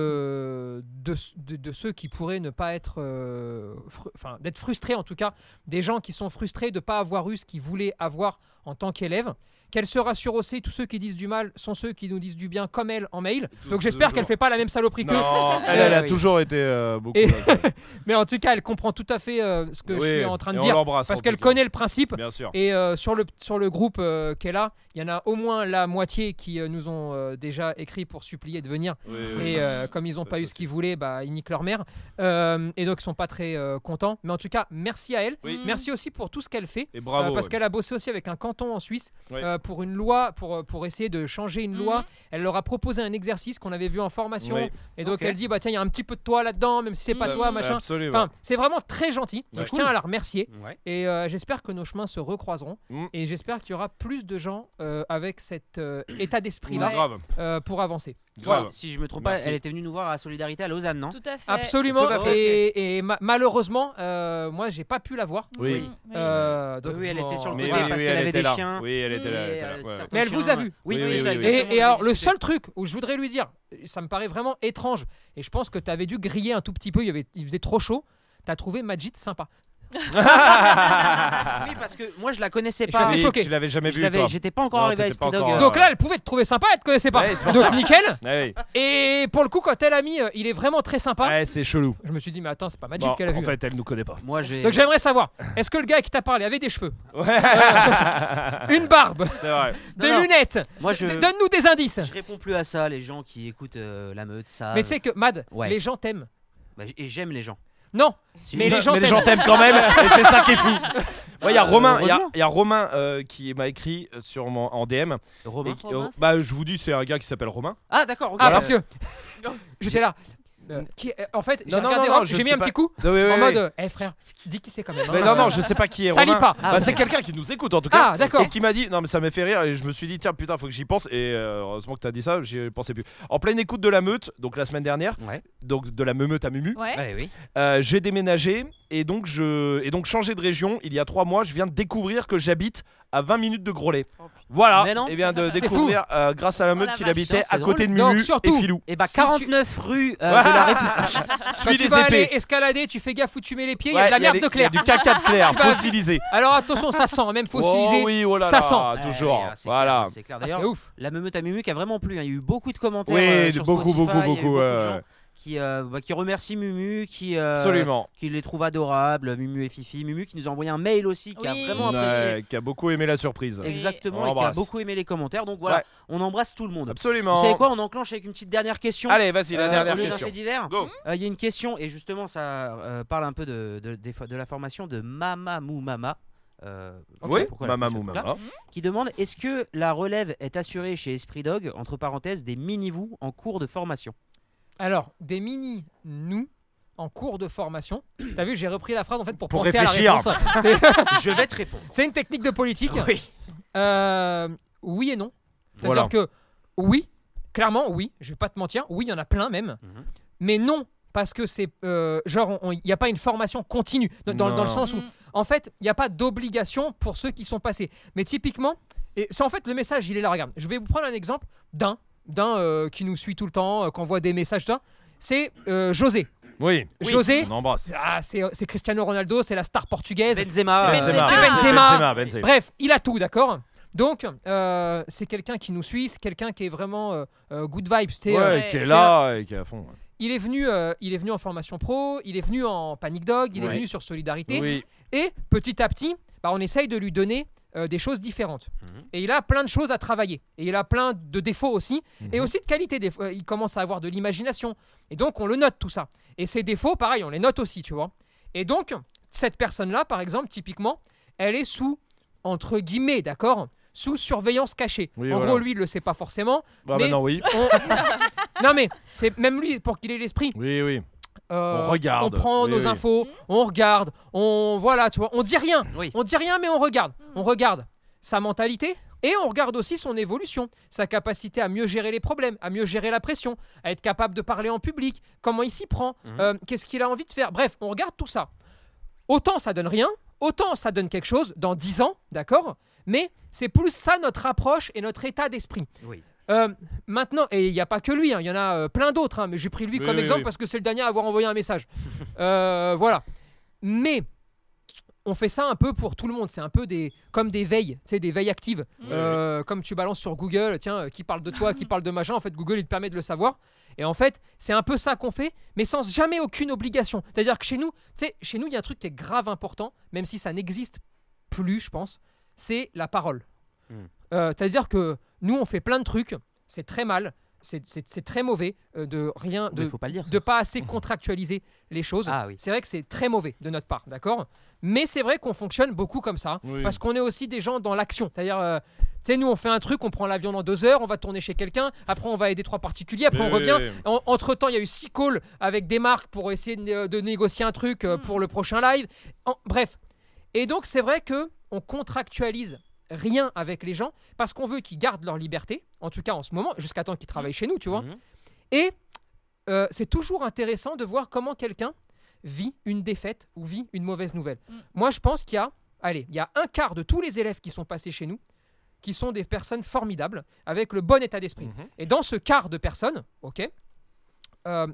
A: de, de, de- de ceux qui pourraient ne pas être, euh, fru- enfin d'être frustrés en tout cas, des gens qui sont frustrés de ne pas avoir eu ce qu'ils voulaient avoir en tant qu'élève. Qu'elle se rassure aussi, tous ceux qui disent du mal sont ceux qui nous disent du bien comme elle en mail.
B: Tout-
A: Donc j'espère
B: toujours.
A: qu'elle fait pas la même saloperie que Eh
B: Non, elle, elle a
D: Oui.
B: toujours été euh, beaucoup.
A: Et-
B: là-dedans.
A: mais en tout cas, elle comprend tout à fait euh, ce que je
B: Oui,
A: suis en train de
B: et on
A: dire.
B: l'embrasse,
A: Parce
B: en
A: qu'elle
B: tout cas.
A: connaît le principe.
B: hein. Bien sûr.
A: Et euh, sur, le, sur le groupe euh, qu'elle a, il y en a au moins la moitié qui euh, nous ont euh, déjà écrit pour supplier de venir.
B: Oui, oui.
A: Et euh, comme ils n'ont
B: Ça,
A: pas eu
B: ça,
A: ce qu'ils voulaient, bah, ils niquent leur mère. Euh, et donc, ils sont pas très euh, contents. Mais en tout cas, merci à elle.
E: Mmh.
B: Oui.
A: Merci aussi pour tout ce qu'elle fait.
B: Et
A: Euh,
B: bravo.
A: parce
B: ouais.
A: qu'elle a bossé aussi avec un canton en Suisse
B: Ouais.
A: euh, pour une loi, pour, pour essayer de changer une loi.
E: Mhm.
A: Elle leur a proposé un exercice qu'on avait vu en formation.
B: Oui. Bah,
A: Et donc
D: Ok.
A: elle dit bah tiens, il y a un petit peu de toi là-dedans, même si c'est pas
E: Mhm.
A: toi, machin.
B: Absolument. Bah,
A: Enfin, c'est vraiment très gentil.
B: Ouais.
A: Donc je tiens à la remercier.
D: Ouais.
A: Et euh, j'espère que nos chemins se recroiseront.
B: Mhm.
A: Et j'espère qu'il y aura plus de gens euh, avec cet euh, état d'esprit-là
B: Grave.
A: euh, pour avancer.
B: Grave.
D: Si je me trompe pas,
B: Merci.
D: elle était venue nous voir à Solidarité à Lausanne, non
E: Tout à fait.
A: Absolument.
B: Tout à fait.
A: Et, et ma- malheureusement, euh, moi, j'ai pas pu la voir.
B: Oui.
E: Mm,
A: Euh, donc,
D: Oui, elle
A: je m'en-
D: était sur le
B: Mais
D: côté
B: oui,
D: parce
B: oui,
D: qu'elle
B: elle
D: avait
B: était
D: des
B: là.
D: chiens.
B: Oui, elle était là. elle
D: Et,
B: était là,
D: euh,
B: ouais, ouais.
D: certains
A: Mais elle vous a
D: chiens,
A: vu.
D: Oui,
B: Oui,
D: hein. oui,
B: oui,
D: ça,
B: oui, oui.
D: exactement,
A: Et,
D: on
A: et
D: a
A: alors, le
D: discuté.
A: seul truc où je voudrais lui dire, ça me paraît vraiment étrange, et je pense que tu avais dû griller un tout petit peu, il, y avait, il faisait trop chaud, tu as trouvé Majid sympa.
D: Oui, parce que moi je la connaissais
A: Et je
D: pas.
A: suis assez
B: Oui,
A: choqué.
B: Tu l'avais jamais
D: Ah, Je
B: vu
D: l'avais-
B: toi.
D: J'étais pas encore
B: Non,
D: arrivé à
B: t'étais pas
D: Esprit Dog.
B: encore,
D: euh,
B: euh,
A: Donc là, elle pouvait te trouver sympa, elle te connaissait pas.
B: Ouais, c'est pour
A: Donc
B: ça.
A: nickel.
B: Ouais,
A: Et pour le coup, quand elle a mis, euh, il est vraiment très
B: ouais.
A: sympa,
B: Ah, Ouais, c'est chelou.
A: je me suis dit, mais attends, c'est pas Majid
B: Bon,
A: qu'elle a vu. hein.
B: en fait, elle nous connaît pas.
D: Moi j'ai.
A: Donc j'aimerais savoir, est-ce que le gars qui t'a parlé avait des cheveux,
B: Ouais. Ah.
A: une barbe,
B: c'est vrai.
A: des
D: non.
A: lunettes
D: Moi je.
A: D- Donne-nous des indices.
D: Je réponds plus à ça, les gens qui écoutent euh, la meute, ça.
A: Mais tu sais que Mad,
D: Ouais.
A: les gens t'aiment.
D: Bah, Et j'aime les gens.
A: Non,
D: Si-
A: Mais les gens t'aiment.
B: t'aiment quand même, et c'est ça qui est fou. Ouais, il y a
D: Euh,
B: Romain, il y a-
D: heureusement.
B: il y, a Romain euh, qui m'a écrit sur mon, en DM.
A: Ah,
D: Romain.
B: Et qui- euh, bah, je vous dis, c'est un gars qui s'appelle Romain.
D: Ah d'accord, ok.
A: ah,
B: Voilà.
A: parce que j'étais là. Euh, qui- euh, en fait, j'ai
B: Non, non,
A: regardé
B: non,
A: Rob,
B: je
A: j'ai
B: ne
A: mis
B: sais
A: un
B: pas.
A: petit coup
B: Oui, oui,
A: en
B: oui,
A: mode,
B: oui.
A: euh, eh frère, dis qui c'est quand même. hein.
B: Mais non, non, je sais pas qui est
A: Salis
B: Romain.
A: pas.
D: Ah,
B: Bah,
D: ouais.
B: c'est quelqu'un qui nous écoute en tout cas.
A: Ah, d'accord.
B: Et qui m'a dit, non mais ça m'a fait rire et je me suis dit, tiens putain, faut que j'y pense. Et euh, heureusement que t'as dit ça, j'y pensais plus. En pleine écoute de la meute, donc la semaine dernière,
D: Ouais.
B: donc de la meute à Mumu,
A: Eh,
E: Ouais.
D: Ouais, oui.
B: euh, j'ai déménagé et donc je et donc changé de région il y a trois mois. Je viens de découvrir que j'habite à 20 minutes de Grolet. Voilà.
D: Oh, Mais non. Oh
B: Et bien de
A: C'est
B: découvrir euh, grâce à la meute
E: la
B: qu'il
E: vache.
B: habitait
D: Putain,
B: à
D: c'est
B: côté de
A: Donc,
B: Mumu
A: surtout,
B: et Filou.
D: Et bah
A: Si tu-
D: 49 rue euh, de la
B: Ah,
D: République.
A: Quand
B: Suis
A: Ah, tu
B: les
A: vas aller
B: épées.
A: escalader, tu fais gaffe où tu mets les pieds, il y
B: Ouais,
A: a de la
B: y a
A: merde
B: les-
A: de Claire.
B: y a du caca de Claire,
A: Tu vas-
B: fossilisé.
A: Alors attention, ça sent, même fossilisé.
B: Oh oui, oh là
A: ça
B: là,
A: sent.
B: toujours.
D: Ouais, ouais, c'est
B: voilà.
D: clair, C'est clair.
A: Ah, c'est
D: D'ailleurs,
A: ouf.
D: la meute à Mumu qui a vraiment plu. hein. Il y a eu beaucoup de commentaires.
B: Oui,
D: euh, sur
B: beaucoup,
D: Spotify,
B: beaucoup,
D: il y a eu
B: beaucoup,
D: de gens
B: ouais.
D: qui, euh, bah, qui remercient Mumu, qui, euh,
B: Absolument.
D: qui les trouve adorables, Mumu et Fifi. Mumu qui nous a envoyé un mail aussi, qui a
E: Oui.
D: vraiment apprécié.
B: Ouais, qui a beaucoup aimé la surprise.
E: Et-
D: Exactement,
B: On
D: et qui a
B: l'embrasse.
D: beaucoup aimé les commentaires. Donc voilà,
B: Ouais.
D: on embrasse tout le monde.
B: Absolument.
D: Vous savez quoi On enclenche avec une petite dernière question.
B: Allez, vas-y, la
D: Euh,
B: dernière
D: au lieu d'un
B: question.
D: fait divers, euh,
B: Go.
D: Il y a une question, et justement, ça euh, parle un peu de, de, des fo- de la formation de Mamamou Mama. Euh, je sais pas
B: Oui,
D: pourquoi elle a pris
B: Mamamou
D: ce truc-là,
B: Mama.
D: Qui demande est-ce que la relève est assurée chez Esprit Dog, entre parenthèses, des mini-vous en cours de formation
A: Alors, des mini nous en cours de formation. T'as vu, j'ai repris la phrase en fait pour,
B: Pour
A: penser
B: réfléchir.
A: à la réponse. C'est-
D: Je vais te répondre.
A: C'est une technique de politique.
D: Oui.
A: Euh, oui et non. C'est-à-dire
B: Voilà.
A: que oui, clairement oui, je vais pas te mentir, oui, il y en a plein même.
D: Mhm.
A: Mais non, parce que c'est euh, genre, il n'y a pas une formation continue, dans, dans- dans le
B: Non.
A: sens où,
E: Mm.
A: en fait, il n'y a pas d'obligation pour ceux qui sont passés. Mais typiquement, et c'est en fait le message, il est là, regarde. Je vais vous prendre un exemple d'un, d'un euh, qui nous suit tout le temps, euh, qu'on voit des messages, tout ça. c'est euh, José.
B: Oui.
A: Oui. José
B: On embrasse.
A: Ah, c'est c'est Cristiano Ronaldo, c'est la star portugaise.
B: Ben-
D: Benzema.
E: Benzema.
D: euh,
E: C'est
A: Benzema.
B: Benzema, Benzema.
A: Bref, il a tout, d'accord Donc, euh, c'est quelqu'un qui nous suit, c'est quelqu'un qui est vraiment euh, euh, good vibes. c'est, euh,
B: Ouais,
E: euh,
B: qui est
A: c'est
B: là et qui est à fond. ouais.
A: il, est venu, euh, il est venu en formation pro, il est venu en Panic Dog, il est
B: Ouais.
A: venu sur Solidarité.
B: Oui.
A: Et petit à petit, bah, on essaye de lui donner euh, des choses différentes.
D: Mhm.
A: Et il a plein de choses à travailler. Et il a plein de défauts aussi. Et
B: Mhm.
A: aussi de qualité. Des fois, il commence à avoir de l'imagination. Et donc, on le note tout ça. Et ses défauts, pareil, on les note aussi, tu vois. Et donc, cette personne-là, par exemple, typiquement, elle est sous, entre guillemets, d'accord sous surveillance cachée.
B: Oui,
A: en
B: voilà.
A: gros, lui, il le sait pas forcément.
B: Bah
A: Mais-
B: maintenant, oui.
A: On- non, mais c'est même lui, pour qu'il ait l'esprit,
B: Oui, oui.
A: euh,
B: On regarde.
A: on prend
B: Oui,
A: nos
B: oui.
A: infos, on regarde, on voilà, tu vois, on dit rien,
D: Oui.
A: on dit rien mais on regarde, on regarde sa mentalité, Et on regarde aussi son évolution, sa capacité à mieux gérer les problèmes, à mieux gérer la pression, à être capable de parler en public, comment il s'y prend,
B: Mhm.
A: euh, qu'est-ce qu'il a envie de faire. Bref, on regarde tout ça. Autant ça donne rien, autant ça donne quelque chose dans 10 ans, d'accord Mais c'est plus ça notre approche et notre état d'esprit.
D: Oui.
A: Euh, maintenant, et il n'y a pas que lui, hein, il y en a euh, plein d'autres, hein, mais j'ai pris lui
B: Oui,
A: comme
B: oui,
A: exemple
B: oui.
A: parce que c'est le dernier à avoir envoyé un message. Euh, voilà. Mais on fait ça un peu pour tout le monde, c'est un peu des, comme des veilles, tu sais, des veilles actives.
E: Mm.
A: Euh, Comme tu balances sur Google, tiens, euh, qui parle de toi, qui parle de machin, en fait, Google, il te permet de le savoir. Et en fait, c'est un peu ça qu'on fait, mais sans jamais aucune obligation. C'est-à-dire que chez nous, tu sais, chez nous, il y a un truc qui est grave important, même si ça n'existe plus, je pense, c'est la parole.
D: Mm.
A: Euh, C'est-à-dire que nous, on fait plein de trucs, c'est très mal, c'est- c'est c'est très mauvais euh, de rien,
D: Mais
A: de,
D: faut pas le dire.
A: de pas assez contractualiser les choses.
D: Ah oui.
A: C'est vrai que c'est très mauvais de notre part, d'accord Mais c'est vrai qu'on fonctionne beaucoup comme ça,
B: Euh, Oui.
A: parce qu'on est aussi des gens dans l'action. C'est-à-dire, euh, tu sais, nous, on fait un truc, on prend l'avion dans deux heures, on va tourner chez quelqu'un, après on va aider trois particuliers, après on
B: Oui, oui,
A: revient.
B: oui.
A: En- Entre-temps, il y a eu six calls avec des marques pour essayer de, né- de négocier un truc euh,
E: Mm.
A: pour le prochain live. En- bref. Et donc, c'est vrai que on contractualise rien avec les gens parce qu'on veut qu'ils gardent leur liberté, en tout cas en ce moment, jusqu'à temps qu'ils travaillent chez nous, tu vois.
D: Mhm.
A: Et euh, c'est toujours intéressant de voir comment quelqu'un vit une défaite ou vit une mauvaise nouvelle.
E: Mm.
A: Moi, je pense qu'il y a, allez, il y a un quart de tous les élèves qui sont passés chez nous qui sont des personnes formidables avec le bon état d'esprit.
B: Mhm.
A: Et dans ce quart de personnes, ok, euh,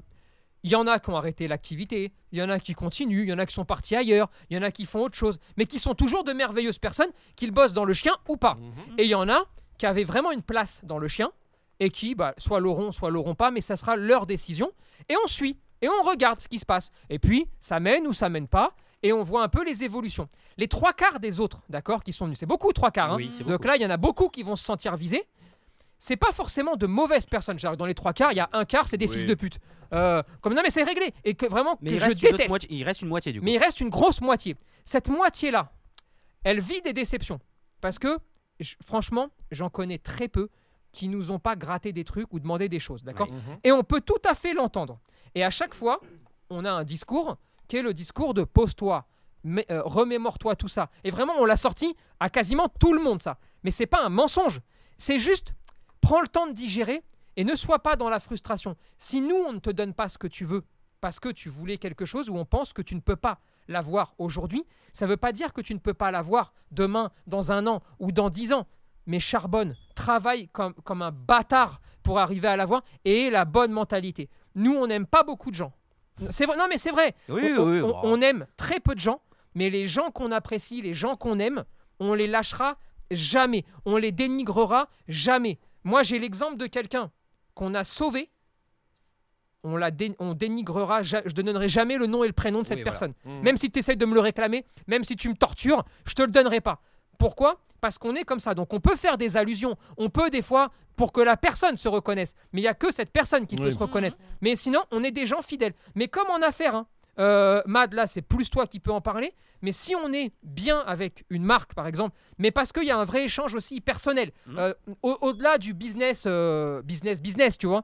A: il y en a qui ont arrêté l'activité, il y en a qui continuent, il y en a qui sont partis ailleurs, il y en a qui font autre chose, mais qui sont toujours de merveilleuses personnes, qu'ils bossent dans le chien ou pas.
D: Mm-hmm.
B: Mhm.
A: Et il y en a qui avaient vraiment une place dans le chien et qui, bah, soit l'auront, soit l'auront pas, mais ça sera leur décision. Et on suit et on regarde ce qui se passe. Et puis, ça mène ou ça mène pas. Et on voit un peu les évolutions. Les trois quarts des autres, d'accord, qui sont venus, c'est beaucoup trois quarts. hein.
D: Oui, c'est
A: Donc
D: beaucoup.
A: là, il y en a beaucoup qui vont se sentir visés. C'est pas forcément de mauvaises personnes. Genre, Dans les trois quarts, il y a un quart, c'est des
B: Oui.
A: fils de pute. Euh, comme non, mais c'est réglé. Et que vraiment,
D: Mais
A: que
D: il
A: je
D: reste, une autre
A: déteste.
D: moitié, il reste une moitié du coup.
A: Mais il reste une grosse moitié. Cette moitié-là, elle vit des déceptions. Parce que, je- franchement, j'en connais très peu qui nous ont pas gratté des trucs ou demandé des choses. D'accord
B: Mhm.
A: Et on peut tout à fait l'entendre. Et à chaque fois, on a un discours qui est le discours de pose-toi, mais, euh, remémore-toi tout ça. Et vraiment, on l'a sorti à quasiment tout le monde, ça. Mais c'est pas un mensonge. C'est juste, prends le temps de digérer et ne sois pas dans la frustration. Si nous, on ne te donne pas ce que tu veux parce que tu voulais quelque chose ou on pense que tu ne peux pas l'avoir aujourd'hui, ça ne veut pas dire que tu ne peux pas l'avoir demain, dans un an ou dans dix ans. Mais charbonne, travaille comme, comme un bâtard pour arriver à l'avoir et aie la bonne mentalité. Nous, on n'aime pas beaucoup de gens. C'est vrai, non mais c'est vrai,
D: Oui,
A: on,
D: oui, oui.
A: on-
D: wow.
A: on aime très peu de gens, mais les gens qu'on apprécie, les gens qu'on aime, on les lâchera jamais. On les dénigrera jamais. Moi, j'ai l'exemple de quelqu'un qu'on a sauvé. On, la dé- on dénigrera, ja- je ne donnerai jamais le nom et le prénom de cette
D: Oui, voilà.
A: personne.
B: Mhm.
A: Même si tu essayes de me le réclamer, même si tu me tortures, je te le donnerai pas. Pourquoi Parce qu'on est comme ça. Donc on peut faire des allusions. On peut des fois pour que la personne se reconnaisse. Mais il y a que cette personne qui peut
B: Oui.
A: se reconnaître. Mais sinon, on est des gens fidèles. Mais comme en affaire, hein, euh, Mad, là, c'est plus toi qui peux en parler. Mais si on est bien avec une marque, par exemple, mais parce qu'il y a un vrai échange aussi personnel,
D: Mhm.
A: euh, au- au-delà du business, euh, business, business, tu vois.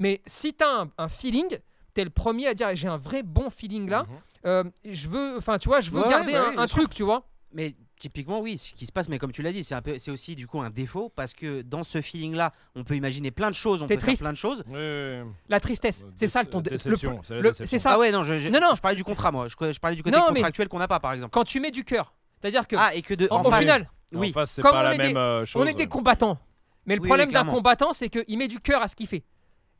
A: Mais si tu as un, un feeling, tu es le premier à dire j'ai un vrai bon feeling là.
B: Mhm.
A: Euh, je veux, enfin, tu vois, je veux
D: Ouais, ouais,
A: garder
D: bah
A: un,
D: oui,
A: un
D: bien sûr.
A: truc, tu vois.
D: Mais typiquement, oui, ce qui se passe, mais comme tu l'as dit, c'est un peu, c'est aussi du coup un défaut parce que dans ce feeling-là, on peut imaginer plein de choses, on
A: T'es
D: peut
A: triste.
D: faire plein de choses.
A: Mm-hmm.
B: Oui, oui, oui.
A: La tristesse,
B: Euh,
A: c'est ça
B: déce-
A: ton dé- le-
B: déception, c'est la
A: le-
B: déception.
A: C'est ça.
D: ah ouais, non, je, je-
A: Non, non.
D: je parlais du contrat, moi. Je, je parlais du côté
A: Non, mais-
D: contractuel qu'on n'a pas, par exemple.
A: Quand tu mets du cœur, c'est-à-dire que
D: Ah, et que de.
A: en-
D: en
A: au
D: face-
A: final,
B: En
D: oui.
B: face, c'est
A: Comme
B: pas
A: on
B: la
A: est
B: même
A: des-
B: euh, chose.
A: on est des combattants. Mais le
D: Oui, oui,
A: problème d'un
D: clairement.
A: combattant, c'est qu'il met du cœur à ce qu'il fait.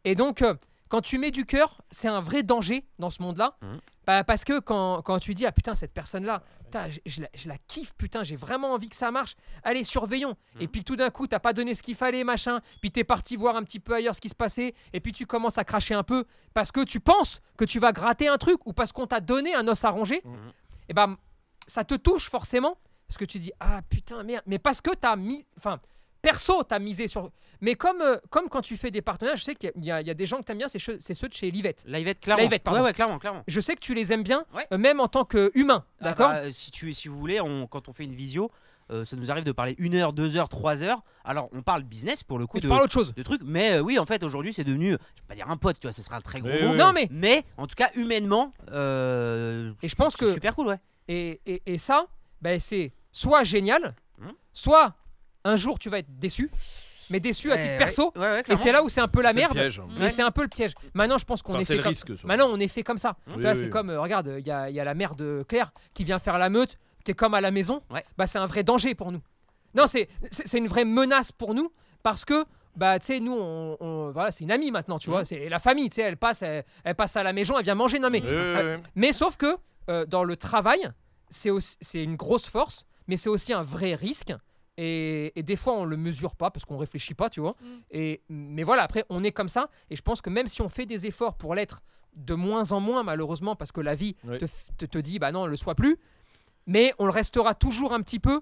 A: Et donc, euh, quand tu mets du cœur, c'est un vrai danger dans ce monde-là.
D: Mhm.
A: Bah, parce que quand, quand tu dis, ah putain, cette personne-là, putain, je, je la, je la kiffe, putain, j'ai vraiment envie que ça marche. Allez, surveillons.
D: Mmh.
A: Et puis tout d'un coup, t'as pas donné ce qu'il fallait, machin. Puis t'es parti voir un petit peu ailleurs ce qui se passait. Et puis tu commences à cracher un peu parce que tu penses que tu vas gratter un truc ou parce qu'on t'a donné un os à ronger.
D: Mhm.
A: Et ben, ça te touche forcément parce que tu dis, ah putain, merde. Mais parce que t'as mis. Enfin, perso, t'as misé sur. Mais comme, euh, comme quand tu fais des partenaires, je sais qu'il y, a- il y a des gens que t'aimes bien, c'est che- c'est ceux de chez Livette.
D: Livette, clairement.
A: Livette, pardon.
D: ouais, ouais, clairement, clairement.
A: Je sais que tu les aimes bien,
D: Ouais.
A: euh, même en tant qu'humain,
D: Ah
A: d'accord
D: bah, euh, si, tu, si vous voulez, on- quand on fait une visio, euh, ça nous arrive de parler une heure, deux heures, trois heures. Alors, on parle business pour le coup
A: Mais tu
D: de,
A: parles autre chose.
D: de trucs. Mais euh, oui, en fait, aujourd'hui, c'est devenu, je vais pas dire un pote, tu vois, ce sera un très gros
B: Mais
D: mot.
B: oui.
A: Non, mais
D: Mais en tout cas, humainement, euh,
A: Et je pense
D: c'est
A: que-
D: super cool, ouais.
A: Et, et- et ça, ben, c'est soit génial,
D: Mhm.
A: soit un jour tu vas être déçu, mais déçu à
D: Eh,
A: titre
D: ouais.
A: perso.
D: Ouais, ouais,
A: Et
D: clairement.
A: c'est là où c'est un peu la
B: C'est le
A: merde. Mm-hmm.
B: piège.
A: Mais c'est un peu le piège. Maintenant, je pense qu'on
B: Enfin,
A: est
B: c'est
A: fait
B: le
A: comme...
B: risque. surtout.
A: Maintenant, on est fait comme ça.
B: Oui,
A: Tu vois,
B: oui,
A: c'est
B: oui.
A: comme, euh, regarde, il y a, il y a la mère de Claire qui vient faire la meute, qui est comme à la maison.
D: Ouais.
A: Bah, c'est un vrai danger pour nous. Non, c'est c'est c'est une vraie menace pour nous parce que, bah, tu sais, nous, on, on- voilà, c'est une amie maintenant,
B: Mhm.
A: tu vois. C'est la famille, tu sais, elle passe, elle, elle passe à la maison, elle vient manger. Non, mais,
B: Oui, oui, oui.
A: mais sauf que euh, dans le travail, c'est aussi- c'est une grosse force, mais c'est aussi un vrai risque. Et, et des fois, on le mesure pas parce qu'on réfléchit pas, tu vois.
E: Mm.
A: Et, mais voilà, après, on est comme ça. Et je pense que même si on fait des efforts pour l'être de moins en moins, malheureusement, parce que la vie
B: Oui.
A: te, f- te, te dit, bah non, le soit plus, mais on le restera toujours un petit peu.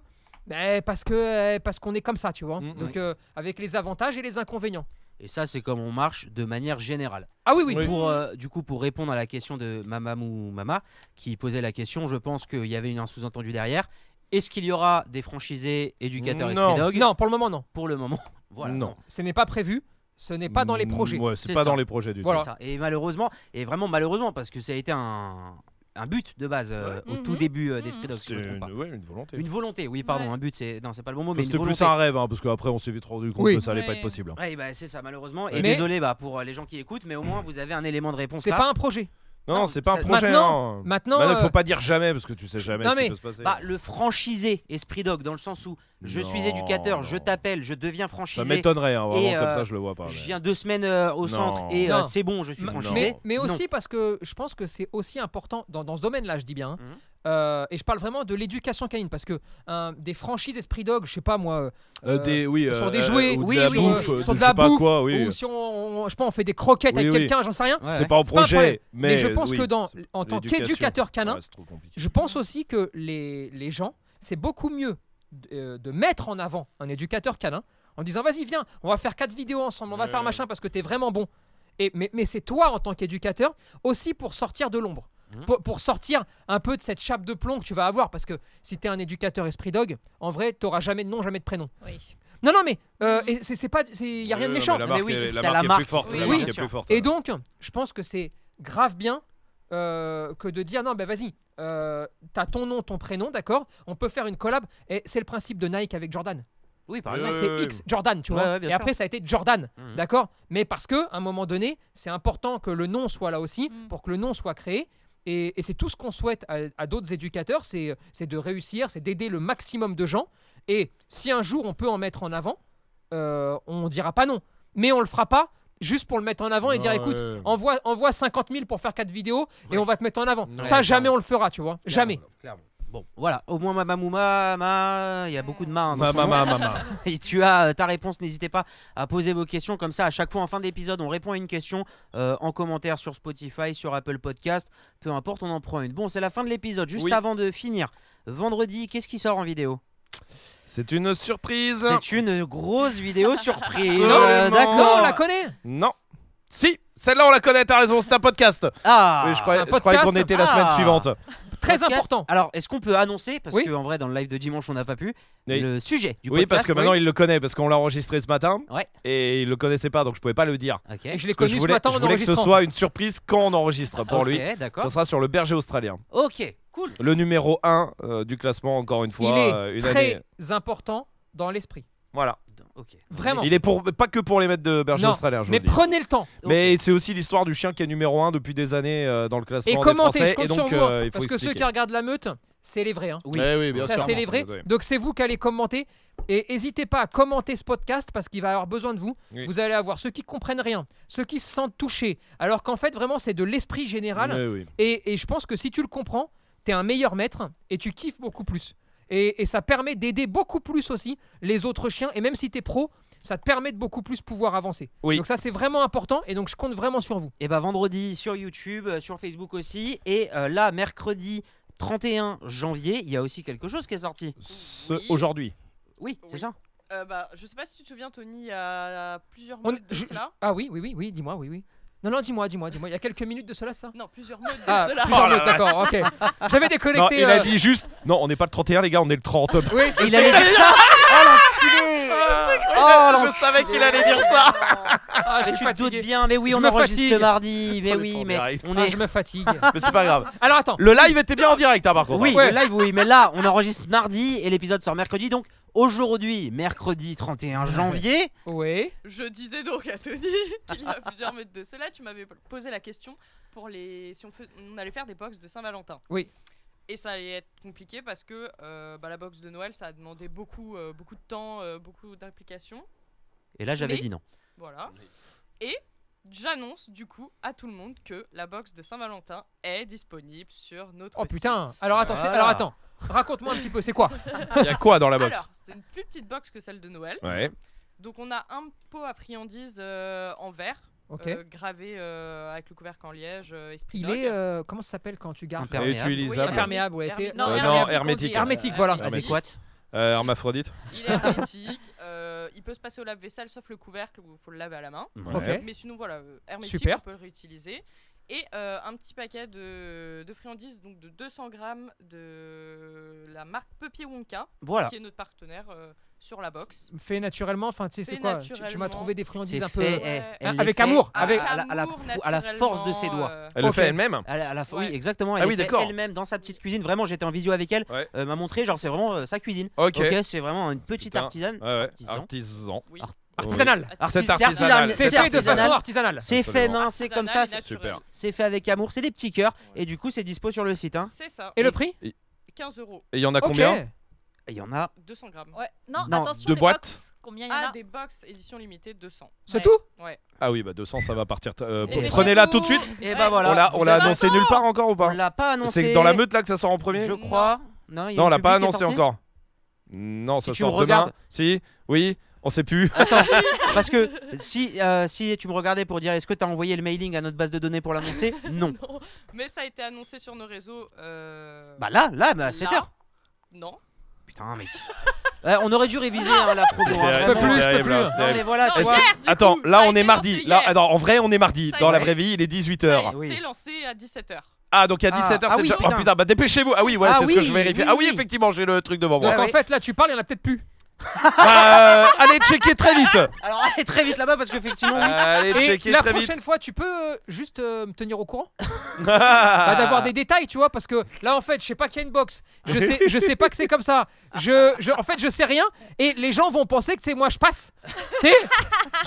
A: eh, parce que eh, parce qu'on est comme ça, tu vois.
B: Mm,
A: Donc euh, avec les avantages et les inconvénients.
D: Et ça, c'est comme on marche de manière générale.
A: Ah oui, oui.
B: Oui.
D: Pour, euh, du coup, pour répondre à la question de Mamamou Mama, qui posait la question, je pense qu'il y avait une- un sous-entendu derrière. Est-ce qu'il y aura des franchisés éducateurs
B: Non.
D: Esprit Dog
A: Non, pour le moment, non.
D: Pour le moment, voilà.
B: Non.
A: Ce n'est pas prévu. Ce n'est pas dans les projets.
B: Mm, Ouais, c'est
D: C'est
B: pas
D: ça.
B: dans les projets du tout.
A: Voilà.
D: C'est ça. Et malheureusement, et vraiment malheureusement, parce que ça a été un, un but de base euh, au
E: Mhm.
D: tout début euh,
E: Mhm.
D: d'Esprit Dog, si je me
B: C'était
D: trompe
B: une,
D: pas.
B: ouais, une volonté.
D: Une volonté, oui, pardon,
E: Ouais.
D: un but, c'est non, c'est pas le bon mot,
B: Enfin,
D: mais une
B: C'était
D: volonté.
B: plus un rêve, hein, parce qu'après on s'est vite rendu compte
A: Oui.
B: que ça allait pas
E: Ouais.
B: être possible.
D: Ouais, bah, c'est ça, malheureusement. Et
E: Mais-
D: désolé bah, pour euh, les gens qui écoutent, mais au moins vous avez un élément de réponse.
A: C'est
D: là.
A: pas un projet.
B: Non,
D: Non,
B: c'est pas un
D: ça-
B: projet.
A: maintenant-
B: hein.
A: maintenant,
B: Maintenant, il
A: euh,
B: faut pas dire jamais, parce que tu sais jamais
A: Non,
B: ce qui
A: mais-
B: peut se passer.
D: Bah, le franchisé Esprit Dog, dans le sens où je
B: Non,
D: suis éducateur, je
B: non.
D: t'appelle, je deviens franchisé.
B: ça m'étonnerait, hein, vraiment,
D: Et,
B: comme
D: euh,
B: ça je le vois pas.
D: Je
B: mais-
D: viens deux semaines euh, au
B: Non.
D: centre et
A: Non.
D: euh, c'est bon, je suis
B: Ma-
D: franchisé.
A: Mais, mais
D: Non.
A: aussi parce que je pense que c'est aussi important dans, dans ce domaine-là, je dis bien. hein.
D: Mhm.
A: Euh, et je parle vraiment de l'éducation canine parce que hein, des franchises esprit dog, je sais pas moi,
B: Euh, des, oui,
A: sur
B: euh,
A: des
B: euh,
A: jouets,
B: ou de
A: oui,
B: la
A: oui,
B: bouffe,
A: oui,
B: euh,
A: sur
B: de
A: de
B: je
A: la
B: sais pas
A: bouffe,
B: quoi, oui.
A: ou oh, si on, on- je sais pas, on fait des croquettes
B: Oui,
A: avec
B: oui.
A: quelqu'un, j'en sais rien.
D: Ouais,
B: C'est
D: ouais.
B: pas en
A: C'est pas un problème.
B: projet, mais,
A: Mais, je pense
B: oui,
A: que dans,
B: c'est-
A: en tant
B: l'éducation.
A: qu'éducateur canin,
B: Ouais, c'est trop compliqué.
A: je pense aussi que les, les gens, c'est beaucoup mieux de, euh, de mettre en avant un éducateur canin en disant vas-y viens, on va faire quatre vidéos ensemble, on va
B: Ouais.
A: faire machin parce que t'es vraiment bon. Et, mais mais c'est toi en tant qu'éducateur aussi pour sortir de l'ombre.
B: Mmh.
D: Mhm.
A: Pour, pour sortir un peu de cette chape de plomb que tu vas avoir, parce que si t'es un éducateur esprit dog, en vrai, t'auras jamais de nom, jamais de prénom.
E: Oui.
A: Non, non, mais euh,
B: Mmh.
A: et c'est c'est pas, c'est y a rien de
B: Oui,
A: méchant.
B: mais La
D: Mais
B: marque,
D: oui,
B: est, la
D: t'as
B: marque
D: la
B: est
D: marque.
B: plus forte.
E: Oui,
B: la
A: oui,
B: marque
D: bien
B: est plus
D: sûr.
B: forte.
A: Et donc, je pense que c'est grave bien euh, que de dire non, ben vas-y, euh, t'as ton nom, ton prénom, d'accord On peut faire une collab. Et c'est le principe de Nike avec Jordan.
D: Oui, par
B: Ouais,
D: exemple.
A: c'est X Jordan, tu
D: Ouais,
A: vois.
D: ouais, bien
A: et
D: sûr.
A: après, ça a été Jordan,
D: Mhm.
A: d'accord Mais parce que, à un moment donné, c'est important que le nom soit là aussi,
E: Mhm.
A: pour que le nom soit créé. Et, et c'est tout ce qu'on souhaite à, à d'autres éducateurs, c'est c'est de réussir, c'est d'aider le maximum de gens. Et si un jour on peut en mettre en avant, euh, on dira pas non. Mais on le fera pas juste pour le mettre en avant et dire
B: Ouais.
A: écoute, Envoie, envoie 50 000 pour faire 4 vidéos et
D: Ouais.
A: on va te mettre en avant.
B: Ouais,
A: ça, jamais
D: clairement.
A: on le fera, tu vois. Jamais.
D: Clairement. Bon, voilà. Au moins, Mamamouma, ma, il y a beaucoup de mains. hein, dans
B: Ma,
D: son
B: ma,
D: nom.
B: ma, ma, ma.
D: Et tu as euh, ta réponse, n'hésitez pas à poser vos questions. Comme ça, à chaque fois en fin d'épisode, on répond à une question euh, en commentaire sur Spotify, sur Apple Podcast. Peu importe, on en prend une. Bon, c'est la fin de l'épisode. Juste
B: Oui.
D: avant de finir, vendredi, qu'est-ce qui sort en vidéo
B: C'est une surprise.
D: C'est une grosse vidéo surprise.
B: Absolument.
D: Euh,
A: Non, on
D: D'accord.
A: la connaît.
B: Non. Si, celle-là on la connaît, t'as raison, c'est un podcast.
D: Ah.
B: Oui, je croyais,
A: un
B: je croyais qu'on
A: podcast.
B: était la semaine
D: Ah.
B: suivante.
A: Très
D: Podcast.
A: important.
D: Alors, est-ce qu'on peut annoncer parce
A: Oui.
D: qu'en vrai, dans le live de dimanche, on n'a pas pu
B: Oui.
D: le sujet du
B: oui, parce
D: podcast,
B: que maintenant il le connaît, parce qu'on l'a enregistré ce matin.
D: Ouais.
B: Et il le connaissait pas, donc je pouvais pas le dire.
D: Ok.
A: Et je l'ai
B: Ah, Parce que
A: connu
B: je
A: ce
B: voulais,
A: matin
B: je
A: en
B: voulais que ce
A: enregistrant.
B: soit une surprise quand on enregistre pour
D: Ok,
B: lui. Ça
D: D'accord.
B: sera sur le berger australien.
D: Ok. Cool.
B: Le numéro 1 du classement, encore une
A: Il
B: fois. euh,
A: est
B: une
A: très
B: année.
A: important dans l'esprit.
B: Voilà.
D: Ok.
A: Vraiment.
B: Il est pour, pas que pour les maîtres de berger
A: Non,
B: australien, je vous
A: Mais
B: le dis.
A: prenez le temps
B: Mais c'est aussi l'histoire du chien qui est numéro 1 depuis des années euh, dans le classement.
A: et
B: des
A: commentez.
B: Français,
A: je compte
B: et donc,
A: sur vous. hein,
B: euh, il faut
A: parce que ceux
B: expliquer.
A: qui regardent la meute, c'est les vrais. hein.
D: Oui.
B: Eh oui, bien
A: ça,
B: sûr.
A: c'est les vrais.
B: Ouais.
A: Donc, c'est vous qui allez commenter. Et hésitez pas à commenter ce podcast parce qu'il va avoir besoin de vous.
B: Oui.
A: Vous allez avoir ceux qui comprennent rien, ceux qui se sentent touchés. Alors qu'en fait, vraiment, c'est de l'esprit général.
B: Ouais, Eh oui.
A: Et, et je pense que si tu le comprends, t'es un meilleur maître et tu kiffes beaucoup plus. Et, et ça permet d'aider beaucoup plus aussi les autres chiens. Et même si t'es pro, ça te permet de beaucoup plus pouvoir avancer.
B: Oui.
A: Donc ça, c'est vraiment important. Et donc, je compte vraiment sur vous.
D: Et bah vendredi sur YouTube, euh, sur Facebook aussi. Et euh, là, mercredi 31 janvier, il y a aussi quelque chose qui est sorti.
B: Ce-
C: Oui.
B: Aujourd'hui.
D: Oui, c'est
C: Oui.
D: ça
C: Euh, bah, je sais pas si tu te souviens, Tony, il y a plusieurs
A: On-
C: modes de
A: je-
C: cela.
A: Ah oui, oui, oui, oui, dis-moi, oui, oui. Non, non, dis-moi, dis-moi, dis-moi. Il y a quelques minutes de cela, ça
C: Non, plusieurs modes de
A: Ah,
C: cela.
A: plusieurs minutes, d'accord, ok. J'avais
B: Non,
A: déconnecté.
B: il a
A: euh, Oh,
B: dit juste. Non, on n'est pas le 31, les gars, on est le 30.
A: Oui,
D: Et il allait dire ça Oh l'enculé Oh,
B: je savais qu'il allait dire ça.
A: ah, je
D: Mais
A: suis
D: tu te doutes
A: fatigué.
D: bien, mais oui,
A: Je
D: on
A: me
D: enregistre
A: fatigue.
D: le mardi, mais
B: Oh, les
D: oui,
B: temps
D: mais
B: d'arrêt.
D: on
A: Ah,
D: est...
A: je me fatigue.
B: Mais c'est pas grave.
A: Alors attends,
B: Le live était bien en direct, hein, par contre.
D: Oui,
A: Ouais.
D: le live, oui, mais là, on enregistre mardi et l'épisode sort mercredi, donc Aujourd'hui, mercredi 31 janvier,
A: Oui.
C: Je disais donc à Tony qu'il y a plusieurs mètres de cela, tu m'avais posé la question pour les si on, fais- on allait faire des box de Saint-Valentin.
A: Oui.
C: Et ça allait être compliqué parce que euh, bah, la box de Noël, ça a demandé beaucoup, euh, beaucoup de temps, euh, beaucoup d'implications.
D: et là j'avais
C: Mais-
D: dit non.
C: Voilà. Et j'annonce du coup à tout le monde que la box de Saint-Valentin est disponible sur notre
A: Oh
C: site.
A: putain. Alors attends, c'est-
D: Voilà.
A: alors attends. Raconte-moi un petit peu, c'est quoi
B: Il y a quoi dans la box
C: Alors, c'est une plus petite box que celle de Noël.
B: Ouais.
C: Donc on a un pot à friandises euh, en verre,
A: Ok.
C: euh, gravé euh, avec le couvercle en liège, euh, esprit
A: Il
C: dog.
A: est euh, comment ça s'appelle quand tu gardes
D: Imperméable.
B: Réutilisable.
C: Oui,
A: Imperméable, ouais. c'est-
C: Non,
B: Euh,
E: hermétique,
B: non,
E: on
B: hermétique.
E: dit.
A: Hermétique, voilà.
C: Hermétique.
D: Adéquate.
B: Euh, hermaphrodite.
C: Il est hermétique, euh, il peut se passer au lave-vaisselle sauf le couvercle où il faut le laver à la main.
B: Ah, Ouais.
A: Ok.
C: Mais sinon voilà, euh, hermétique,
A: Super.
C: on peut le réutiliser. Et euh, un petit paquet de, de friandises, donc de 200 grammes de la marque Pepier Wonka,
D: Voilà.
C: qui est notre partenaire euh, sur la box.
A: Fait naturellement, enfin tu sais c'est
C: Fait
A: quoi Tu, tu m'as
C: naturellement.
A: trouvé des friandises
D: C'est
A: un peu
D: fait,
C: Ouais.
D: eh, elle
A: Hein,
D: les
A: avec
D: fait
A: amour,
D: à-
A: avec-
D: à la- à la
C: amour,
D: à la force de ses doigts.
C: naturellement, euh,
B: Elle le
A: Ok.
B: fait elle-même
D: À la, à la fois-
C: Ouais.
D: Oui, exactement.
B: Ah
D: Elle
B: oui,
D: les fait
B: d'accord.
D: Elle-même dans sa petite cuisine. Vraiment, j'étais en visio avec elle.
B: Ouais.
D: euh, m'a montré, genre, c'est vraiment euh, sa cuisine.
B: Ok.
D: Ok, c'est vraiment une petite
B: Putain. Ah,
D: artisane.
B: Ouais, ouais.
D: Artisan.
B: Artisan.
C: oui.
D: Art-
A: artisanal.
B: C'est
D: Artis-
B: artisanal,
A: C'est fait de
D: artisanal,
A: façon artisanale.
D: C'est fait
B: Absolument.
D: main, c'est comme ça,
C: Artisanal et
B: Super.
C: naturel.
D: c'est fait avec amour, c'est des petits cœurs. Et du coup, c'est dispo sur le site. hein.
C: C'est ça.
A: Et le prix
C: 15 euros,
B: Et il y en a
A: Ok.
B: combien
D: Et Il y en a.
C: 200 grammes.
E: Ouais. Non,
D: Non,
E: attention,
B: deux
E: les
B: boîtes.
E: box, Combien il y en
C: Ah,
E: a
C: des box édition limitée 200.
A: C'est
E: Ouais.
A: tout
B: Ah oui, bah 200, ça va partir. euh,
C: Et-
B: Prenez-la tout de suite.
D: Et bah voilà.
B: On l'a-
D: Vous
B: on l'a
D: avez-
B: annoncé nulle part encore ou
D: On
B: pas
D: l'a pas annoncé.
B: C'est dans la meute là que ça sort en premier
D: Je crois. Non, il y a
B: Non, on
D: le
B: l'a pas
D: public qui est
B: annoncé
D: sorti.
B: encore. Non,
D: Si
B: ça
D: tu
B: sort
D: me regardes- Ah
B: demain. Si, oui, on sait plus.
D: Attends, parce que si, euh, si tu me regardais pour dire est-ce que t'as envoyé le mailing à notre base de données pour l'annoncer, non.
C: Non. Mais ça a été annoncé sur nos réseaux. euh,
D: Bah là, là, bah, à
C: là.
D: 7 heures.
C: Non.
D: Putain, mec. Ouais, on aurait dû réviser hein, la promo. hein,
A: Je
B: terrible,
A: peux
D: vraiment.
B: c'est
A: plus, je peux
B: terrible,
A: plus.
B: hein, c'est
D: Non,
B: terrible.
D: mais voilà, tu
B: Est-ce
D: vois.
B: que-
C: Hier, du
B: Attends,
C: coup,
B: là
C: ça a
B: on
C: été
B: est mardi.
C: lancé
B: Là,
C: hier.
B: attends, en vrai on est mardi.
C: Ça a
B: Dans la
D: été-
B: vraie vie, il est 18h.
C: Ça a
D: Oui.
C: été lancé à 17h.
B: Ah, donc il y a
D: Ah.
B: 17h,
D: Ah
B: c'est
D: oui,
B: déjà. Oh
D: putain.
B: putain, bah dépêchez-vous. Ah oui, voilà,
D: Ah
B: c'est ce que
D: oui,
B: je vérifie.
D: oui,
B: Ah oui,
D: oui.
B: effectivement, j'ai le truc devant
A: Donc
B: moi.
D: Ah
A: en
D: ouais.
A: fait là tu parles, il y en a peut-être plus.
B: Bah, euh, allez checker très vite.
D: Alors allez très vite là-bas parce qu'effectivement, oui.
B: Allez
A: Et
B: checker
A: la
B: très
A: prochaine
B: vite.
A: fois tu peux euh, juste euh, me tenir au courant Bah, d'avoir
B: D'avoir
A: des détails, tu vois, parce que là, en fait, je sais pas qu'il y a une box, je sais, je sais pas que c'est comme ça, je, je, en fait, je sais rien, et les gens vont penser que c'est moi, je passe. Tu sais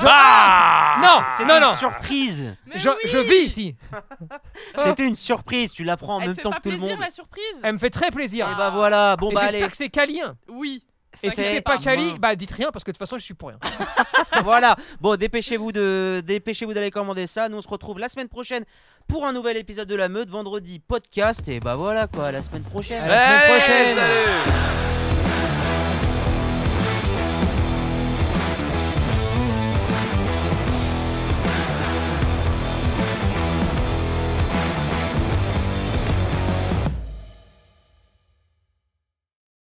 B: Bah,
A: Non,
D: c'était
A: Ah. non,
D: une
A: non,
D: surprise.
C: Mais
A: je,
C: oui,
A: je vis ici. Oh.
D: C'était une surprise. Tu l'apprends en
C: elle
D: même
C: te fait
D: temps
C: pas
D: que tout le
C: plaisir,
D: monde.
C: la surprise
A: Elle me fait très plaisir.
D: Et bah voilà. Bon
A: Et
D: bah
A: j'espère
D: allez.
A: que c'est câlin.
C: Oui.
A: Et si
D: C'est
A: c'est pas
D: pas
A: Cali,
D: main.
A: bah dites rien parce que de toute façon je suis pour rien.
D: voilà. Bon, dépêchez-vous de dépêchez-vous d'aller commander ça. Nous on se retrouve la semaine prochaine pour un nouvel épisode de la meute vendredi podcast et bah voilà quoi, à la semaine prochaine.
A: À la semaine prochaine.
B: Salut.